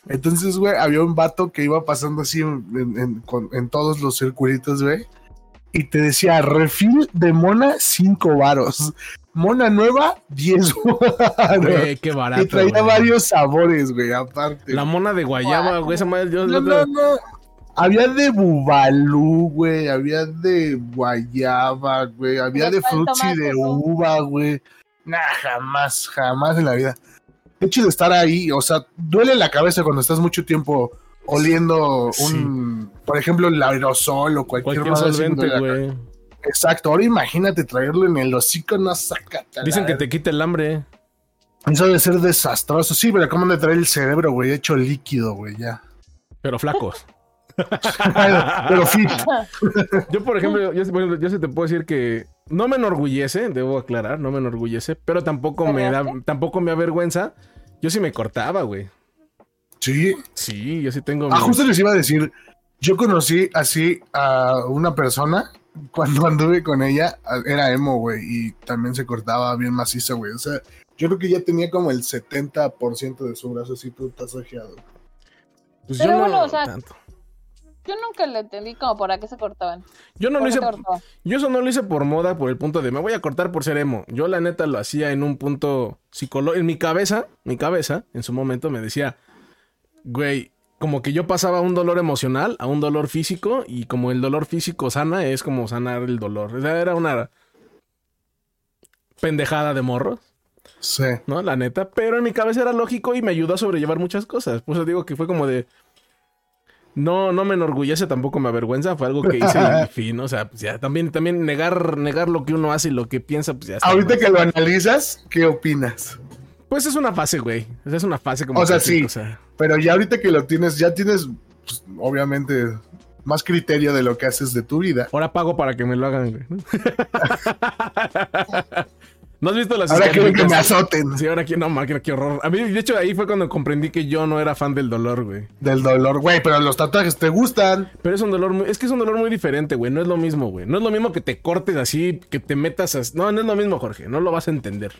Speaker 2: Entonces, güey, había un vato que iba pasando así en, en- en- con- en todos los circulitos, güey. Y te decía, refil de mona, 5 varos. Mona nueva, 10 varos.
Speaker 3: Güey,
Speaker 2: <laughs>
Speaker 3: qué
Speaker 2: Y
Speaker 3: barato.
Speaker 2: traía
Speaker 3: güey.
Speaker 2: varios sabores, güey, aparte.
Speaker 3: La mona de guayaba, güey, esa madre, yo
Speaker 2: No,
Speaker 3: la otra-
Speaker 2: no, no. Había de bubalú, güey. Había de guayaba, güey. Había
Speaker 1: Le
Speaker 2: de
Speaker 1: falta
Speaker 2: frutzi
Speaker 1: más
Speaker 2: de
Speaker 1: eso.
Speaker 2: uva, güey. Nah, jamás, jamás en la vida. El hecho de estar ahí, o sea, duele la cabeza cuando estás mucho tiempo oliendo
Speaker 3: Sí.
Speaker 2: un, por ejemplo, el aerosol o cualquier,
Speaker 3: cualquier
Speaker 2: madre así, duele
Speaker 3: solvente,
Speaker 2: la
Speaker 3: güey.
Speaker 2: cabeza. Exacto. Ahora imagínate traerlo en el hocico, no sácate. a la
Speaker 3: Dicen que
Speaker 2: verga.
Speaker 3: te quita el hambre.
Speaker 2: Eso debe ser desastroso. Sí, pero acaban de traer el cerebro, güey, hecho líquido, güey,
Speaker 3: <laughs>
Speaker 2: ya.
Speaker 3: Pero flacos.
Speaker 2: pero fit.
Speaker 3: Yo, por ejemplo, yo, por ejemplo, yo sí te puedo decir que no me enorgullece, debo aclarar, no me enorgullece, pero tampoco me da,
Speaker 1: ¿Perreaste?
Speaker 3: tampoco me avergüenza. Yo sí me cortaba, güey.
Speaker 2: Sí.
Speaker 3: Sí, yo sí tengo.
Speaker 2: Ah,
Speaker 3: mis-
Speaker 2: justo les iba a decir, yo conocí así a una persona <laughs> cuando anduve con ella, a- era emo, güey, y también se cortaba bien macizo, güey. O sea, yo creo que ya tenía como el 70% de su brazo así todo tasajeado.
Speaker 3: Pues
Speaker 1: Pero
Speaker 3: yo
Speaker 1: bueno,
Speaker 3: no,
Speaker 1: o sea-
Speaker 3: tanto.
Speaker 1: Yo nunca le entendí como por a qué se cortaban.
Speaker 3: Yo no Eh, lo
Speaker 1: ¿Por qué
Speaker 3: hice.
Speaker 1: se cortaban?
Speaker 3: Yo eso no lo hice por moda, por el punto de me voy a cortar por ser emo. Yo la neta lo hacía en un punto psicológico. En mi cabeza, mi cabeza, en su momento me decía, güey, como que yo pasaba un dolor emocional a un dolor físico y como el dolor físico sana es como sanar el dolor. O sea, era una pendejada de morros,
Speaker 2: Sí.
Speaker 3: ¿no? La neta. Pero en mi cabeza era lógico y me ayudó a sobrellevar muchas cosas. Por eso digo que fue como de... No, no me enorgullece, tampoco me avergüenza. Fue algo que hice
Speaker 2: <laughs>
Speaker 3: y fin, o sea, pues ya también, también negar, negar lo que uno hace y lo que piensa, pues ya está.
Speaker 2: Ahorita
Speaker 3: ¿no?
Speaker 2: que lo analizas, ¿qué opinas?
Speaker 3: Pues es una fase, güey. O sea, es una fase como.
Speaker 2: O sea,
Speaker 3: cualquier
Speaker 2: sí.
Speaker 3: cosa.
Speaker 2: Pero ya ahorita que lo tienes, ya tienes, pues, obviamente, más criterio de lo que haces de tu vida.
Speaker 3: Ahora pago para que me lo hagan, güey. <laughs> ¿No has visto las
Speaker 2: Ahora quiero Pues que me
Speaker 3: escaleritas?
Speaker 2: azoten
Speaker 3: Sí, ahora que no, máquina, qué horror. A mí, de hecho, ahí fue cuando comprendí que yo no era fan del dolor, güey.
Speaker 2: del dolor, güey, pero los tatuajes te gustan.
Speaker 3: Pero es un dolor muy, es que es un dolor muy diferente, güey. No es lo mismo, güey. No es lo mismo que te cortes así, que te metas as- No, no es lo mismo, Jorge. No lo vas a entender.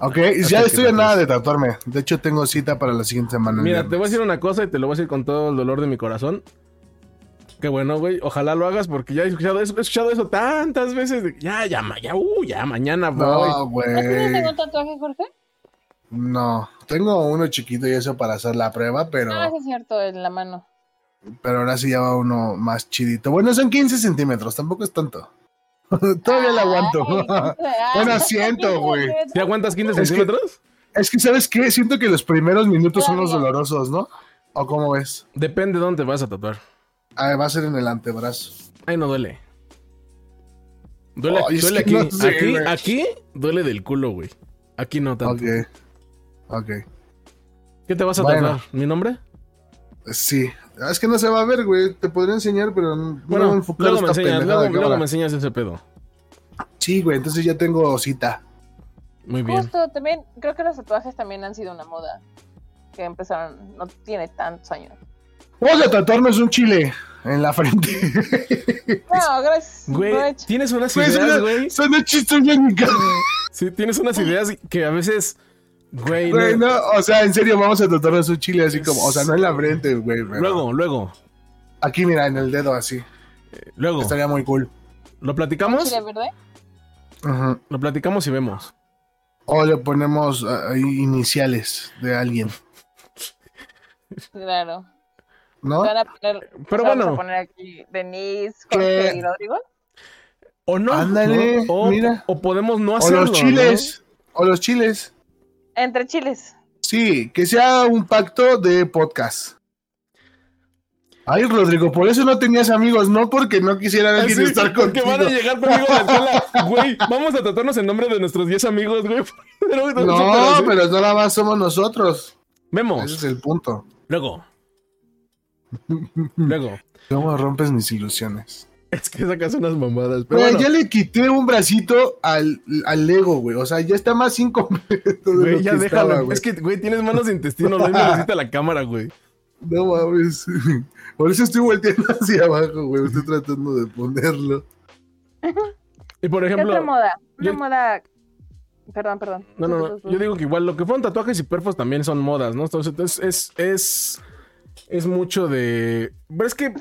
Speaker 2: Ok, y ya
Speaker 3: que
Speaker 2: estoy
Speaker 3: te
Speaker 2: a nada de tatuarme. De hecho, tengo cita para la siguiente semana. el
Speaker 3: Mira, te voy a
Speaker 2: viernes.
Speaker 3: decir una cosa y te lo voy a decir con todo el dolor de mi corazón. Qué bueno, güey. Ojalá lo hagas porque ya he escuchado eso, he escuchado eso tantas veces. de- ya, ya, ma- ya, uh, ya, mañana voy.
Speaker 2: No,
Speaker 1: ¿No tienes
Speaker 2: güey.
Speaker 1: ningún tatuaje, Jorge?
Speaker 2: No, tengo uno chiquito y eso para hacer la prueba, pero,
Speaker 1: Ah, sí es cierto, en la mano.
Speaker 2: pero ahora sí ya va uno más chidito. Bueno, son 15 centímetros, tampoco es tanto. <laughs> Todavía lo aguanto.
Speaker 3: <laughs>
Speaker 2: Bueno, siento, güey.
Speaker 3: ¿Te aguantas 15
Speaker 2: Es que-
Speaker 3: centímetros?
Speaker 2: <laughs> es que, ¿sabes qué? Siento que los primeros minutos son los
Speaker 1: Todavía.
Speaker 2: dolorosos, ¿no? ¿O cómo ves?
Speaker 3: Depende de dónde te vas a tatuar.
Speaker 2: Ah, va a ser en el antebrazo.
Speaker 3: Ahí no duele. Duele,
Speaker 2: Ay, es
Speaker 3: duele
Speaker 2: que
Speaker 3: aquí.
Speaker 2: no sé,
Speaker 3: aquí,
Speaker 2: güey.
Speaker 3: aquí duele del culo, güey. Aquí no tanto.
Speaker 2: Ok. Ok.
Speaker 3: ¿Qué te vas a
Speaker 2: Bueno.
Speaker 3: tardar? ¿Mi nombre?
Speaker 2: Sí. Ah, Es que no se va a ver, güey. Te podría enseñar, pero no me voy a
Speaker 3: Bueno,
Speaker 2: enfocar
Speaker 3: luego me,
Speaker 2: esta
Speaker 3: enseñas,
Speaker 2: pendejada
Speaker 3: luego,
Speaker 2: de
Speaker 3: luego
Speaker 2: cámara.
Speaker 3: me enseñas ese pedo.
Speaker 2: Sí, güey. Entonces ya tengo cita.
Speaker 3: Muy bien.
Speaker 1: Justo, también creo que los tatuajes también han sido una moda. Que empezaron, no tiene tantos años.
Speaker 2: Vamos a tatuarnos un chile en la
Speaker 3: <laughs>
Speaker 2: frente.
Speaker 1: No, gracias.
Speaker 3: Güey,
Speaker 1: Gretch.
Speaker 3: tienes unas
Speaker 2: Güey,
Speaker 3: ideas,
Speaker 2: suena,
Speaker 3: güey.
Speaker 2: suena chistoso en mi cara.
Speaker 3: Sí, tienes unas ideas que a veces. Güey, no.
Speaker 2: Güey, no, o sea, en serio, vamos a tatuarnos un chile así como, o sea, no en la frente, güey. pero
Speaker 3: Luego, luego,
Speaker 2: Aquí, mira, en el dedo así.
Speaker 3: luego.
Speaker 2: Estaría muy cool.
Speaker 3: ¿Lo platicamos?
Speaker 1: ¿Chile verde?
Speaker 2: Ajá.
Speaker 3: Lo platicamos y vemos.
Speaker 2: O le ponemos ah, ahí iniciales de alguien,
Speaker 1: Claro.
Speaker 2: ¿no?
Speaker 1: Van a poner,
Speaker 3: ¿Ah? Pero
Speaker 1: vamos
Speaker 3: bueno.
Speaker 1: a poner aquí Denise,
Speaker 2: ¿Qué?
Speaker 1: Jorge y Rodrigo.
Speaker 3: O no.
Speaker 2: Ándale,
Speaker 3: ¿no? O,
Speaker 2: mira.
Speaker 3: o podemos no
Speaker 2: O
Speaker 3: hacerlo.
Speaker 2: los chiles. O los chiles.
Speaker 1: Entre chiles.
Speaker 2: Sí, que sea un pacto de podcast. Ay, Rodrigo, por eso no tenías amigos, no porque no quisieran
Speaker 3: ¿no?
Speaker 2: alguien
Speaker 3: Ah, Sí,
Speaker 2: estar
Speaker 3: porque
Speaker 2: contigo.
Speaker 3: van a llegar conmigo a la escuela. Güey, vamos a tratarnos en nombre de nuestros 10 amigos, güey. <laughs> Pero-
Speaker 2: No, pero nada más somos nosotros. Ese es
Speaker 3: Vemos.
Speaker 2: el punto. <laughs>
Speaker 3: Luego. Luego.
Speaker 2: ¿Cómo rompes mis ilusiones?
Speaker 3: Es que sacas unas mamadas. Pero
Speaker 2: Güey,
Speaker 3: bueno,
Speaker 2: ya le quité un bracito al, al Lego, güey. O sea, ya está más <laughs> incompleto. de
Speaker 3: güey,
Speaker 2: lo
Speaker 3: ya
Speaker 2: que
Speaker 3: déjalo.
Speaker 2: estaba, güey.
Speaker 3: es que, güey, tienes manos de intestino. No necesita la cámara, güey.
Speaker 2: No mames. <laughs> Por eso estoy volteando <laughs> hacia abajo, güey. Estoy tratando de ponerlo.
Speaker 3: Y por
Speaker 1: ¿Qué otra
Speaker 3: ejemplo.
Speaker 1: moda? Una
Speaker 3: yo-
Speaker 1: moda. Perdón, perdón.
Speaker 3: No, no, no. Yo digo que igual lo que fueron tatuajes y perfos también son modas, ¿no? Entonces es, es, es, es mucho de... Pero es que,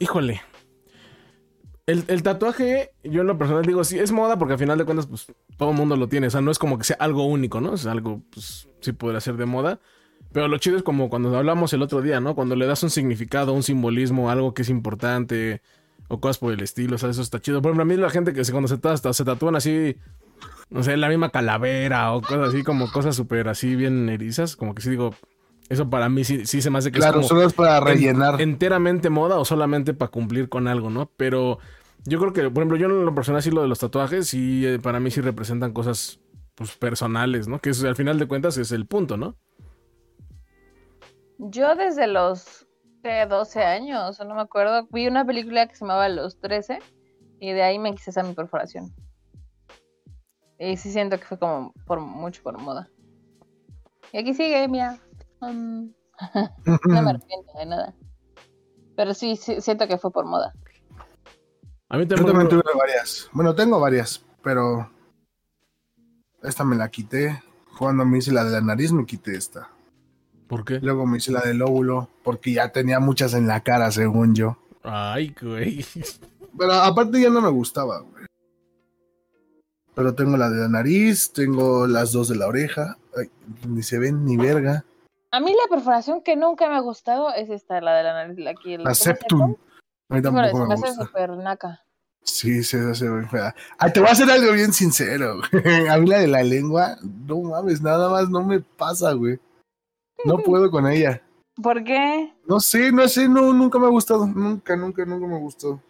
Speaker 3: híjole. El, el tatuaje, yo en lo personal digo, sí, es moda porque al final de cuentas, pues todo el mundo lo tiene. O sea, no es como que sea algo único, ¿no? Es algo, pues sí podrá ser de moda. Pero lo chido es como cuando hablamos el otro día, ¿no? Cuando le das un significado, un simbolismo, algo que es importante o cosas por el estilo, o sea, eso está chido. Por ejemplo, a mí la gente que se, cuando se, tata- se tatúan así, no sé, la misma calavera o cosas así, como cosas súper así bien erizas, como que sí digo, eso para mí sí, sí se me hace que
Speaker 2: Claro,
Speaker 3: es como
Speaker 2: solo es para
Speaker 3: en-
Speaker 2: rellenar. <laughs>
Speaker 3: enteramente moda o solamente para cumplir con algo, ¿no? Pero yo creo que, por ejemplo, yo en lo personal sí lo de los tatuajes sí, eh, para mí sí representan cosas pues, personales, ¿no? Que es, al final de cuentas es el punto, ¿no?
Speaker 1: Yo desde los ¿qué? 12 años, o no me acuerdo, vi una película que se llamaba Los 13 y de ahí me quise hacer mi perforación. Y sí siento que fue como por mucho por moda. Y aquí sigue, mira. Mm, no
Speaker 3: Mm.
Speaker 1: me arrepiento de nada. Pero sí, sí, siento que fue por moda.
Speaker 3: A mí
Speaker 2: Yo
Speaker 3: también...
Speaker 2: también tuve varias. Bueno, tengo varias, pero esta me la quité. Cuando me hice la de la nariz, me quité esta.
Speaker 3: ¿Por qué?
Speaker 2: Luego me hice la del óvulo, porque ya tenía muchas en la cara, según yo.
Speaker 3: Ay, güey. <laughs>
Speaker 2: Pero aparte ya no me gustaba, güey. Pero tengo la de la nariz, tengo las dos de la oreja. Ay, ni se ven ni verga.
Speaker 1: A mí la perforación que nunca me ha gustado es esta, la de la nariz, la aquí. el-
Speaker 2: La
Speaker 1: ¿cómo se
Speaker 2: septum.
Speaker 1: llama?
Speaker 2: A mí
Speaker 1: Híjole,
Speaker 2: tampoco
Speaker 1: se me
Speaker 2: me
Speaker 1: hace
Speaker 2: gusta.
Speaker 1: súper naca.
Speaker 2: Sí, se hace muy fea. Ah, te voy a hacer algo bien sincero. güey. <laughs> A mí la de la lengua, no mames, nada más no me pasa, güey. No puedo con ella.
Speaker 1: ¿Por qué?
Speaker 2: No sé, no sé, no, nunca me ha gustado. Nunca, nunca, nunca me gustó.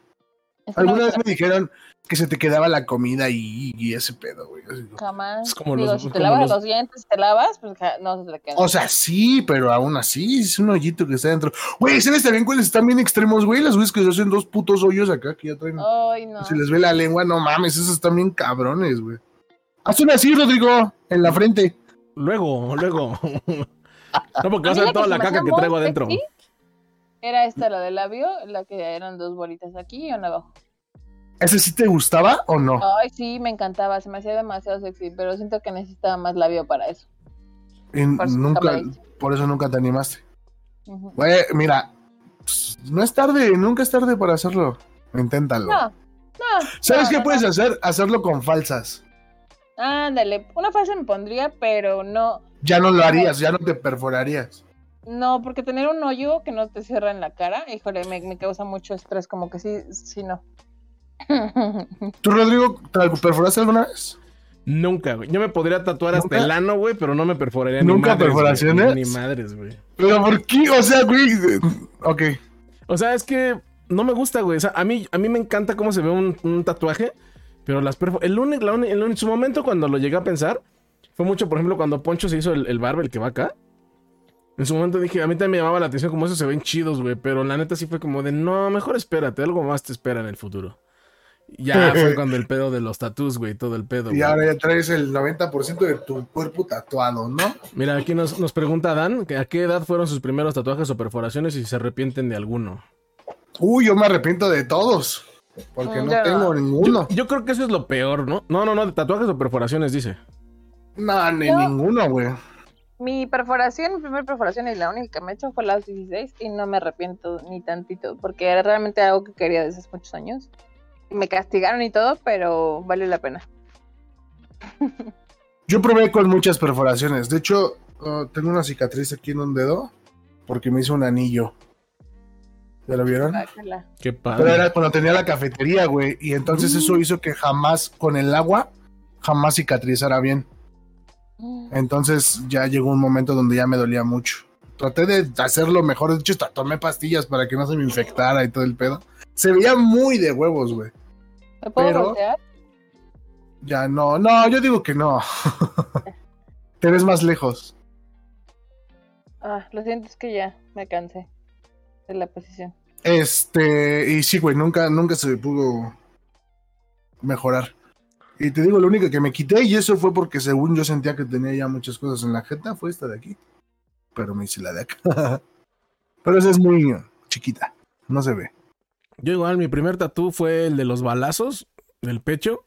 Speaker 1: Es que no
Speaker 2: Alguna
Speaker 1: me
Speaker 2: vez me dijeron que se te quedaba la comida y, y ese pedo, güey. Así como-
Speaker 1: Jamás.
Speaker 3: Es como
Speaker 1: Digo,
Speaker 3: los-
Speaker 1: si te
Speaker 3: como
Speaker 1: lavas
Speaker 3: los-
Speaker 1: los... dientes, te lavas, pues ja- no se te queda.
Speaker 2: O sea, sí, pero aún así es un hoyito que está dentro. Güey, ¿sabes también cuáles están bien extremos, güey? Las güeyes que se hacen dos putos hoyos acá que ya traen.
Speaker 1: Ay, Oh, no.
Speaker 2: Se les ve la lengua, no mames, esos están bien cabrones, güey. Haz una así, Rodrigo, en la frente.
Speaker 3: Luego, luego. No, porque
Speaker 1: A
Speaker 3: vas
Speaker 1: mí
Speaker 3: a ver
Speaker 1: que
Speaker 3: toda
Speaker 1: se
Speaker 3: la
Speaker 1: me hacía
Speaker 3: caca que
Speaker 1: muy
Speaker 3: traigo adentro.
Speaker 1: sexy Era esta, la del labio, la que eran dos bolitas aquí y una abajo.
Speaker 2: ¿Ese sí te gustaba o no?
Speaker 3: Ah.
Speaker 1: Ay, sí, me encantaba, se me hacía demasiado sexy, pero siento que necesitaba más labio para eso.
Speaker 2: Y
Speaker 1: por eso nunca
Speaker 2: nunca,
Speaker 1: me hice.
Speaker 2: por eso nunca te animaste.
Speaker 1: Ujú.
Speaker 2: Güey, mira, pues, no es tarde, nunca es tarde para hacerlo. Inténtalo.
Speaker 1: No, no.
Speaker 2: ¿Sabes
Speaker 1: no,
Speaker 2: qué
Speaker 1: no,
Speaker 2: puedes
Speaker 1: no.
Speaker 2: hacer? Hacerlo con falsas.
Speaker 1: Ándale, una falsa me pondría, pero no,
Speaker 2: Ya no lo harías, ya no te perforarías.
Speaker 1: no, porque tener un hoyo que no te cierra en la cara, híjole, me, me causa mucho estrés, como que sí, sí, no. <laughs>
Speaker 2: ¿Tú, Rodrigo, te perforaste alguna vez?
Speaker 3: Nunca, güey. Yo me podría tatuar hasta
Speaker 2: ¿Nunca?
Speaker 3: el ano, güey, pero no me perforaría
Speaker 2: ¿Nunca
Speaker 3: ni madres,
Speaker 2: perforaciones?
Speaker 3: güey, Ni madres, güey.
Speaker 2: Pero ¿por qué? O sea, güey. eh, Ok.
Speaker 3: O sea, es que no me gusta, güey. O sea, a mí, a mí me encanta cómo se ve un, un tatuaje, Pero las perfo- el único, la uni- el uni- en su momento cuando lo llegué a pensar, fue mucho, por ejemplo, cuando Poncho se hizo el, el barba, el que va acá. En su momento dije, a mí también me llamaba la atención como esos se ven chidos, güey. Pero la neta sí fue como de, no, mejor espérate, algo más te espera en el futuro. Y Ya
Speaker 2: <laughs>
Speaker 3: fue cuando el pedo de los tatús, güey, todo el pedo.
Speaker 2: Y
Speaker 3: güey.
Speaker 2: ahora ya traes el 90% de tu cuerpo tatuado, ¿no?
Speaker 3: Mira, aquí nos, nos pregunta Dan, que ¿a qué edad fueron sus primeros tatuajes o perforaciones y si se arrepienten de alguno?
Speaker 2: Uy, yo me arrepiento de todos. Porque
Speaker 1: Mm,
Speaker 2: no
Speaker 1: ya no.
Speaker 2: tengo ninguno.
Speaker 3: Yo creo que eso es lo peor, ¿no? No, no, no, de tatuajes o perforaciones, dice.
Speaker 2: No, ni
Speaker 1: Yo-
Speaker 2: ninguno, güey.
Speaker 1: Mi perforación, mi primera perforación y la única que me he hecho fue a los 16 y no me arrepiento ni tantito, porque era realmente algo que quería desde hace muchos años. Me castigaron y todo, pero vale la pena.
Speaker 2: Yo probé con muchas perforaciones. De hecho, uh, tengo una cicatriz aquí en un dedo porque me hizo un anillo. ¿Ya lo vieron?
Speaker 1: Guácala.
Speaker 3: Qué
Speaker 2: Pero
Speaker 3: padre.
Speaker 2: era cuando tenía la cafetería, güey. Y entonces eso hizo que jamás, con el agua, jamás cicatrizara bien.
Speaker 1: Mm.
Speaker 2: Entonces ya llegó un momento donde ya me dolía mucho. Traté de hacerlo mejor. De hecho, hasta tomé pastillas para que no se me infectara y todo el pedo. Se veía muy de huevos, güey.
Speaker 1: ¿Me puedo
Speaker 2: pero-
Speaker 1: voltear?
Speaker 2: Ya no, no, yo digo que no. <laughs> Te ves más lejos.
Speaker 1: Ah, lo siento, es que ya me cansé de la posición.
Speaker 2: Este, y sí, güey, nunca, nunca se pudo mejorar. Y te digo, lo único que me quité, y eso fue porque según yo sentía que tenía ya muchas cosas en la jeta, fue esta de aquí. Pero me hice la de acá. <laughs> Pero esa es muy chiquita, no se ve.
Speaker 3: Yo igual, mi primer tatú fue el de los balazos del pecho.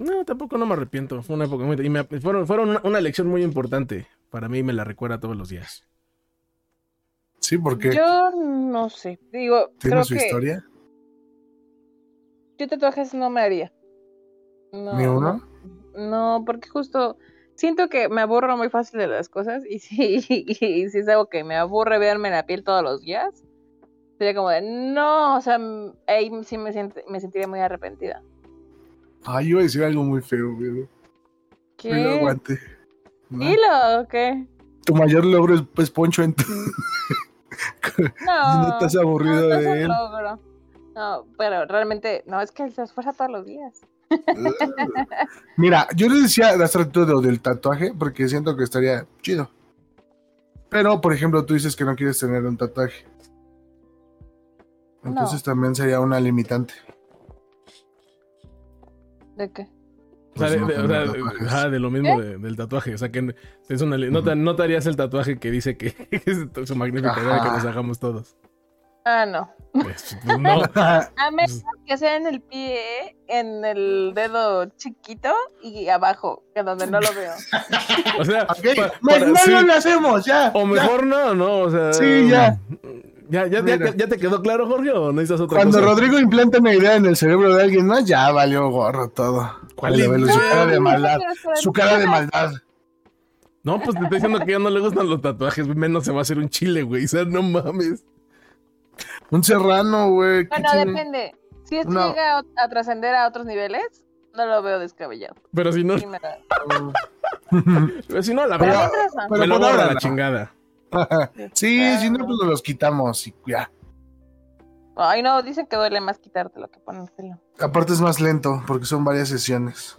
Speaker 3: No, tampoco no me arrepiento. Fue una época muy... Y me, fueron, fueron una, una lección muy importante. Para mí y me la recuerda todos los días.
Speaker 2: Sí, porque
Speaker 1: Yo no sé, digo,
Speaker 2: tiene
Speaker 1: creo
Speaker 2: su
Speaker 1: que
Speaker 2: historia.
Speaker 1: yo tatuajes no me haría. No,
Speaker 2: ¿Ni uno?
Speaker 1: no. No, porque justo siento que me aburro muy fácil de las cosas y <laughs> si, y si es algo que me aburre verme la piel todos los días, sería como de, no, o sea, m- ahí sí me, siente- me sentiría muy arrepentida.
Speaker 2: Ay, iba a decir algo muy feo, güey.
Speaker 1: ¿Qué?
Speaker 2: Pero aguante. ¿no?
Speaker 1: ¿Hilo o qué?
Speaker 2: Tu mayor logro es pues, Poncho <laughs> en tu...
Speaker 1: No.
Speaker 2: <laughs> No estás aburrido
Speaker 1: no, no es
Speaker 2: de
Speaker 1: un
Speaker 2: él.
Speaker 1: logro. No, pero realmente, no, es que se esfuerza todos los días.
Speaker 2: Mira, yo les decía hace rato de lo del tatuaje porque siento que estaría chido. Pero, por ejemplo, tú dices que no quieres tener un tatuaje. Entonces también sería una limitante.
Speaker 1: ¿De qué?
Speaker 3: O sea,
Speaker 2: Pues
Speaker 3: de,
Speaker 2: no
Speaker 3: de- o
Speaker 2: tener
Speaker 3: sea, de-
Speaker 2: tatuajes.
Speaker 3: ajá, de lo mismo de- del tatuaje. O sea, que es una li- no, te, no te harías el tatuaje que dice que <laughs> es su magnífica idea que
Speaker 2: Ajá.
Speaker 3: nos hagamos <laughs> todos.
Speaker 1: Ah, no.
Speaker 3: Pues, pues, no.
Speaker 1: A menos que sea en el pie, en el dedo chiquito y abajo, que donde no lo
Speaker 2: <laughs>
Speaker 1: veo.
Speaker 3: O sea,
Speaker 2: <laughs> Ok,
Speaker 3: pa-
Speaker 2: más-
Speaker 3: para-
Speaker 2: más
Speaker 3: sí.
Speaker 2: no lo hacemos, ya.
Speaker 3: O
Speaker 2: ya.
Speaker 3: mejor no, ¿no? O sea,
Speaker 2: Sí, ya.
Speaker 3: Ya, ya, ya,
Speaker 2: Mira.
Speaker 3: ya te quedó claro, Jorge, o necesitas otra
Speaker 2: Cuando
Speaker 3: cosa?
Speaker 2: Rodrigo implanta una idea en el cerebro de alguien más, ya valió gorro todo.
Speaker 3: ¿Cuál
Speaker 2: Vale,
Speaker 3: idea?
Speaker 2: vale, su cara de maldad. Su cara de maldad.
Speaker 3: No, pues te estoy diciendo que ya no le gustan los tatuajes, menos se va a hacer un chile, güey. O sea, no mames.
Speaker 2: Un serrano, güey. ¿qué
Speaker 1: Bueno,
Speaker 2: tiene?
Speaker 1: depende. Si esto
Speaker 2: Una-
Speaker 1: llega a, a trascender a otros niveles, no lo veo descabellado.
Speaker 3: Pero si no,
Speaker 1: Sí me da-
Speaker 3: pero si no, la
Speaker 1: Pero
Speaker 3: verdad,
Speaker 1: mientras, no.
Speaker 2: pero
Speaker 3: me lo
Speaker 2: por
Speaker 3: borra
Speaker 2: ahora
Speaker 3: la
Speaker 2: no.
Speaker 3: chingada.
Speaker 2: sí,
Speaker 1: Ah.
Speaker 2: si no, pues nos los quitamos y ya.
Speaker 1: Ay, no, dicen que duele más quitártelo que ponértelo.
Speaker 2: Aparte es más lento porque son varias sesiones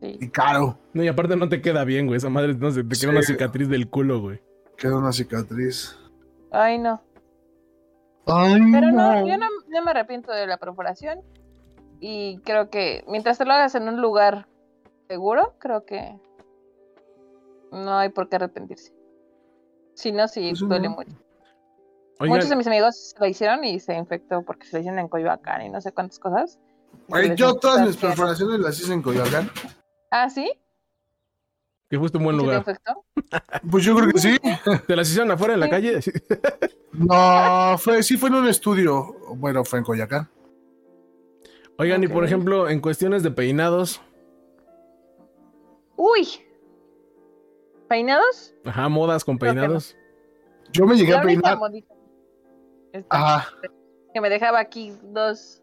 Speaker 1: Sí.
Speaker 2: y caro.
Speaker 3: No, y aparte no te queda bien, güey. Esa madre no se te queda
Speaker 2: Sí.
Speaker 3: una cicatriz del culo, güey.
Speaker 2: Queda una cicatriz.
Speaker 1: Ay, no.
Speaker 2: Ay,
Speaker 1: Pero
Speaker 2: no.
Speaker 1: no, yo no, no me arrepiento de la perforación. Y creo que mientras te lo hagas en un lugar seguro, creo que no hay por qué arrepentirse. Si no, sí,
Speaker 2: Pues
Speaker 1: duele
Speaker 2: no.
Speaker 1: mucho.
Speaker 3: Oigan,
Speaker 1: Muchos de mis amigos lo hicieron y se infectó porque se lo hicieron en Coyoacán y no sé cuántas cosas.
Speaker 2: Güey,
Speaker 1: Se les
Speaker 2: yo todas mis
Speaker 1: infectaron.
Speaker 2: perforaciones las hice en Coyoacán.
Speaker 1: Ah, ¿sí?
Speaker 3: que fuiste un buen
Speaker 1: ¿Se te
Speaker 3: lugar.
Speaker 1: infectó?
Speaker 2: Pues yo creo que sí.
Speaker 3: ¿Te las hicieron afuera en la calle?
Speaker 2: No, fue, sí fue en un estudio. Bueno, fue en Coyoacán.
Speaker 3: Oigan, y por
Speaker 1: Ok.
Speaker 3: ejemplo, en cuestiones de peinados,
Speaker 1: ¡Uy! ¿Peinados?
Speaker 3: ajá, modas con
Speaker 1: Creo que no.
Speaker 3: peinados.
Speaker 2: Yo me llegué
Speaker 1: La
Speaker 2: a
Speaker 1: única
Speaker 2: peinar.
Speaker 1: modita. Esta,
Speaker 2: Ajá.
Speaker 1: Que me dejaba aquí dos,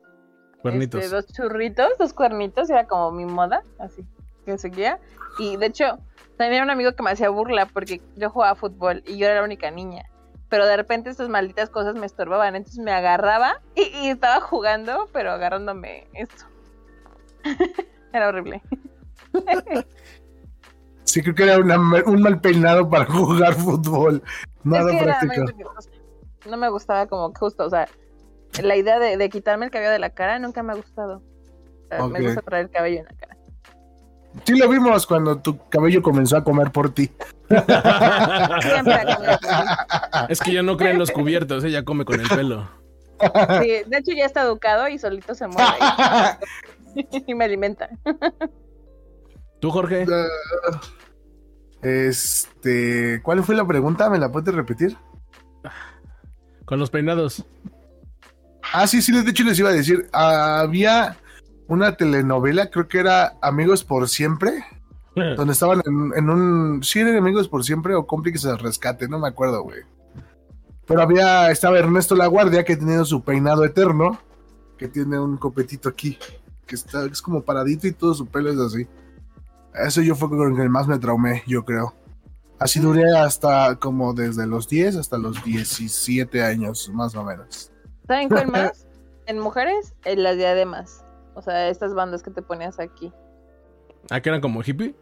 Speaker 3: Cuernitos.
Speaker 1: este, dos churritos, dos cuernitos, era como mi moda, así que seguía. Y de hecho, tenía un amigo que me hacía burla porque yo jugaba fútbol y yo era la única niña. Pero de repente estas malditas cosas me estorbaban, entonces me agarraba y, y estaba jugando, pero agarrándome esto. <laughs> Era horrible.
Speaker 2: Sí, creo que era una- un mal peinado para <laughs> jugar fútbol. Nada
Speaker 1: Es que era
Speaker 2: práctico.
Speaker 1: medio que- No me gustaba como que justo, o sea, la idea de, de quitarme el cabello de la cara nunca me ha gustado. O sea,
Speaker 2: Ok.
Speaker 1: Me gusta traer el cabello en la
Speaker 2: <laughs>
Speaker 1: cara.
Speaker 2: Sí, lo vimos cuando tu cabello comenzó a comer por ti.
Speaker 1: Siempre ha comido así.
Speaker 3: Es que ya no creen los cubiertos, ella come con
Speaker 1: <laughs>
Speaker 3: el pelo.
Speaker 2: <laughs>
Speaker 1: Sí, de hecho ya está educado y solito se mueve
Speaker 2: <laughs>
Speaker 1: ahí. y me alimenta.
Speaker 3: ¿Tú, Jorge?
Speaker 2: Este, ¿cuál fue la pregunta? ¿Me la puedes repetir?
Speaker 3: Con los peinados.
Speaker 2: Ah, sí, sí, de hecho les iba a decir, había una telenovela, creo que era Amigos por Siempre, donde estaban en, en un... Sí, eran Amigos por Siempre o Cómplices al Rescate, no me acuerdo, güey. Pero había, estaba Ernesto La Guardia, que tenía su peinado eterno, que tiene un copetito aquí, que está, es como paradito y todo su pelo es así. Eso yo fue con el que más me traumé, yo creo. Así duré hasta como desde los 10 hasta los 17 años, más o menos.
Speaker 1: ¿Saben cuál más? En mujeres, en las diademas. O sea, estas bandas que te ponías aquí.
Speaker 3: ¿Ah, que eran como hippie?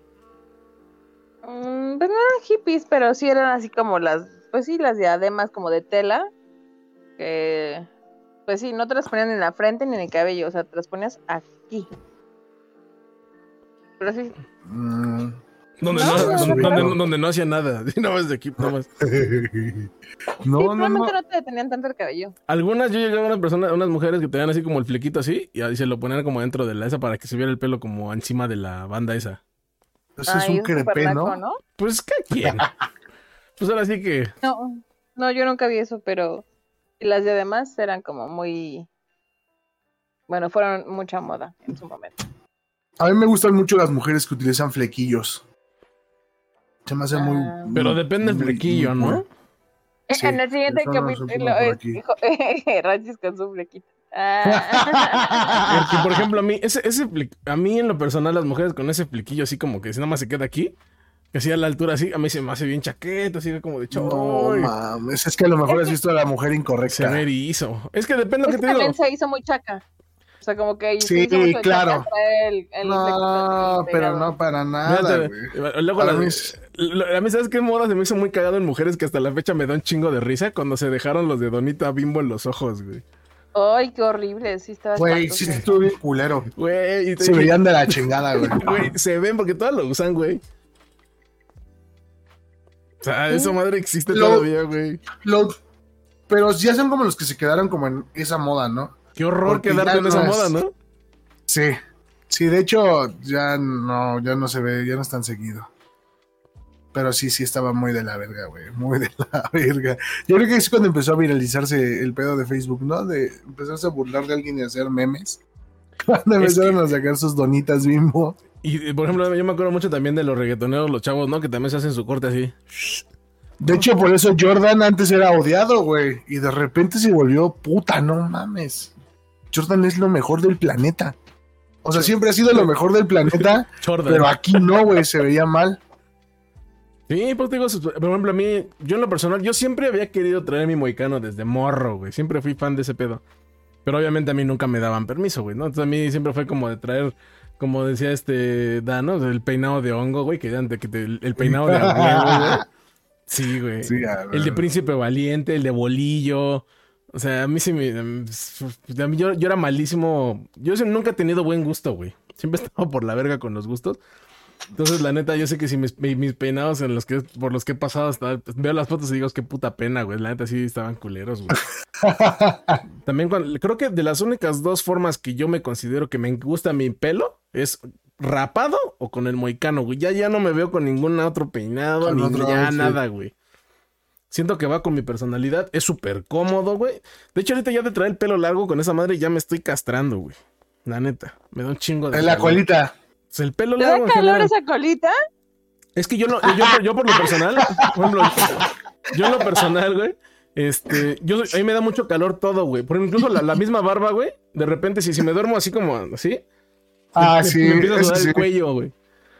Speaker 1: Mm, pues no eran hippies, pero sí eran así como las, pues sí, las diademas como de tela, que pues sí, no te las ponían en la frente ni en el cabello, o sea, te las ponías aquí. Pero sí,
Speaker 2: Mm.
Speaker 3: Donde
Speaker 1: No,
Speaker 3: no,
Speaker 1: no,
Speaker 3: donde,
Speaker 2: no.
Speaker 3: donde- donde no hacía nada. <laughs> Nada más de aquí,
Speaker 2: <laughs>
Speaker 3: nada más.
Speaker 2: no,
Speaker 1: sí,
Speaker 2: no, no.
Speaker 1: realmente no. te detenían tanto el cabello.
Speaker 3: Algunas yo llegaba a una persona, unas mujeres que tenían así como el flequito así y ahí se lo ponían como dentro de la esa para que se viera el pelo como encima de la banda esa.
Speaker 2: Eso Pues es un
Speaker 1: súper
Speaker 2: crepé,
Speaker 1: naco,
Speaker 2: ¿no?
Speaker 1: ¿no?
Speaker 3: Pues ¿qué
Speaker 2: <laughs>
Speaker 3: quién? pues ahora sí que
Speaker 1: No, no, yo nunca vi eso, pero las diademas eran como muy, bueno, fueron mucha moda en su momento.
Speaker 2: A mí me gustan mucho las mujeres que utilizan flequillos. Se me hace muy.
Speaker 1: Ah.
Speaker 3: pero depende del
Speaker 2: muy-
Speaker 3: flequillo,
Speaker 2: muy
Speaker 3: ¿no?
Speaker 2: Sí,
Speaker 1: Eh, en el siguiente
Speaker 2: eso no lo supimos
Speaker 1: capítulo
Speaker 2: por
Speaker 1: es
Speaker 2: aquí.
Speaker 1: hijo- <laughs> eh, Rachis con su flequito.
Speaker 2: <laughs>
Speaker 1: Ah.
Speaker 3: Porque, por ejemplo, a mí, ese, ese fle- a mí en lo personal, las mujeres con ese flequillo así como que si nada más se queda aquí, que así a la altura así, a mí se me hace bien chaqueta, así como de
Speaker 2: No
Speaker 3: choy.
Speaker 2: mames, es que a lo mejor
Speaker 1: Es
Speaker 2: has
Speaker 1: que-
Speaker 2: visto a la mujer
Speaker 3: se
Speaker 2: incorrecta.
Speaker 3: me erizo. Es que depende de
Speaker 1: Es
Speaker 3: lo
Speaker 1: que
Speaker 3: que te digo.
Speaker 1: también se hizo muy chaca. O sea, como que
Speaker 2: Sí,
Speaker 1: se hizo mucho
Speaker 2: claro.
Speaker 1: chaca traer el- el flequito
Speaker 2: No,
Speaker 1: así
Speaker 2: pero
Speaker 1: pegado.
Speaker 2: no para nada,
Speaker 3: Fíjate,
Speaker 2: güey.
Speaker 3: luego
Speaker 2: Para
Speaker 3: las-
Speaker 2: mí es-
Speaker 3: lo- a mí, ¿sabes qué moda se me hizo muy cagado en mujeres que hasta la fecha me da un chingo de risa cuando se dejaron los de Donita Bimbo en los ojos, güey?
Speaker 1: Ay, qué horrible. Sí, estaba
Speaker 2: Güey, sí,
Speaker 1: espantoso.
Speaker 2: estuvo bien culero.
Speaker 3: Güey, y te
Speaker 2: Se
Speaker 3: dije,
Speaker 2: veían de la chingada, güey.
Speaker 3: <laughs> güey, se ven porque todas lo usan, güey. O sea,
Speaker 1: Sí.
Speaker 3: esa madre existe
Speaker 2: Lo-
Speaker 3: todavía, güey.
Speaker 2: Lo- Pero ya son como los que se quedaron como en esa moda, ¿no?
Speaker 3: Qué horror
Speaker 2: Porque
Speaker 3: quedarte
Speaker 2: ya
Speaker 3: en esa
Speaker 2: no es-
Speaker 3: moda, ¿no?
Speaker 2: Sí. Sí, de hecho, ya no, ya no se ve, ya no es tan seguido. Pero sí, sí estaba muy de la verga, güey. Muy de la <laughs> verga. Yo creo que es cuando empezó a viralizarse el pedo de Facebook, ¿no? De empezarse a burlar de alguien y hacer memes. <laughs> Cuando
Speaker 3: Es
Speaker 2: empezaron a sacar sus donitas bimbo.
Speaker 3: Y eh, por ejemplo, yo me acuerdo mucho también de los reggaetoneros, los chavos, ¿no? Que también se hacen su corte así.
Speaker 2: De hecho, por eso Jordan antes era odiado, güey. Y de repente se volvió puta, no mames. Jordan es lo mejor del planeta. O sea, siempre ha sido lo mejor del planeta,
Speaker 3: Chorda.
Speaker 2: pero aquí no, güey, se veía mal.
Speaker 3: Sí, pues te digo, sus- por ejemplo, a mí, yo en lo personal, yo siempre había querido traer mi moicano desde morro, güey. Siempre fui fan de ese pedo. Pero obviamente a mí nunca me daban permiso, güey, ¿no? Entonces a mí siempre fue como de traer, como decía este Dan, ¿no? El peinado de hongo, güey, que, dan- que te- el, el peinado de hongo, güey. Sí, güey.
Speaker 2: Sí, a ver.
Speaker 3: el de príncipe valiente, el de bolillo. O sea, a mí sí me. mm, a mí yo, yo era malísimo. Yo sí- nunca he tenido buen gusto, güey. Siempre he estado por la verga con los gustos. Entonces, la neta, yo sé que si mis, mi- mis peinados en los que, por los que he pasado hasta. Veo las fotos y digo, qué puta pena, güey. La neta, sí estaban culeros, güey. También cuando- creo que de las únicas dos formas que yo me considero que me gusta mi pelo es rapado o con el moicano, güey. Ya, ya no me veo con ningún otro peinado,
Speaker 2: Con
Speaker 3: ni
Speaker 2: otro
Speaker 3: ya
Speaker 2: outfit.
Speaker 3: nada, güey. Siento que va con mi personalidad, es súper cómodo, güey. De hecho, ahorita ya de traer el pelo largo con esa madre ya me estoy castrando, güey. La neta, me da un chingo de...
Speaker 2: En la
Speaker 3: calor.
Speaker 2: colita.
Speaker 3: O sea, el pelo
Speaker 1: ¿Te da
Speaker 3: largo en
Speaker 1: calor
Speaker 3: general.
Speaker 1: esa colita?
Speaker 3: Es que yo no, yo, por- yo por lo personal, por ejemplo, yo en lo personal, güey, este, yo soy- a mí me da mucho calor todo, güey. Por ejemplo, incluso la, la misma barba, güey, de repente, si, si me duermo así como así,
Speaker 2: Ah,
Speaker 3: me-
Speaker 2: sí.
Speaker 3: me empieza a
Speaker 2: eso
Speaker 3: sudar
Speaker 2: sí.
Speaker 3: el cuello, güey.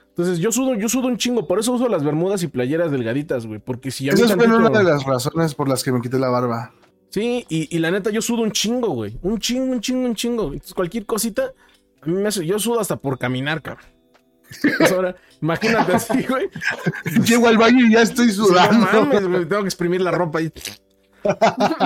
Speaker 3: Entonces yo sudo, yo sudo un chingo, por eso uso las bermudas y playeras delgaditas, güey. Porque si a mí
Speaker 2: Esa fue
Speaker 3: tantito-
Speaker 2: una de las razones por las que me quité la barba.
Speaker 3: Sí, y, y la neta, yo sudo un chingo, güey. Un chingo, un chingo, un chingo. Entonces, cualquier cosita, a mí me hace- yo sudo hasta por caminar, cabrón. Entonces, ahora, imagínate así, güey.
Speaker 2: Llego al baño y ya estoy
Speaker 3: No
Speaker 2: sudando.
Speaker 3: mames, güey, tengo que exprimir la ropa
Speaker 2: <laughs>
Speaker 3: y.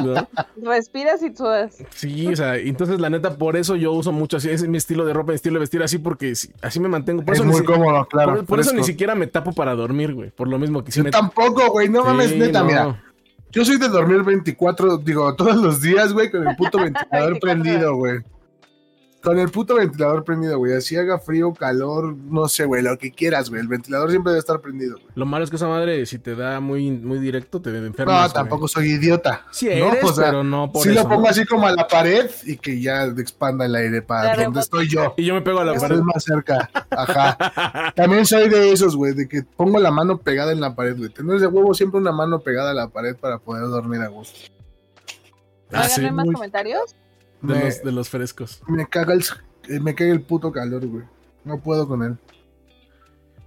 Speaker 3: ¿No?
Speaker 1: Respiras y sudas.
Speaker 3: Sí, o sea, entonces la neta, por eso yo uso mucho así, ese es mi estilo de ropa, mi estilo de vestir así, porque si- así me mantengo. Por
Speaker 2: es
Speaker 3: eso, ni,
Speaker 2: muy
Speaker 3: si-
Speaker 2: cómodo, claro.
Speaker 3: por- por eso ni
Speaker 2: fresco.
Speaker 3: siquiera me tapo para dormir, güey. Por lo mismo que si
Speaker 2: Yo
Speaker 3: me
Speaker 2: tampoco, güey, no mames,
Speaker 3: Sí,
Speaker 2: neta,
Speaker 3: no.
Speaker 2: mira. Yo soy de dormir 24, digo, todos los días, güey, con el puto ventilador
Speaker 1: 24
Speaker 2: prendido, güey. Con el puto ventilador prendido, güey. Así haga frío, calor, no sé, güey, lo que quieras, güey. El ventilador siempre debe estar prendido, güey.
Speaker 3: Lo malo es que esa madre, si te da muy, muy directo, te enfermas.
Speaker 2: No,
Speaker 3: güey.
Speaker 2: tampoco soy idiota.
Speaker 3: Sí
Speaker 2: No, pues,
Speaker 3: eres,
Speaker 2: o sea,
Speaker 3: pero no por
Speaker 2: sí
Speaker 3: eso.
Speaker 2: lo pongo
Speaker 3: ¿no?
Speaker 2: así como a la pared y que ya expanda el aire para
Speaker 1: La
Speaker 2: donde
Speaker 1: rebota.
Speaker 2: estoy yo.
Speaker 3: Y yo me pego a la
Speaker 2: Estoy
Speaker 3: pared.
Speaker 2: más cerca.
Speaker 3: <laughs>
Speaker 2: Ajá. También soy de esos, güey, de que pongo la mano pegada en la pared, güey. Tener de huevo siempre una mano pegada a la pared para poder dormir a gusto.
Speaker 3: Ah,
Speaker 1: Oigan,
Speaker 3: sí,
Speaker 1: ¿no hay más
Speaker 2: muy-
Speaker 1: comentarios?
Speaker 3: de,
Speaker 2: Me,
Speaker 3: los, de los frescos.
Speaker 2: me caga el, eh, me caga el puto calor, güey. No puedo con él.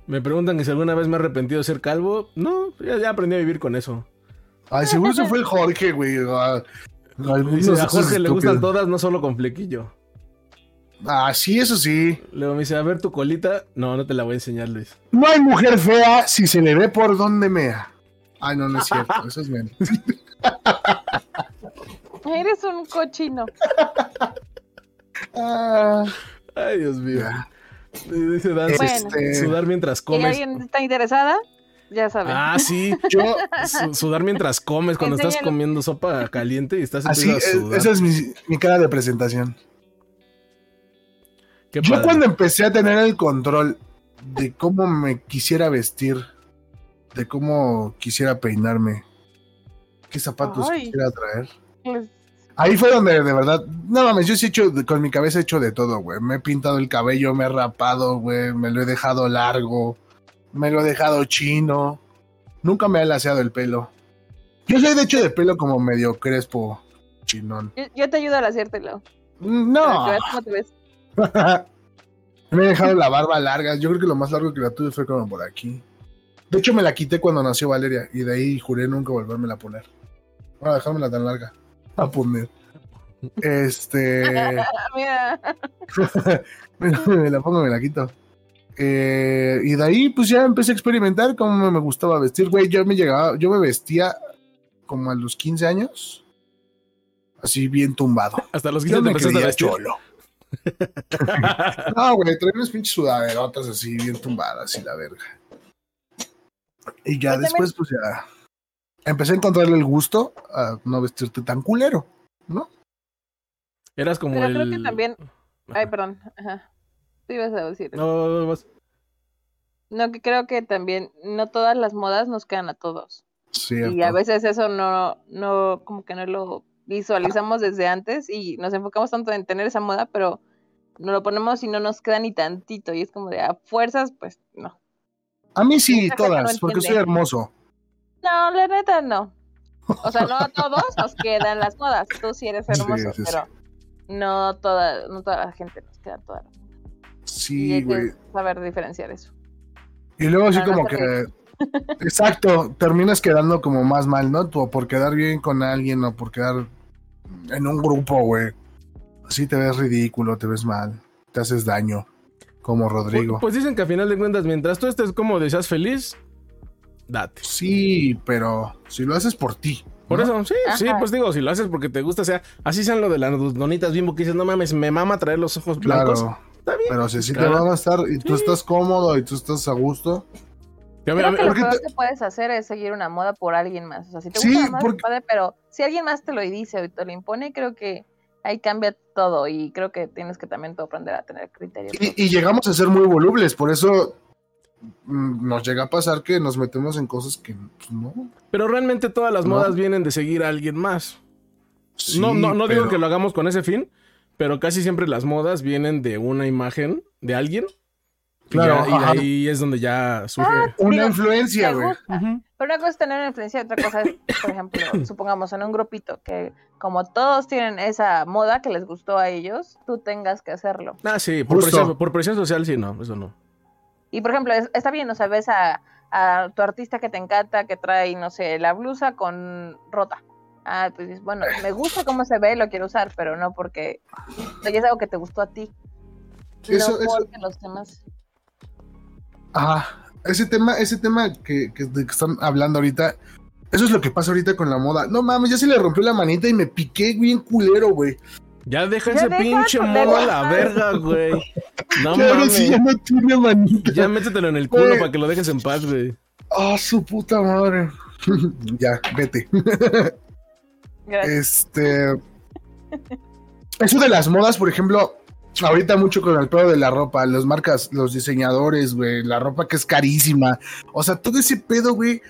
Speaker 3: Me preguntan que si alguna vez me he arrepentido de ser calvo. No, ya, ya aprendí a vivir con eso.
Speaker 2: Ay, seguro se fue el Jorge, güey. Ah, A, a algunos
Speaker 3: Dice,
Speaker 2: de
Speaker 3: a
Speaker 2: esos
Speaker 3: Jorge le gustan
Speaker 2: estúpidos.
Speaker 3: todas, no solo con flequillo.
Speaker 2: Ah, sí, eso sí.
Speaker 3: Luego me dice, a ver tu colita. No, no te la voy a enseñar, Luis.
Speaker 2: No hay mujer fea si se le ve por donde mea. Ay, no, no es cierto. Eso es bien.
Speaker 1: Eres un cochino.
Speaker 2: Ah,
Speaker 3: Ay, Dios mío.
Speaker 2: ya.
Speaker 3: Dice Dan,
Speaker 1: Bueno.
Speaker 2: Este-
Speaker 3: sudar mientras
Speaker 1: Si
Speaker 3: comes.
Speaker 1: alguien está interesada, ya saben.
Speaker 3: Ah, sí. <laughs>
Speaker 2: Yo,
Speaker 1: <laughs>
Speaker 3: Su- sudar mientras comes, cuando estás
Speaker 1: Enséñalo.
Speaker 3: comiendo sopa caliente y estás
Speaker 2: así,
Speaker 3: empezando a
Speaker 2: eh,
Speaker 3: sudar.
Speaker 2: esa es mi, mi cara de presentación.
Speaker 3: Qué
Speaker 2: Yo
Speaker 3: padre.
Speaker 2: cuando empecé a tener el control de cómo me quisiera vestir, de cómo quisiera peinarme, qué zapatos
Speaker 1: Ay.
Speaker 2: quisiera traer.
Speaker 1: Les-
Speaker 2: Ahí fue donde de verdad, no mames, yo sí he hecho, de- con mi cabeza he hecho de todo, güey. Me he pintado el cabello, me he rapado, güey, me lo he dejado largo, me lo he dejado chino, nunca me he laseado el pelo. Yo soy de hecho de pelo como medio crespo, chinón.
Speaker 1: Yo, yo te ayudo a hacértelo. Para
Speaker 2: No.
Speaker 1: que veas cómo te ves.
Speaker 2: <laughs> Me he dejado la barba larga. Yo creo que lo más largo que la tuve fue como por aquí. De hecho, me la quité cuando nació Valeria y de ahí juré nunca volvérmela a poner. Bueno, dejármela tan larga. A poner. Este. <laughs>
Speaker 1: Ah, mira.
Speaker 2: me la pongo, me la quito. Eh, y de ahí, pues ya empecé a experimentar cómo me gustaba vestir. Güey, yo me llegaba, yo me vestía como a los 15 años. Así bien tumbado.
Speaker 3: Hasta los
Speaker 2: Yo
Speaker 3: 15 te
Speaker 2: me
Speaker 3: empezaste a
Speaker 2: creía
Speaker 3: vestir.
Speaker 2: cholo. no, güey, traía unas pinches sudaderotas así, bien tumbadas y la verga. Y ya
Speaker 1: Yo también-
Speaker 2: después, pues ya. Empecé a encontrarle el gusto a no vestirte tan culero.
Speaker 3: <laughs> Eras como
Speaker 1: Pero
Speaker 3: el...
Speaker 1: creo que también.
Speaker 3: Ajá.
Speaker 1: Ay, perdón. Ajá. Tú ibas a decir.
Speaker 3: No, no, no, vas.
Speaker 1: No, que creo que también no todas las modas nos quedan a todos.
Speaker 2: Cierto.
Speaker 1: Y a veces eso no, no, como que no lo visualizamos desde antes y nos enfocamos tanto en tener esa moda, pero no lo ponemos y no nos queda ni tantito. Y es como de a fuerzas, pues no.
Speaker 2: A mí sí,
Speaker 1: Mucha gente no
Speaker 2: todas, porque soy
Speaker 1: entiende.
Speaker 2: hermoso.
Speaker 1: No, la neta no. O sea,
Speaker 2: <laughs>
Speaker 1: no a todos nos quedan las modas. Tú sí eres
Speaker 2: Sí,
Speaker 1: hermoso,
Speaker 2: sí, sí.
Speaker 1: pero no toda, no toda la gente nos queda toda. y
Speaker 2: Sí,
Speaker 1: hay
Speaker 2: güey.
Speaker 1: que saber diferenciar eso.
Speaker 2: Y luego así
Speaker 1: Para no
Speaker 2: como que...
Speaker 1: hacerle-
Speaker 2: Exacto, terminas quedando como más mal, ¿no? Tú, por quedar bien con alguien o por quedar en un grupo, güey. Así te ves ridículo, te ves mal, te haces daño, como
Speaker 3: Pues,
Speaker 2: Rodrigo.
Speaker 3: pues dicen que a final de cuentas, mientras tú estés cómodo y seas feliz, date.
Speaker 2: Sí, pero si lo haces por ti.
Speaker 3: Por
Speaker 2: ¿no?
Speaker 3: eso, sí,
Speaker 1: Ajá.
Speaker 3: sí, pues digo, si lo haces porque te gusta, o sea, así sean lo de las donitas bimbo que dices, no mames, me mama traer los ojos blancos.
Speaker 2: Claro,
Speaker 3: Está bien.
Speaker 2: pero si sí te
Speaker 3: Claro.
Speaker 2: van a estar y tú estás cómodo y tú estás a gusto.
Speaker 3: Yo, mira,
Speaker 1: Creo que
Speaker 3: mira,
Speaker 1: lo
Speaker 2: porque
Speaker 1: peor
Speaker 2: te-
Speaker 1: que puedes hacer es seguir una moda por alguien más. O sea, si te
Speaker 2: Sí,
Speaker 1: gusta la moda,
Speaker 2: porque-
Speaker 1: padre, pero si alguien más te lo dice o te lo impone, creo que ahí cambia todo y creo que tienes que también tú aprender a tener criterio.
Speaker 2: Y, y llegamos a ser muy volubles, por eso mm, nos llega a pasar que nos metemos en cosas que pues, no.
Speaker 3: pero realmente todas las
Speaker 2: No.
Speaker 3: modas vienen de seguir a alguien más.
Speaker 2: Sí,
Speaker 3: no, no, no digo
Speaker 2: pero-
Speaker 3: que lo hagamos con ese fin, pero casi siempre las modas vienen de una imagen de alguien.
Speaker 2: Claro,
Speaker 3: Claro. y de
Speaker 2: ajá.
Speaker 3: ahí es donde ya surge.
Speaker 1: Ah,
Speaker 2: Una
Speaker 1: Digo,
Speaker 2: influencia,
Speaker 1: me
Speaker 2: güey.
Speaker 1: gusta.
Speaker 3: Ujú.
Speaker 1: Pero una cosa es tener una influencia y otra cosa es, por
Speaker 2: <coughs>
Speaker 1: ejemplo, supongamos en un grupito que como todos tienen esa moda que les gustó a ellos, tú tengas que hacerlo.
Speaker 3: Ah, sí, por
Speaker 2: Justo.
Speaker 3: presión, por presión social, sí, no, eso no.
Speaker 1: Y por ejemplo, es- está bien, o sea, ves a, a tu artista que te encanta, que trae, no sé, la blusa con rota. Ah, pues dices, bueno, me gusta cómo se ve, lo quiero usar, pero no porque o sea, ya es algo que te gustó a ti. Eso, no porque los temas.
Speaker 2: Ajá. Ese tema, ese tema que, que, de que están hablando ahorita, eso es lo que pasa ahorita con la moda. No mames, ya se le rompió la manita y me piqué bien culero, güey.
Speaker 3: Ya deja ese pinche
Speaker 1: pues,
Speaker 3: modo a la
Speaker 2: <laughs>
Speaker 3: verga, güey.
Speaker 2: No claro, mames. Si ya no tiene manita.
Speaker 3: Ya métetelo en el culo güey. para que lo dejes en paz, güey.
Speaker 2: Ah, oh, su puta madre. <laughs> ya, vete.
Speaker 1: Eh,
Speaker 2: Gracias. Este. Eso de las modas, por ejemplo, ahorita mucho con el pedo de la ropa, las marcas, los diseñadores, güey, la ropa que es carísima. O sea, todo ese pedo, güey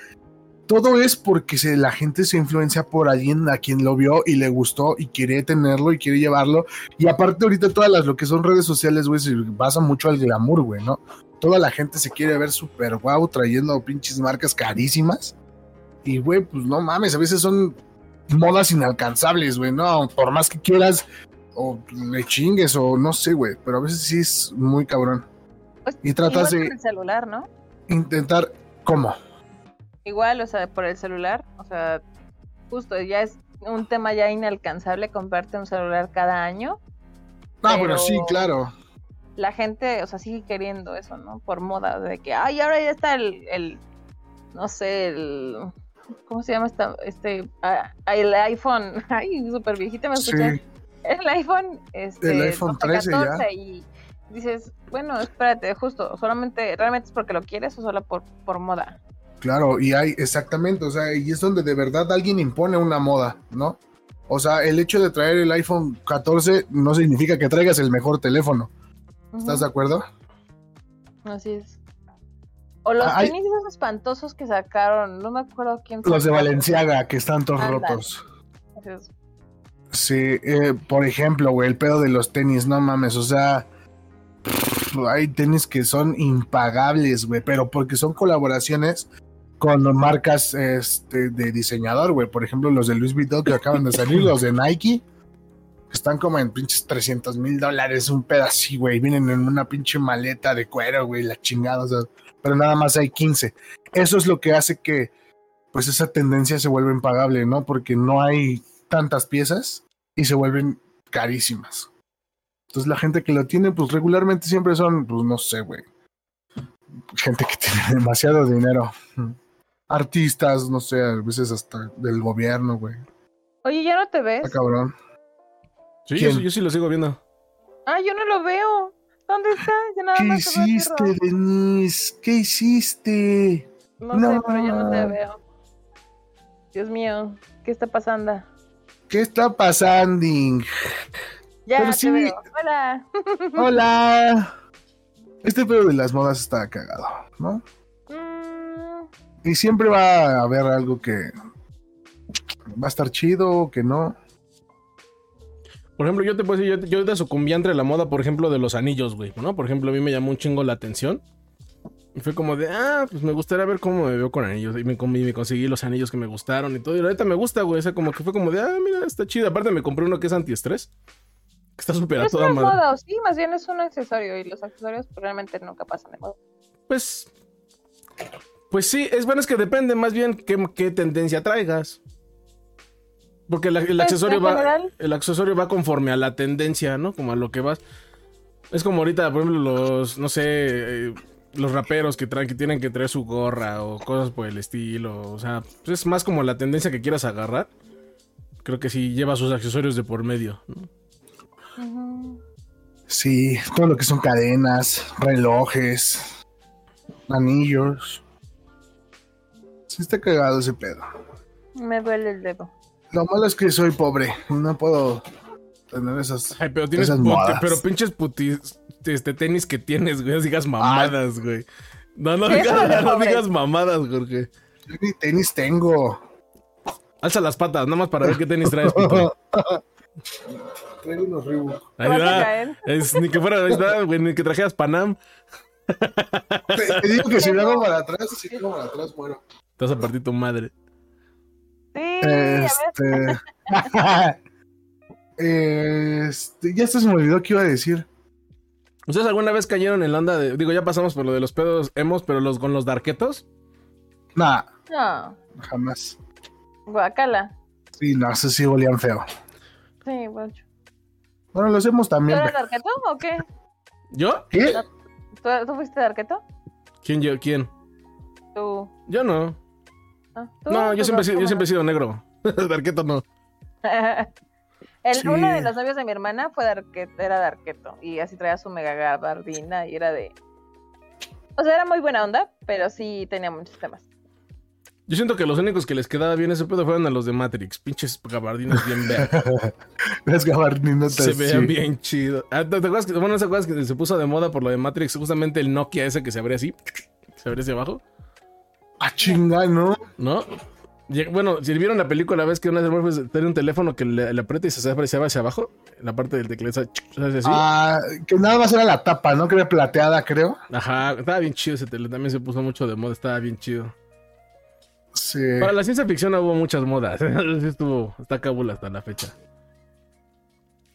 Speaker 2: todo es porque se, la gente se influencia por alguien a quien lo vio y le gustó y quiere tenerlo y quiere llevarlo. Y aparte ahorita todas las lo que son redes sociales, güey, se basa mucho al glamour, güey, ¿no? Toda la gente se quiere ver súper guau wow, trayendo pinches marcas carísimas. Y, güey, pues no mames, a veces son modas inalcanzables, güey, ¿no? Por más que quieras o le chingues o no sé, güey, pero a veces sí es muy cabrón.
Speaker 1: Pues, y tratas de... El celular, ¿no?
Speaker 2: Intentar... ¿Cómo?
Speaker 1: igual, o sea, por el celular, o sea, justo ya es un tema ya inalcanzable comprarte un celular cada año.
Speaker 2: Ah, bueno, sí, claro.
Speaker 1: La gente, o sea, sigue queriendo eso, ¿no? Por moda, de que, ay, ahora ya está el, el no sé, el, ¿cómo se llama esta, este, ah, el iPhone, <laughs> ay, súper viejita me escuché. Sí. El iPhone, este,
Speaker 2: el iPhone 13 ya.
Speaker 1: Y dices, bueno, espérate, justo, solamente, realmente es porque lo quieres o solo por, por moda.
Speaker 2: Claro, y hay, exactamente, o sea, y es donde de verdad alguien impone una moda, ¿no? O sea, el hecho de traer el iPhone 14 no significa que traigas el mejor teléfono. Uh -huh. ¿Estás de acuerdo?
Speaker 1: Así es. O los tenis ah, espantosos que sacaron, no me acuerdo quién.
Speaker 2: Los de Valenciaga, que están todos Anda. rotos. Es. Sí, eh, por ejemplo, güey, el pedo de los tenis, no mames, o sea hay tenis que son impagables, güey, pero porque son colaboraciones con marcas este, de diseñador, güey. Por ejemplo, los de Luis Vuitton que acaban de salir, los de Nike, están como en pinches 300 mil dólares, un pedacito, güey. Vienen en una pinche maleta de cuero, güey, la chingada, o sea, pero nada más hay 15. Eso es lo que hace que, pues, esa tendencia se vuelva impagable, ¿no? Porque no hay tantas piezas y se vuelven carísimas. Entonces la gente que lo tiene, pues regularmente siempre son, pues no sé, güey. Gente que <laughs> tiene demasiado dinero. Artistas, no sé, a veces hasta del gobierno, güey.
Speaker 1: Oye, ¿ya no te ves?
Speaker 2: Ah, cabrón.
Speaker 3: Sí, yo, yo, sí lo sigo viendo.
Speaker 1: Ah, yo no lo veo. ¿Dónde está? Yo nada
Speaker 2: ¿Qué
Speaker 1: más
Speaker 2: hiciste, Denise? ¿Qué hiciste?
Speaker 1: No, no sé, pero yo no te veo. Dios mío, ¿qué está pasando?
Speaker 2: ¿Qué está pasando?
Speaker 1: Ya, Pero te sí, veo. Hola.
Speaker 2: Hola. Este pedo de las modas está cagado, ¿no? Mm. Y siempre va a haber algo que va a estar chido, que no.
Speaker 3: Por ejemplo, yo te puedo decir, yo, yo te sucumbí entre la moda, por ejemplo, de los anillos, güey, ¿no? Por ejemplo, a mí me llamó un chingo la atención. Y fue como de, ah, pues me gustaría ver cómo me veo con anillos. Y me, y me conseguí los anillos que me gustaron y todo. Y la neta me gusta, güey. O sea, como que fue como de, ah, mira, está chido. Aparte me compré uno que es antiestrés está superado
Speaker 1: es
Speaker 3: toda
Speaker 1: una madre. Moda, sí, más bien es un accesorio y los accesorios pues, realmente nunca pasan de moda.
Speaker 3: Pues. Pues sí, es bueno, es que depende más bien qué, qué tendencia traigas. Porque la, el, pues, accesorio va, general... el accesorio va conforme a la tendencia, ¿no? Como a lo que vas. Es como ahorita, por ejemplo, los, no sé, eh, los raperos que, traen, que tienen que traer su gorra o cosas por el estilo. O sea, pues es más como la tendencia que quieras agarrar. Creo que sí lleva sus accesorios de por medio, ¿no?
Speaker 2: Sí, todo lo que son cadenas, relojes, anillos. Sí está cagado ese pedo.
Speaker 1: Me duele el dedo.
Speaker 2: Lo malo es que soy pobre y no puedo tener esas.
Speaker 3: Ay, pero tienes esas modas. pero pinches putis, este tenis que tienes, güey, digas mamadas, Ay. güey. No, no, digas, no digas mamadas, Jorge.
Speaker 2: Yo ni tenis tengo.
Speaker 3: Alza las patas, nada más para ver qué tenis <laughs> traes, puto.
Speaker 2: Traigo unos Reebok.
Speaker 3: Ahí va. Es, ni que fuera, ahí está, güey, ni que trajeras Panam.
Speaker 2: Te, te, digo que si me hago para atrás, si me hago para atrás, muero.
Speaker 3: Te vas a partir tu madre.
Speaker 1: Sí,
Speaker 2: este...
Speaker 1: A
Speaker 2: ver. este... <laughs> Ya hasta se me olvidó qué iba a decir.
Speaker 3: ¿Ustedes alguna vez cayeron en la onda de... Digo, ya pasamos por lo de los pedos hemos, pero los con los darquetos?
Speaker 2: Nah.
Speaker 1: No.
Speaker 2: Jamás.
Speaker 1: Guacala.
Speaker 2: Sí, no, eso sí volían feo.
Speaker 1: Sí, mucho.
Speaker 2: Bueno, lo hacemos también.
Speaker 1: ¿Tú eres arqueto o qué?
Speaker 3: ¿Yo?
Speaker 2: ¿Qué?
Speaker 1: ¿Tú, tú fuiste de arqueto?
Speaker 3: ¿Quién yo? ¿Quién?
Speaker 1: Tú.
Speaker 3: Yo no.
Speaker 1: No, tú,
Speaker 3: No, yo
Speaker 1: tú
Speaker 3: siempre, he sido- yo
Speaker 1: ¿cómo
Speaker 3: siempre he sido <laughs> negro. de arqueto no.
Speaker 1: <laughs> El,
Speaker 2: Sí.
Speaker 1: Uno de los novios de mi hermana fue de arqueto, era de arqueto y así traía su mega gabardina y era de... O sea, era muy buena onda, pero sí tenía muchos temas.
Speaker 3: Yo siento que los únicos que les quedaba bien ese pedo fueron a los de Matrix. Pinches gabardinas bien verdes.
Speaker 2: Las gabardinotas.
Speaker 3: se veían
Speaker 2: sí.
Speaker 3: bien chido. Ah, ¿Te te acuerdas que, bueno, ¿no te acuerdas que se puso de moda por lo de Matrix? Justamente el Nokia ese que se abría así. Se abría hacia abajo.
Speaker 2: Ah, chinga, ¿no?
Speaker 3: ¿No? Lleg- Bueno, si vieron la película, ves que una de las morfes tiene un teléfono que le, le aprieta y se apreciaba hacia abajo. La parte del teclado, ¿sabes? así?
Speaker 2: Ah, que nada más era la tapa, ¿no? Que era plateada, creo.
Speaker 3: Ajá, estaba bien chido ese teléfono. También se puso mucho de moda, estaba bien chido.
Speaker 2: Sí.
Speaker 3: Para la ciencia ficción hubo muchas modas. <laughs> Sí estuvo, está cabul hasta la fecha.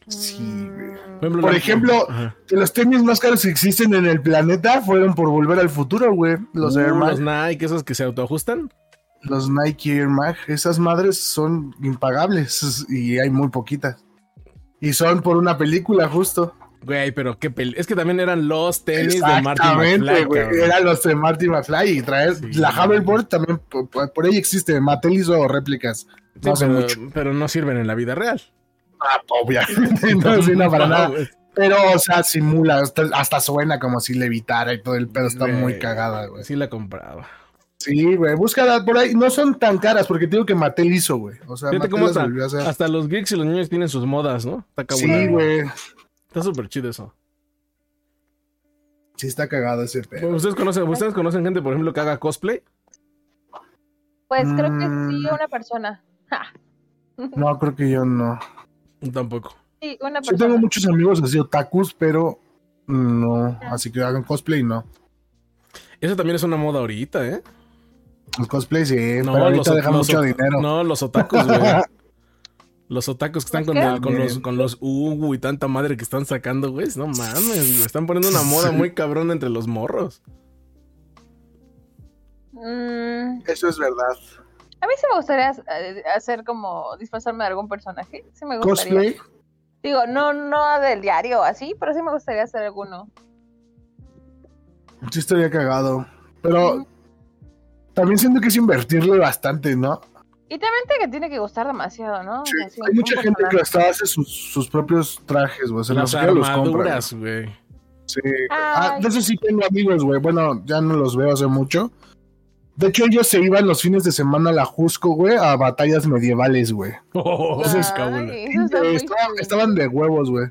Speaker 2: Sí, güey.
Speaker 3: ejemplo,
Speaker 2: Por
Speaker 3: la-
Speaker 2: ejemplo,
Speaker 3: Ajá.
Speaker 2: que los tenis más caros que existen en el planeta fueron por volver al futuro, güey. Los
Speaker 3: Uh,
Speaker 2: Air Mag,
Speaker 3: los Nike, esos que se autoajustan.
Speaker 2: los Nike Air Mag, esas madres son impagables <laughs> y hay muy poquitas. Y son por una película, justo.
Speaker 3: Güey, pero qué peli. Es que también eran los tenis de Martin
Speaker 2: Exactamente,
Speaker 3: McFly.
Speaker 2: güey.
Speaker 3: cabrón.
Speaker 2: Eran los de Marty McFly y traer
Speaker 3: Sí.
Speaker 2: la Hoverboard también por, por- por ahí existe. Mattel hizo réplicas.
Speaker 3: Sí,
Speaker 2: No hace
Speaker 3: pero,
Speaker 2: mucho.
Speaker 3: pero no sirven en la vida real.
Speaker 2: Ah, obviamente, <laughs> no sirve para
Speaker 3: <laughs> No,
Speaker 2: nada.
Speaker 3: güey.
Speaker 2: Pero, o sea, simula, hasta, hasta suena como si levitara y todo el pedo está muy
Speaker 3: Güey,
Speaker 2: cagada, güey.
Speaker 3: Sí la compraba.
Speaker 2: Sí, güey, búscala por ahí. No son tan caras porque te digo que Mattel hizo, güey. O sea,
Speaker 3: Fíjate
Speaker 2: Mattel
Speaker 3: cómo
Speaker 2: las
Speaker 3: hasta,
Speaker 2: volvió a hacer.
Speaker 3: hasta los geeks y los niños tienen sus modas, ¿no? Está
Speaker 2: Sí,
Speaker 3: cabulado.
Speaker 2: güey.
Speaker 3: Está súper chido eso.
Speaker 2: Sí, está cagado ese pedo.
Speaker 3: ¿Ustedes conocen, ¿Ustedes conocen gente, por ejemplo, que haga cosplay?
Speaker 1: Pues creo que sí,
Speaker 2: Mm.
Speaker 1: una persona. Ja,
Speaker 2: No, creo que yo no.
Speaker 3: Tampoco.
Speaker 1: sí, una
Speaker 2: Yo
Speaker 1: persona.
Speaker 2: tengo muchos amigos así otakus, pero no. Así que hagan cosplay, no.
Speaker 3: Eso también es una moda ahorita, ¿eh?
Speaker 2: El cosplay sí,
Speaker 3: No,
Speaker 2: pero ahorita
Speaker 3: ot-
Speaker 2: dejan mucho
Speaker 3: ot-
Speaker 2: dinero.
Speaker 3: No, los otakus,
Speaker 2: <laughs>
Speaker 3: güey. Los otakus que están con,
Speaker 1: ¿Qué?
Speaker 3: el- con los, con los Ugu y tanta madre que están sacando, güey. No mames, güey. Están poniendo una moda
Speaker 2: Sí.
Speaker 3: muy cabrón entre los morros.
Speaker 1: Mm,
Speaker 2: Eso es verdad.
Speaker 1: a mí sí me gustaría eh, hacer como disfrazarme de algún personaje. Sí me gustaría.
Speaker 2: Cosplay,
Speaker 1: Digo, no, no del diario así, pero sí me gustaría hacer alguno.
Speaker 2: sí estaría cagado. Pero también siento que es invertirle bastante, ¿no?
Speaker 1: Y también te que tiene que gustar demasiado, ¿no? O
Speaker 2: Sí,
Speaker 1: sea, sí,
Speaker 2: Hay mucha
Speaker 1: un
Speaker 2: gente que
Speaker 1: personaje.
Speaker 2: hasta hace sus, sus propios trajes, güey. O sea, ni
Speaker 3: Las
Speaker 2: siquiera los compra, güey.
Speaker 3: armaduras, güey.
Speaker 2: Sí.
Speaker 1: Ay.
Speaker 2: Ah, de eso sí tengo amigos, güey. Bueno, ya no los veo hace mucho. De hecho, ellos se iban los fines de semana a la Jusco, güey, a batallas medievales, güey. Eh,
Speaker 3: Oh,
Speaker 1: Ay,
Speaker 3: es cabula.
Speaker 1: eso está muy
Speaker 2: Estaban,
Speaker 1: cool.
Speaker 2: estaban de huevos, güey.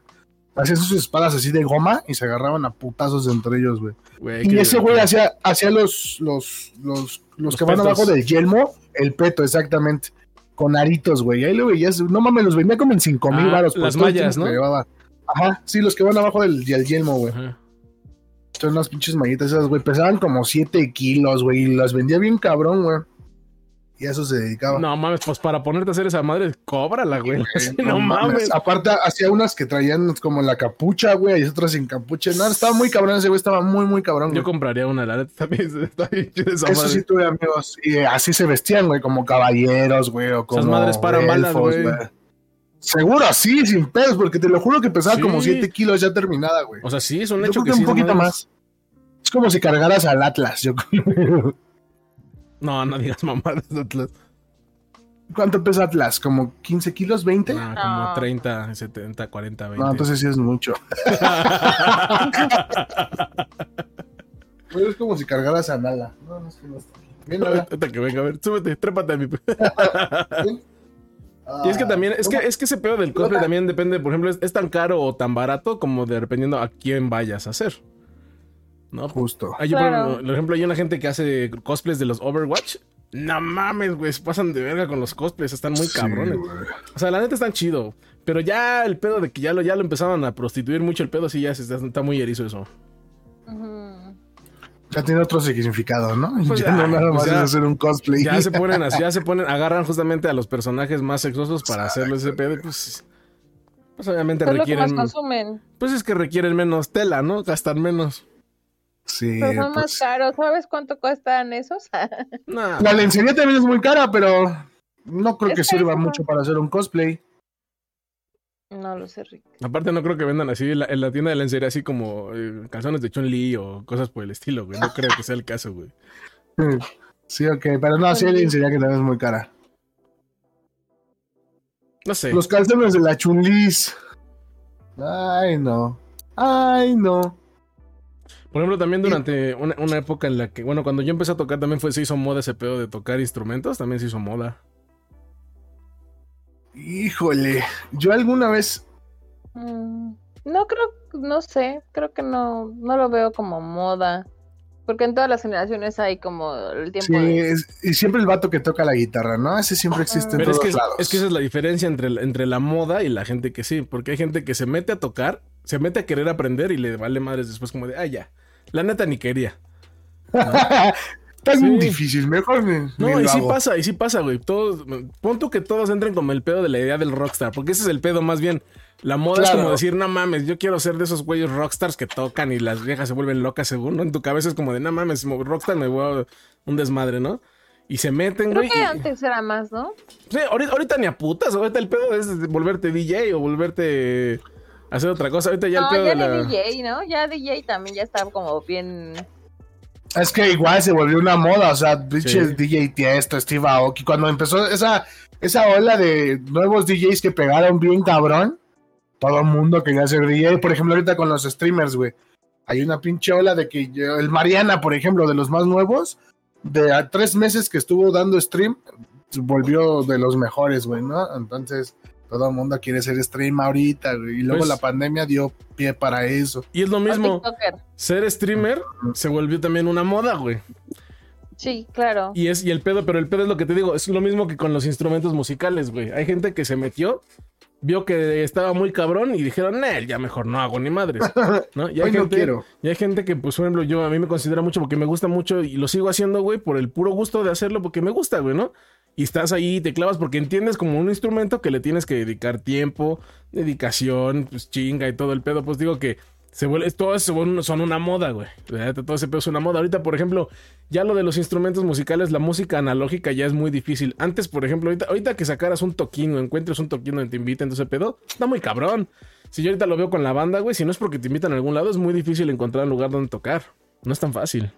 Speaker 2: Hacían sus espadas así de goma y se agarraban a putazos entre ellos, güey.
Speaker 3: Güey,
Speaker 2: Y
Speaker 3: qué
Speaker 2: ese güey
Speaker 3: divertido.
Speaker 2: hacía, hacía los, los, los, los,
Speaker 3: Los
Speaker 2: que van
Speaker 3: petos.
Speaker 2: abajo del yelmo, el peto, exactamente. Con aritos, güey. Ahí lo veías. No mames, los vendía como en 5 mil
Speaker 3: Ah,
Speaker 2: varos.
Speaker 3: las
Speaker 2: pues, todos los
Speaker 3: mallas,
Speaker 2: que
Speaker 3: ¿no?
Speaker 2: llevaba. Ajá, sí, los que van abajo del, del yelmo, güey.
Speaker 3: Ajá.
Speaker 2: Son unas pinches mallitas esas, güey. Pesaban como 7 kilos, güey. Y las vendía bien cabrón, güey. Y a eso se dedicaba.
Speaker 3: No <laughs> mames, pues para ponerte a hacer esa madre, cóbrala, güey. Sí,
Speaker 2: No Ah,
Speaker 3: no mames.
Speaker 2: Aparte, hacía unas que traían como la capucha, güey. Y otras sin capucha. No, estaba muy cabrón ese güey. Estaba muy, muy cabrón,
Speaker 3: Yo
Speaker 2: güey.
Speaker 3: compraría una, la neta, también está bien chida esa
Speaker 2: Eso
Speaker 3: madre.
Speaker 2: sí tuve amigos. Y eh, así se vestían, güey. Como caballeros, güey. O como
Speaker 3: madres paran balas, güey.
Speaker 2: Seguro, sí, sin pedos. Porque te lo juro que pesaba
Speaker 3: Sí.
Speaker 2: como 7 kilos ya terminada, güey.
Speaker 3: O sea, sí, es un
Speaker 2: Yo
Speaker 3: hecho
Speaker 2: creo
Speaker 3: que
Speaker 2: que
Speaker 3: sí,
Speaker 2: un
Speaker 3: esa
Speaker 2: poquito
Speaker 3: madre-
Speaker 2: más. Es como si cargaras al Atlas, yo creo. <laughs>
Speaker 3: No, no digas mamadas, Atlas.
Speaker 2: ¿Cuánto pesa Atlas? ¿Como 15 kilos, 20?
Speaker 3: No, como
Speaker 1: No.
Speaker 3: 30, 70, 40, 20.
Speaker 2: No,
Speaker 3: <laughs>
Speaker 2: entonces sí es mucho. Pero es como si cargaras a Nala. No, no es que no está. Bien, Nala.
Speaker 3: Ahorita que venga, a ver, súbete, trépate a mi.
Speaker 2: Ah,
Speaker 3: <laughs> Y es que también, es que,
Speaker 2: ¿cómo?
Speaker 3: es que ese pedo del cosplay también depende, por ejemplo, es, es tan caro o tan barato como de, dependiendo a quién vayas a hacer. ¿No?
Speaker 2: Ah, Justo.
Speaker 3: Hay, por
Speaker 1: Claro.
Speaker 3: ejemplo, por ejemplo, hay una gente que hace cosplays de los Overwatch. No mames, güey, se pasan de verga con los cosplays, están muy
Speaker 2: Sí,
Speaker 3: cabrones.
Speaker 2: güey.
Speaker 3: O sea, la neta están chido. Pero ya el pedo de que ya lo, ya lo empezaban a prostituir mucho el pedo, sí, ya se está, está muy erizo eso.
Speaker 1: Ujú.
Speaker 2: Ya tiene otro significado, ¿no?
Speaker 3: Pues
Speaker 2: ya
Speaker 3: ya,
Speaker 2: no nada
Speaker 3: pues
Speaker 2: más
Speaker 3: ya.
Speaker 2: es hacer un cosplay.
Speaker 3: Ya se ponen, así, ya se ponen, agarran justamente a los personajes más sexosos para hacerles ese pedo. y Pues, pues obviamente
Speaker 1: Es lo que más
Speaker 3: requieren.
Speaker 1: consumen.
Speaker 3: Pues es que requieren menos tela, ¿no? Gastan menos.
Speaker 2: Sí,
Speaker 1: Pero son más
Speaker 2: pues.
Speaker 1: caros. ¿Sabes cuánto cuestan esos? <laughs>
Speaker 3: Nah.
Speaker 2: La lencería también es muy cara, pero no creo
Speaker 1: Es
Speaker 2: que sirva
Speaker 1: carísima.
Speaker 3: <laughs>
Speaker 2: mucho para hacer un cosplay.
Speaker 1: No lo sé, Rick.
Speaker 3: Aparte, no creo que vendan así la- en la tienda de lencería, así como eh, calzones de Chun-Li o cosas por el estilo, güey. No creo que sea el caso, güey.
Speaker 2: Sí, ok, pero no, sí hay lencería que también es muy cara.
Speaker 3: No sé.
Speaker 2: Los calzones de la chunlis. Ay, no. Ay, no.
Speaker 3: Por ejemplo, también durante una, una época en la que, bueno, cuando yo empecé a tocar, también fue, se hizo moda ese pedo de tocar instrumentos, también se hizo moda.
Speaker 2: Híjole, yo alguna vez
Speaker 1: Mm, No creo, no sé, creo que no, no lo veo como moda. Porque en todas las generaciones hay como el tiempo
Speaker 2: Sí,
Speaker 1: de...
Speaker 2: es- y siempre el vato que toca la guitarra, ¿no? Ese siempre existe en
Speaker 3: Pero es
Speaker 2: todos
Speaker 3: que, es,
Speaker 2: lados.
Speaker 3: es que esa es la diferencia entre, la- entre la moda y la gente que sí, porque hay gente que se mete a tocar, se mete a querer aprender y le vale madres después como de, ah, ya, la neta
Speaker 2: <laughs>
Speaker 3: ni quería.
Speaker 2: Tan
Speaker 3: Sí.
Speaker 2: difícil, mejor ni,
Speaker 3: No,
Speaker 2: ni lo
Speaker 3: y sí
Speaker 2: hago.
Speaker 3: pasa, y sí pasa, güey. Todos, punto que todos entren como el pedo de la idea del rockstar, porque ese es el pedo más bien. La moda es
Speaker 2: Claro.
Speaker 3: como decir, no mames, yo quiero ser de esos güeyes rockstars que tocan y las viejas se vuelven locas según, ¿no? En tu cabeza es como de, no mames, mo- rockstar me voy a un desmadre, ¿no? Y se meten,
Speaker 1: Creo
Speaker 3: güey.
Speaker 1: que
Speaker 3: y-
Speaker 1: antes era más, ¿no?
Speaker 3: Sí, ahorita, ahorita ni a putas, ahorita el pedo es volverte DJ o volverte a hacer otra cosa. Ahorita ya el
Speaker 1: no,
Speaker 3: pedo
Speaker 1: ya de
Speaker 3: de la...
Speaker 1: DJ, ¿no? Ya DJ también ya está como bien...
Speaker 2: Es que igual se volvió una moda, o sea, pinches
Speaker 3: Sí.
Speaker 2: DJ Tiesto, Steve Aoki, cuando empezó esa, esa ola de nuevos DJs que pegaron bien cabrón, todo el mundo quería ser DJ, por ejemplo, ahorita con los streamers, güey. Hay una pinche ola de que yo- el Mariana, por ejemplo, de los más nuevos, de a tres meses que estuvo dando stream, se volvió de los mejores, güey, ¿no? Entonces, todo el mundo quiere ser stream ahorita, güey. Y luego
Speaker 3: Pues-
Speaker 2: la pandemia dio pie para eso.
Speaker 3: Y es lo
Speaker 1: o
Speaker 3: mismo,
Speaker 1: TikToker.
Speaker 3: ser streamer se volvió también una moda, güey.
Speaker 1: Sí, claro.
Speaker 3: Y es y el pedo, pero el pedo es lo que te digo, es lo mismo que con los instrumentos musicales, güey. Hay gente que se metió, vio que estaba muy cabrón y dijeron, "Nah, ya mejor no hago ni
Speaker 2: <laughs>
Speaker 3: madres." ¿No? Y hay
Speaker 2: Hoy no
Speaker 3: gente-
Speaker 2: quiero.
Speaker 3: Y hay gente que, pues, por ejemplo, yo a mí me considera mucho porque me gusta mucho y lo sigo haciendo, güey, por el puro gusto de hacerlo porque me gusta, güey, ¿no? Y estás ahí y te clavas porque entiendes como un instrumento que le tienes que dedicar tiempo, dedicación, pues chinga y todo el pedo. Pues digo que se vuelve, todo eso son- son una moda, güey. La neta, Todo ese pedo es una moda. Ahorita, por ejemplo, ya lo de los instrumentos musicales, la música analógica ya es muy difícil. Antes, por ejemplo, ahorita, ahorita que sacaras un toquín o encuentres un toquín donde te inviten, entonces pedo, está muy cabrón. Si yo ahorita lo veo con la banda, güey, si no es porque te invitan a algún lado, es muy difícil encontrar un lugar donde tocar. No es tan fácil.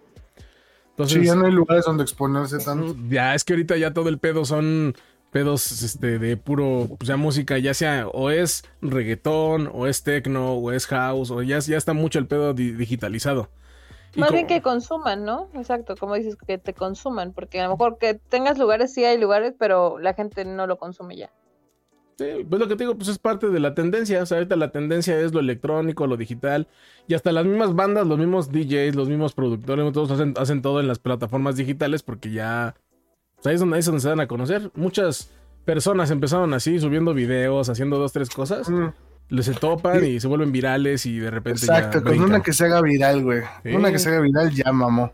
Speaker 3: Entonces,
Speaker 2: Sí, ya no hay lugares donde exponerse tanto.
Speaker 3: ya es que ahorita ya todo el pedo son pedos este, de puro, pues ya música, ya sea o es reggaetón, o es techno, o es house, o ya, es- ya está mucho el pedo di- digitalizado. Y
Speaker 1: Más
Speaker 3: como-
Speaker 1: bien que consuman, ¿no? Exacto, como dices, que te consuman, porque a lo mejor que tengas lugares, sí hay lugares, pero la gente no lo consume ya.
Speaker 3: Sí, pues lo que te digo, pues es parte de la tendencia. O sea, ahorita la tendencia es lo electrónico, lo digital. Y hasta las mismas bandas, los mismos DJs, los mismos productores, todos hacen, hacen todo en las plataformas digitales porque ya. pues ahí es donde, ahí es donde se dan a conocer. Muchas personas empezaron así, subiendo videos, haciendo dos, tres cosas.
Speaker 2: Mm.
Speaker 3: Les se topan y se vuelven virales y de repente. ya
Speaker 2: Exacto, con
Speaker 3: brincan.
Speaker 2: una que se haga viral, güey.
Speaker 3: Sí.
Speaker 2: Una que se haga viral ya mamó.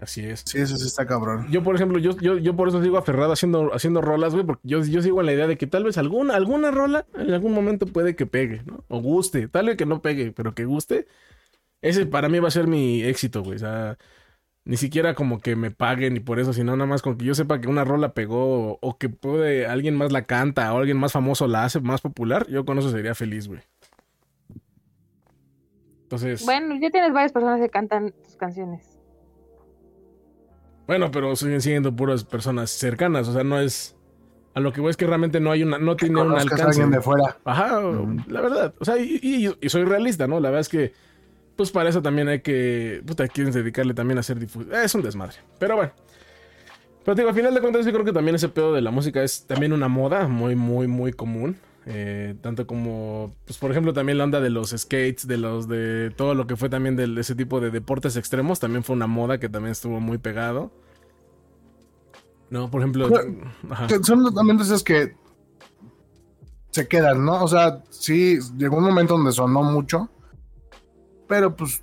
Speaker 3: Así es.
Speaker 2: Sí, eso sí está cabrón.
Speaker 3: Yo, por ejemplo, yo, yo, yo por eso sigo aferrado haciendo, haciendo rolas, güey, porque yo, yo sigo en la idea de que tal vez alguna, alguna rola en algún momento puede que pegue, ¿no? O guste, tal vez que no pegue, pero que guste. Ese para mí va a ser mi éxito, güey. O sea, ni siquiera como que me paguen y por eso, sino nada más con que yo sepa que una rola pegó o, o que puede, alguien más la canta o alguien más famoso la hace más popular, yo con eso sería feliz, güey.
Speaker 2: pues.
Speaker 3: Entonces, bueno,
Speaker 1: Bueno, ya tienes varias personas que cantan tus canciones.
Speaker 3: pero siguen siendo puras personas cercanas, o sea, no es... A lo que voy es que realmente no hay una, no
Speaker 2: Que
Speaker 3: tiene un
Speaker 2: conozcas a
Speaker 3: alcance.
Speaker 2: alguien de fuera.
Speaker 3: Ajá,
Speaker 2: Ujú.
Speaker 3: la verdad. O sea, y, y- y soy realista, ¿no? La verdad es que, pues para eso también hay que. Puta, quieres dedicarle también a hacer difusión. Es un desmadre. Pero bueno. Pero te digo, al final de cuentas, yo creo que también ese pedo de la música es también una moda muy, muy, muy común. Eh, tanto como, pues por ejemplo, también la onda de los skates, de los de todo lo que fue también de ese tipo de deportes extremos, también fue una moda que también estuvo muy pegado. No, por ejemplo,
Speaker 2: Claro.
Speaker 3: ajá.
Speaker 2: Que Son también de esas que se quedan, ¿no? O sea, sí, llegó un momento donde sonó mucho, pero pues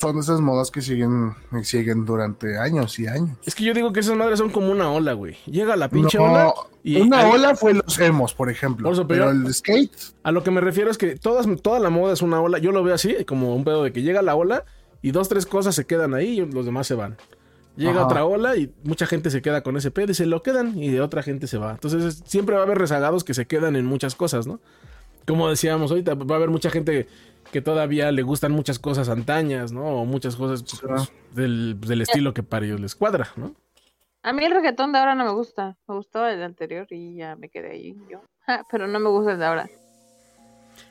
Speaker 2: son de esas modas que siguen, y siguen durante años y años.
Speaker 3: Es que yo digo que esas madres son como una ola, güey. Llega la pinche
Speaker 2: No,
Speaker 3: ola y
Speaker 2: Una
Speaker 3: a,
Speaker 2: ola fue los emos, por ejemplo.
Speaker 3: Por eso, pero-
Speaker 2: pero el skate,
Speaker 3: a lo que me refiero es que todas, toda la moda es una ola. Yo lo veo así, como un pedo de que llega la ola y dos, tres cosas se quedan ahí y los demás se van. Llega
Speaker 2: Ajá.
Speaker 3: otra ola y mucha gente se queda con ese pedo y se lo quedan y de otra gente se va. Entonces es- siempre va a haber rezagados que se quedan en muchas cosas, ¿no? Como decíamos ahorita, va a haber mucha gente que todavía le gustan muchas cosas antañas, ¿no? O muchas cosas pues,
Speaker 2: Claro.
Speaker 3: del, del estilo que para ellos les cuadra, ¿no?
Speaker 1: A mí el reggaetón de ahora no me gusta. Me gustó el anterior y ya me quedé ahí. Yo. <laughs> Ja, pero no me gusta el de ahora.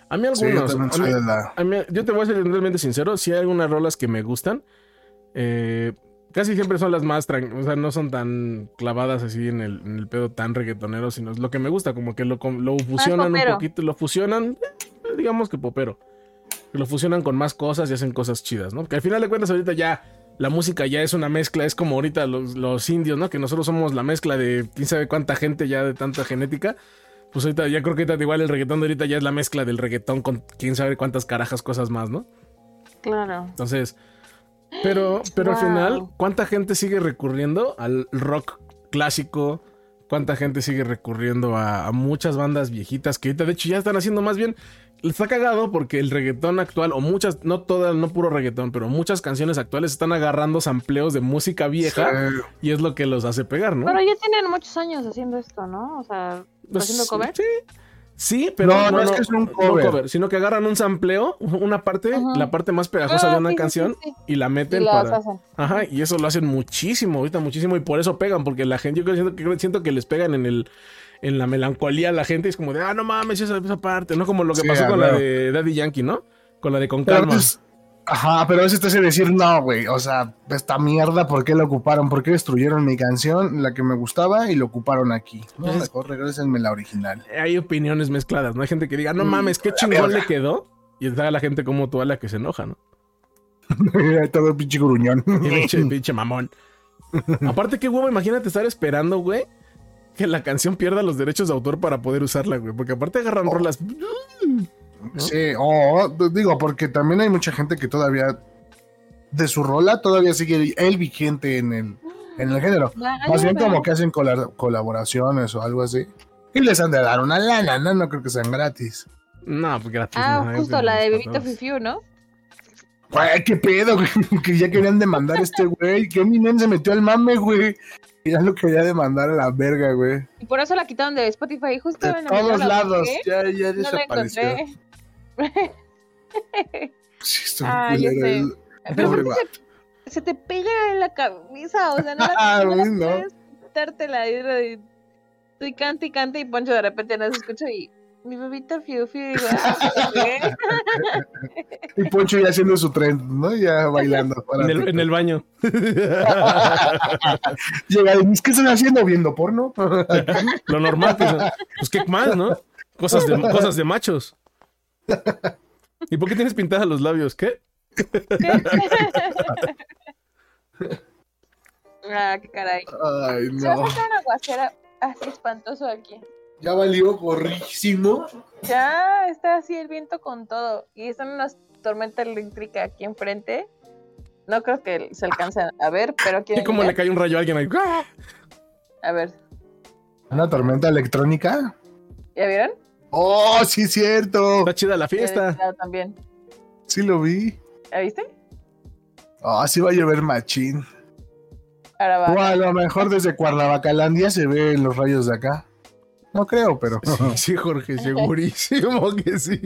Speaker 3: A mí
Speaker 2: Sí, yo
Speaker 3: algunos.
Speaker 2: también
Speaker 3: a mí-
Speaker 2: soy de la.
Speaker 3: A mí- yo te voy a ser realmente sincero, si hay algunas rolas que me gustan, eh, casi siempre son las más, tran- o sea, no son tan clavadas así en el, en el pedo tan reggaetonero, sino es lo que me gusta, como que lo, com- lo fusionan un
Speaker 1: popero.
Speaker 3: poquito, lo fusionan, eh, digamos que popero, que lo fusionan con más cosas y hacen cosas chidas, ¿no? Que al final de cuentas ahorita ya la música ya es una mezcla, es como ahorita los, los indios, ¿no? Que nosotros somos la mezcla de quién sabe cuánta gente ya de tanta genética. Pues ahorita ya creo que ahorita igual el reggaetón de ahorita ya es la mezcla del reggaetón con quién sabe cuántas carajas cosas más, ¿no?
Speaker 1: Claro.
Speaker 3: Entonces, pero, pero al
Speaker 1: Wow.
Speaker 3: final, ¿cuánta gente sigue recurriendo al rock clásico? ¿Cuánta gente sigue recurriendo a, a muchas bandas viejitas que ahorita, de hecho, ya están haciendo más bien? Está cagado porque el reggaetón actual, o muchas, no todas, no puro reggaetón, pero muchas canciones actuales están agarrando sampleos de música vieja
Speaker 2: Sí,
Speaker 3: y es lo que los hace pegar, ¿no?
Speaker 1: Pero ya tienen muchos años haciendo esto, ¿no? O sea,
Speaker 3: Pues,
Speaker 1: haciendo cover.
Speaker 3: Sí. Sí, pero
Speaker 2: No, no es que sea un cover.
Speaker 3: sino que agarran un sampleo, una parte,
Speaker 1: Ajá.
Speaker 3: la parte más pegajosa de
Speaker 1: Ah,
Speaker 3: una
Speaker 1: sí, sí,
Speaker 3: canción
Speaker 1: sí, sí.
Speaker 3: y la
Speaker 1: Y
Speaker 3: meten
Speaker 1: las
Speaker 3: para
Speaker 1: hacen.
Speaker 3: Ajá, y eso lo hacen muchísimo, ahorita muchísimo, y por eso pegan, porque la gente, yo creo, siento, que- siento que les pegan en el en la melancolía a la gente, es como de, ah, no mames, esa, esa parte, ¿no? Como lo que
Speaker 2: Sí,
Speaker 3: pasó
Speaker 2: a
Speaker 3: con la
Speaker 2: huevo.
Speaker 3: de Daddy Yankee, ¿no? Con la de Con
Speaker 2: Pero pues, a
Speaker 3: Calma.
Speaker 2: veces- ajá, pero a veces te hace decir, no, güey, o sea, esta mierda, ¿por qué la ocuparon? ¿Por qué destruyeron mi canción, la que me gustaba, y la ocuparon aquí? No,
Speaker 3: Pues es-
Speaker 2: mejor regrésenme la
Speaker 3: <laughs>
Speaker 2: original.
Speaker 3: Hay opiniones mezcladas, ¿no? Hay gente que diga, no
Speaker 2: Mm,
Speaker 3: mames, qué
Speaker 2: la
Speaker 3: chingón
Speaker 2: verga.
Speaker 3: le quedó, y está la gente como tú a la que se enoja, ¿no?
Speaker 2: Todo el pinche gruñón.
Speaker 3: <laughs> Y pinche, pinche mamón. Aparte, qué huevo, imagínate estar esperando, güey, que la canción pierda los derechos de autor para poder usarla, güey, porque aparte agarran
Speaker 2: Oh.
Speaker 3: rolas.
Speaker 2: <laughs> Sí, o o, digo, porque también hay mucha gente que todavía de su rola todavía sigue él vigente en el, en el género. Más
Speaker 1: Ah,
Speaker 2: bien como que hacen cola- colaboraciones o algo así. Y les han de dar una lana, no, no creo que sean gratis.
Speaker 3: No, pues gratis.
Speaker 1: Ah,
Speaker 3: no,
Speaker 1: justo
Speaker 3: es
Speaker 1: la de
Speaker 3: los
Speaker 1: Bebito
Speaker 3: patados.
Speaker 1: Fifiu, ¿no?
Speaker 2: Güey, qué pedo, güey, <laughs> que ya querían demandar a este güey, que Eminem se metió al mame, güey. Y ya lo quería demandar a la verga, güey.
Speaker 1: Y por eso la quitaron de Spotify. Justo
Speaker 2: De
Speaker 1: en la
Speaker 2: todos
Speaker 1: mañana la
Speaker 2: lados,
Speaker 1: busqué,
Speaker 2: ya, ya
Speaker 1: No la
Speaker 2: desapareció.
Speaker 1: encontré.
Speaker 2: Sí, estuvo
Speaker 1: Ah, ya
Speaker 2: culero
Speaker 1: sé.
Speaker 2: el- el
Speaker 1: Pero
Speaker 2: pobre
Speaker 1: ¿por qué
Speaker 2: vato.
Speaker 1: se te pega en la cabeza, o sea, no la,
Speaker 2: Ah,
Speaker 1: no la
Speaker 2: uy, no.
Speaker 1: puedes quitártela y de- estoy cante y cante y Poncho de repente nos escucha y mi bebita fiu fiu y digo, ah, ¿qué?
Speaker 2: Y Poncho ya haciendo su tren, ¿no? Ya bailando. para
Speaker 3: En el,
Speaker 2: TikTok.
Speaker 3: en el baño.
Speaker 2: Llega y, ¿qué están haciendo? ¿Viendo porno?
Speaker 3: Lo normal, pues, pues qué más, ¿no? Cosas de, cosas de machos. ¿Y por qué tienes pintadas los labios? ¿Qué?
Speaker 1: ah, qué caray.
Speaker 2: Ay,
Speaker 1: Se va a
Speaker 2: no.
Speaker 1: sacar una aguacera así espantoso aquí.
Speaker 2: Ya valió gorrísimo.
Speaker 1: Ya está así el viento con todo y están unas tormentas eléctricas aquí enfrente. No creo que se alcancen a ver, pero aquí
Speaker 3: Y como le cae un rayo a alguien ahí. ¡ah!
Speaker 1: a ver,
Speaker 2: ¿Una tormenta electrónica?
Speaker 1: ¿ya vieron?
Speaker 2: Oh, sí, cierto.
Speaker 3: Está chida la
Speaker 1: Ya de
Speaker 3: fiesta.
Speaker 1: este lado también.
Speaker 2: Sí lo vi.
Speaker 1: ¿Ya viste?
Speaker 2: Ah, sí va a llover machín.
Speaker 1: Ahora va.
Speaker 2: O a lo mejor desde Cuernavacalandia se ven los rayos de acá. No creo, pero.
Speaker 3: Sí, Jorge, segurísimo que sí.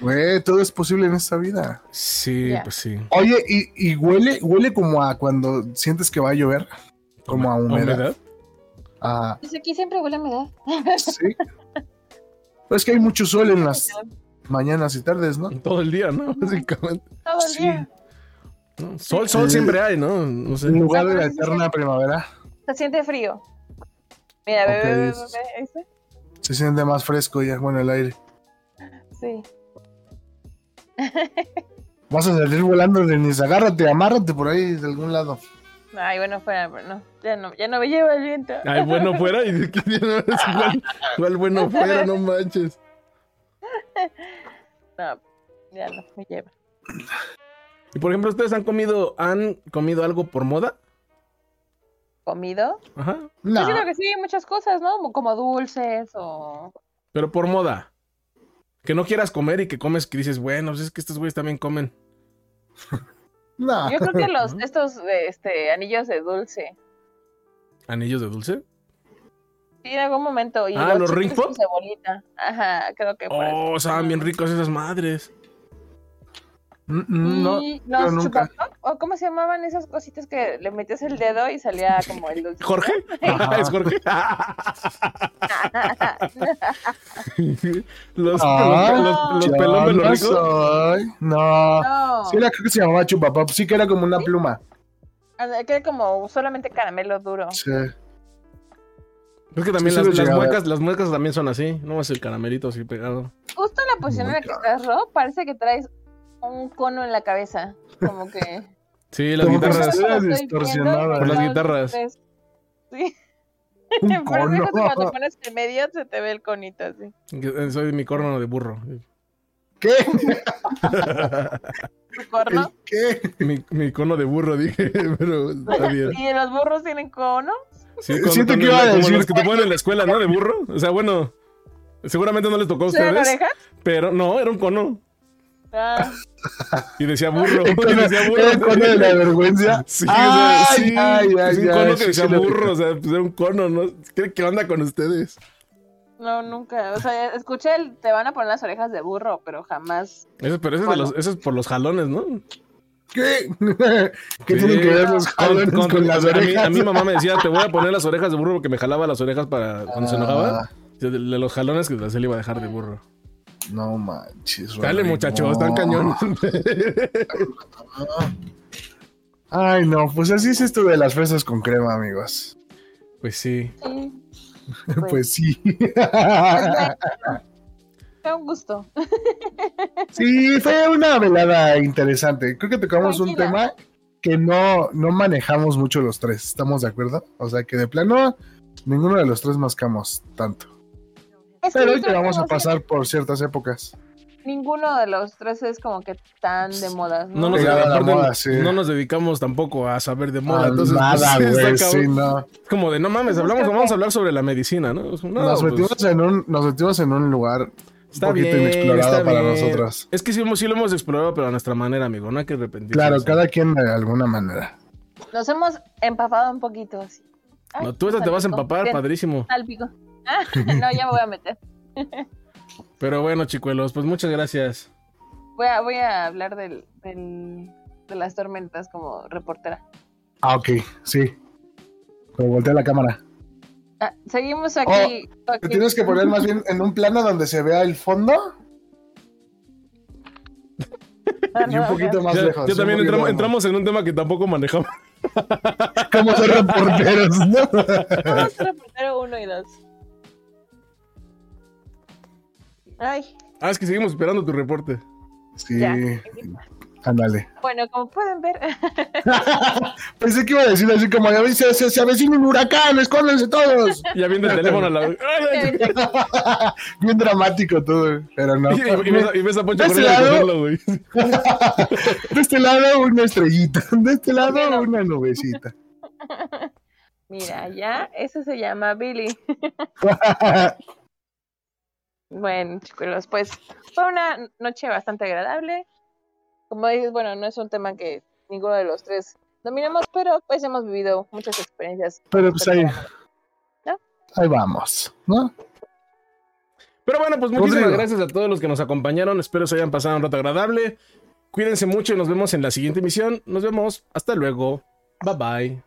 Speaker 2: Güey, todo es posible en esta vida.
Speaker 3: Sí,
Speaker 1: Ya.
Speaker 3: pues sí.
Speaker 2: Oye, y, y huele, huele como a cuando sientes que va a llover. Como a humedad. Ah,
Speaker 1: Pues aquí siempre huele a humedad.
Speaker 2: sí. Pero es que hay mucho sol en las mañanas y tardes, ¿no?
Speaker 3: Todo el día,
Speaker 2: <laughs>
Speaker 3: ¿no? Básicamente.
Speaker 1: Todo el
Speaker 2: Sí.
Speaker 1: día.
Speaker 3: ¿no? Sol, sol siempre hay, ¿no? No sé.
Speaker 2: En lugar de la
Speaker 1: Ah, sí, sí.
Speaker 2: eterna primavera,
Speaker 1: Se siente frío. Mira, ve,
Speaker 2: Ok,
Speaker 1: ve, ve, ve,
Speaker 2: dices.
Speaker 1: ve, ¿ese?
Speaker 2: se siente más fresco y es bueno el aire.
Speaker 1: Sí.
Speaker 2: Vas a salir volando, Denis. Agárrate, amárrate por ahí de algún lado.
Speaker 1: Ay, bueno, fuera, pero no. Ya no, ya no me lleva el viento.
Speaker 3: Ay, bueno fuera. Y <laughs> de que tiene- igual- igual bueno fuera, no manches.
Speaker 1: No, ya no me lleva.
Speaker 3: Y por ejemplo, ¿ustedes han comido, han comido algo por moda?
Speaker 1: ¿Comido?
Speaker 3: Ajá.
Speaker 2: No.
Speaker 1: Yo creo que sí, muchas cosas, ¿no? Como- Como dulces o...
Speaker 3: Pero por moda. Que no quieras comer y que comes que dices, bueno, pues es que estos güeyes también comen.
Speaker 2: Ah, No.
Speaker 1: Yo creo que los, estos de, este, anillos de dulce.
Speaker 3: ¿Anillos de dulce?
Speaker 1: Sí, en algún momento. Y
Speaker 3: Ah, ¿los Ring
Speaker 1: chiquitos con
Speaker 3: Pop?
Speaker 1: Cebolita. Ajá, creo que por eso.
Speaker 3: Oh, saben bien ricos esas madres.
Speaker 2: Mm, mm, no.
Speaker 1: y
Speaker 2: yo
Speaker 1: los
Speaker 2: nunca.
Speaker 1: chupapop, o cómo se llamaban esas cositas que le metías el dedo y salía como el dulce.
Speaker 3: ¿Jorge?
Speaker 2: Ajá.
Speaker 3: <laughs>
Speaker 2: Ah,
Speaker 3: ¿Es
Speaker 2: <laughs>
Speaker 3: Jorge? los,
Speaker 2: Ah,
Speaker 3: los, los
Speaker 2: yo
Speaker 3: pelón de los
Speaker 2: no
Speaker 3: ricos.
Speaker 2: soy. No.
Speaker 1: No,
Speaker 2: Sí, era, creo que se llamaba Chupapop. Oh. Sí, Oh. que era como una pluma.
Speaker 1: Ah, que era como solamente caramelo duro.
Speaker 2: Sí. <laughs>
Speaker 3: Es que también
Speaker 2: Sí, sí lo
Speaker 3: las, las
Speaker 2: llegué a ver.
Speaker 3: muecas, las muecas también son así, no es el caramelito así pegado.
Speaker 1: Justo en la posición en la que estás, Ro, parece que traes un cono en la cabeza. Como que.
Speaker 3: Sí, las
Speaker 2: Como
Speaker 3: guitarras.
Speaker 2: que-
Speaker 1: Estoy
Speaker 2: distorsionada.
Speaker 1: viendo,
Speaker 3: Por las
Speaker 1: no,
Speaker 3: guitarras.
Speaker 1: entonces, Sí.
Speaker 2: Un
Speaker 1: <laughs> Por eso
Speaker 2: cono.
Speaker 1: justo cuando te pones en medio se te ve el conito así.
Speaker 3: que- Eh, Soy mi corno de burro.
Speaker 2: ¿Qué?
Speaker 1: Tu corno.
Speaker 2: ¿Qué?
Speaker 3: Mi, mi cono de burro, <laughs> dije, pero está bien.
Speaker 1: ¿Y los burros tienen cono?
Speaker 3: Sí, cuando
Speaker 2: Siento
Speaker 3: están
Speaker 2: que
Speaker 3: en
Speaker 2: iba
Speaker 3: la-
Speaker 2: a
Speaker 3: como
Speaker 2: decir-
Speaker 3: los que te ponen en la escuela, ¿no? De burro. O sea, bueno, seguramente no les tocó a
Speaker 1: ¿Tienen
Speaker 3: ustedes,
Speaker 1: orejas?
Speaker 3: pero no, era un cono.
Speaker 1: Ah,
Speaker 3: Y decía
Speaker 2: <laughs>
Speaker 3: burro.
Speaker 2: El
Speaker 3: y
Speaker 2: cono-
Speaker 3: decía burro.
Speaker 2: era el cono de la vergüenza.
Speaker 3: <laughs> Sí, o sea,
Speaker 2: ay,
Speaker 3: sí,
Speaker 2: ay, ay,
Speaker 3: es un
Speaker 2: ay,
Speaker 3: cono que
Speaker 2: sí,
Speaker 3: decía
Speaker 2: sí lo
Speaker 3: burro,
Speaker 2: vi.
Speaker 3: o sea, pues era un cono, ¿no? ¿Qué, qué onda con ustedes?
Speaker 1: no, nunca. O sea, escuché el te van a poner las orejas de burro, pero jamás.
Speaker 3: Eso, pero eso es, de
Speaker 1: Cono.
Speaker 3: los, eso es por los jalones, ¿no?
Speaker 2: ¿Qué? <laughs> ¿Qué
Speaker 3: Sí.
Speaker 2: tienen que ver los jalones con, las
Speaker 3: a mí-
Speaker 2: orejas?
Speaker 3: A mí, mamá me decía, te voy a poner las orejas de burro porque me jalaba las orejas para cuando se enojaba.
Speaker 2: Ah,
Speaker 3: De, de los jalones que se le iba a dejar de burro.
Speaker 2: no manches.
Speaker 3: Dale,
Speaker 2: Rodrigo.
Speaker 3: muchachos, están cañones.
Speaker 2: Ay, no, pues así es esto de las fresas con crema, amigos.
Speaker 3: <laughs> pues sí.
Speaker 1: Sí.
Speaker 2: <laughs> Pues,
Speaker 1: Pues,
Speaker 2: sí.
Speaker 1: fue un gusto.
Speaker 2: sí, fue una velada interesante. Creo que tocamos un
Speaker 1: Tranquila.
Speaker 2: tema que no, no manejamos mucho los tres. ¿Estamos de acuerdo? O sea, que de plano, ninguno de los tres mascamos tanto.
Speaker 1: Es que
Speaker 2: Pero
Speaker 1: yo
Speaker 2: hoy te
Speaker 1: creo
Speaker 2: vamos
Speaker 1: que
Speaker 2: a
Speaker 1: no sé,
Speaker 2: pasar por ciertas épocas.
Speaker 1: Ninguno de los tres es como que tan de modas.
Speaker 3: No
Speaker 1: No,
Speaker 3: nos,
Speaker 2: Pegada a la
Speaker 3: aparte,
Speaker 2: moda, sí.
Speaker 3: no nos dedicamos tampoco a saber de moda. entonces,
Speaker 2: Ah, nada,
Speaker 3: pues,
Speaker 2: güey,
Speaker 3: <laughs> está
Speaker 2: sí,
Speaker 3: cabrón.
Speaker 2: no.
Speaker 3: Es como de, no mames,
Speaker 1: Pues
Speaker 3: hablamos,
Speaker 1: creo
Speaker 3: vamos
Speaker 1: que-
Speaker 3: a hablar sobre la medicina, ¿no? Es como, no,
Speaker 2: nos,
Speaker 3: pues,
Speaker 2: metimos en un, nos metimos en un lugar
Speaker 3: está
Speaker 2: un poquito
Speaker 3: bien,
Speaker 2: inexplorado
Speaker 3: está
Speaker 2: para
Speaker 3: bien.
Speaker 2: nosotros.
Speaker 3: Es que sí, hemos- sí lo hemos explorado, pero a nuestra manera, amigo. No hay que arrepentirse.
Speaker 2: Claro,
Speaker 3: O sea,
Speaker 2: cada quien de alguna manera.
Speaker 1: Nos hemos empapado un poquito así. Ay,
Speaker 3: No, tú esta te vas a empapar,
Speaker 1: bien,
Speaker 3: padrísimo.
Speaker 1: Sálpico. <laughs> Ah, no, ya me voy a meter.
Speaker 3: Pero bueno, chicuelos, pues muchas gracias.
Speaker 1: Voy a, voy a hablar del, del- de las tormentas como reportera.
Speaker 2: Ah, ok, sí. Pero voltea la cámara.
Speaker 1: Ah, seguimos aquí.
Speaker 2: Te
Speaker 3: Oh,
Speaker 1: aquí.
Speaker 2: tienes que poner más bien en un plano donde se vea el fondo
Speaker 1: Ah,
Speaker 2: y un
Speaker 1: no,
Speaker 2: poquito más
Speaker 3: Ya-
Speaker 2: lejos.
Speaker 3: ya
Speaker 2: un
Speaker 3: también
Speaker 2: poquito
Speaker 3: entramos,
Speaker 2: más.
Speaker 3: entramos en un tema que tampoco manejamos.
Speaker 2: Como son reporteros, ¿no?
Speaker 1: o sea, <laughs> Vamos a reportero uno y dos. Ay,
Speaker 3: Ah, es que seguimos esperando tu reporte.
Speaker 2: Sí,
Speaker 1: ya.
Speaker 2: ándale.
Speaker 1: Bueno, como pueden ver,
Speaker 2: Pensé que iba a decir así como, ya ven, se, se, se avecina un huracán, escóndense todos.
Speaker 3: Ya viendo el teléfono a la.
Speaker 2: <laughs>
Speaker 3: ¡Ay,
Speaker 1: <laughs>
Speaker 3: ay!
Speaker 2: bien dramático todo, pero <laughs> no.
Speaker 3: Y, y- y ves, a- y ves a Poncho
Speaker 2: ¿De ese
Speaker 3: Correa
Speaker 2: lado?
Speaker 3: recogerlo, güey.
Speaker 2: De este lado una estrellita, de este lado una nubecita. <laughs>
Speaker 1: mira, ya, eso se llama Billy. Bueno, chicos, pues fue una noche bastante agradable. Como dices, bueno, no es un tema que ninguno de los tres dominamos, pero pues hemos vivido muchas experiencias.
Speaker 2: Pero pues ahí.
Speaker 1: ¿No?
Speaker 2: Ahí vamos, ¿no?
Speaker 3: Pero bueno, pues muchísimas
Speaker 2: Rodrigo.
Speaker 3: gracias a todos los que nos acompañaron. Espero se hayan pasado un rato agradable. Cuídense mucho y nos vemos en la siguiente emisión. Nos vemos. Hasta luego. Bye bye.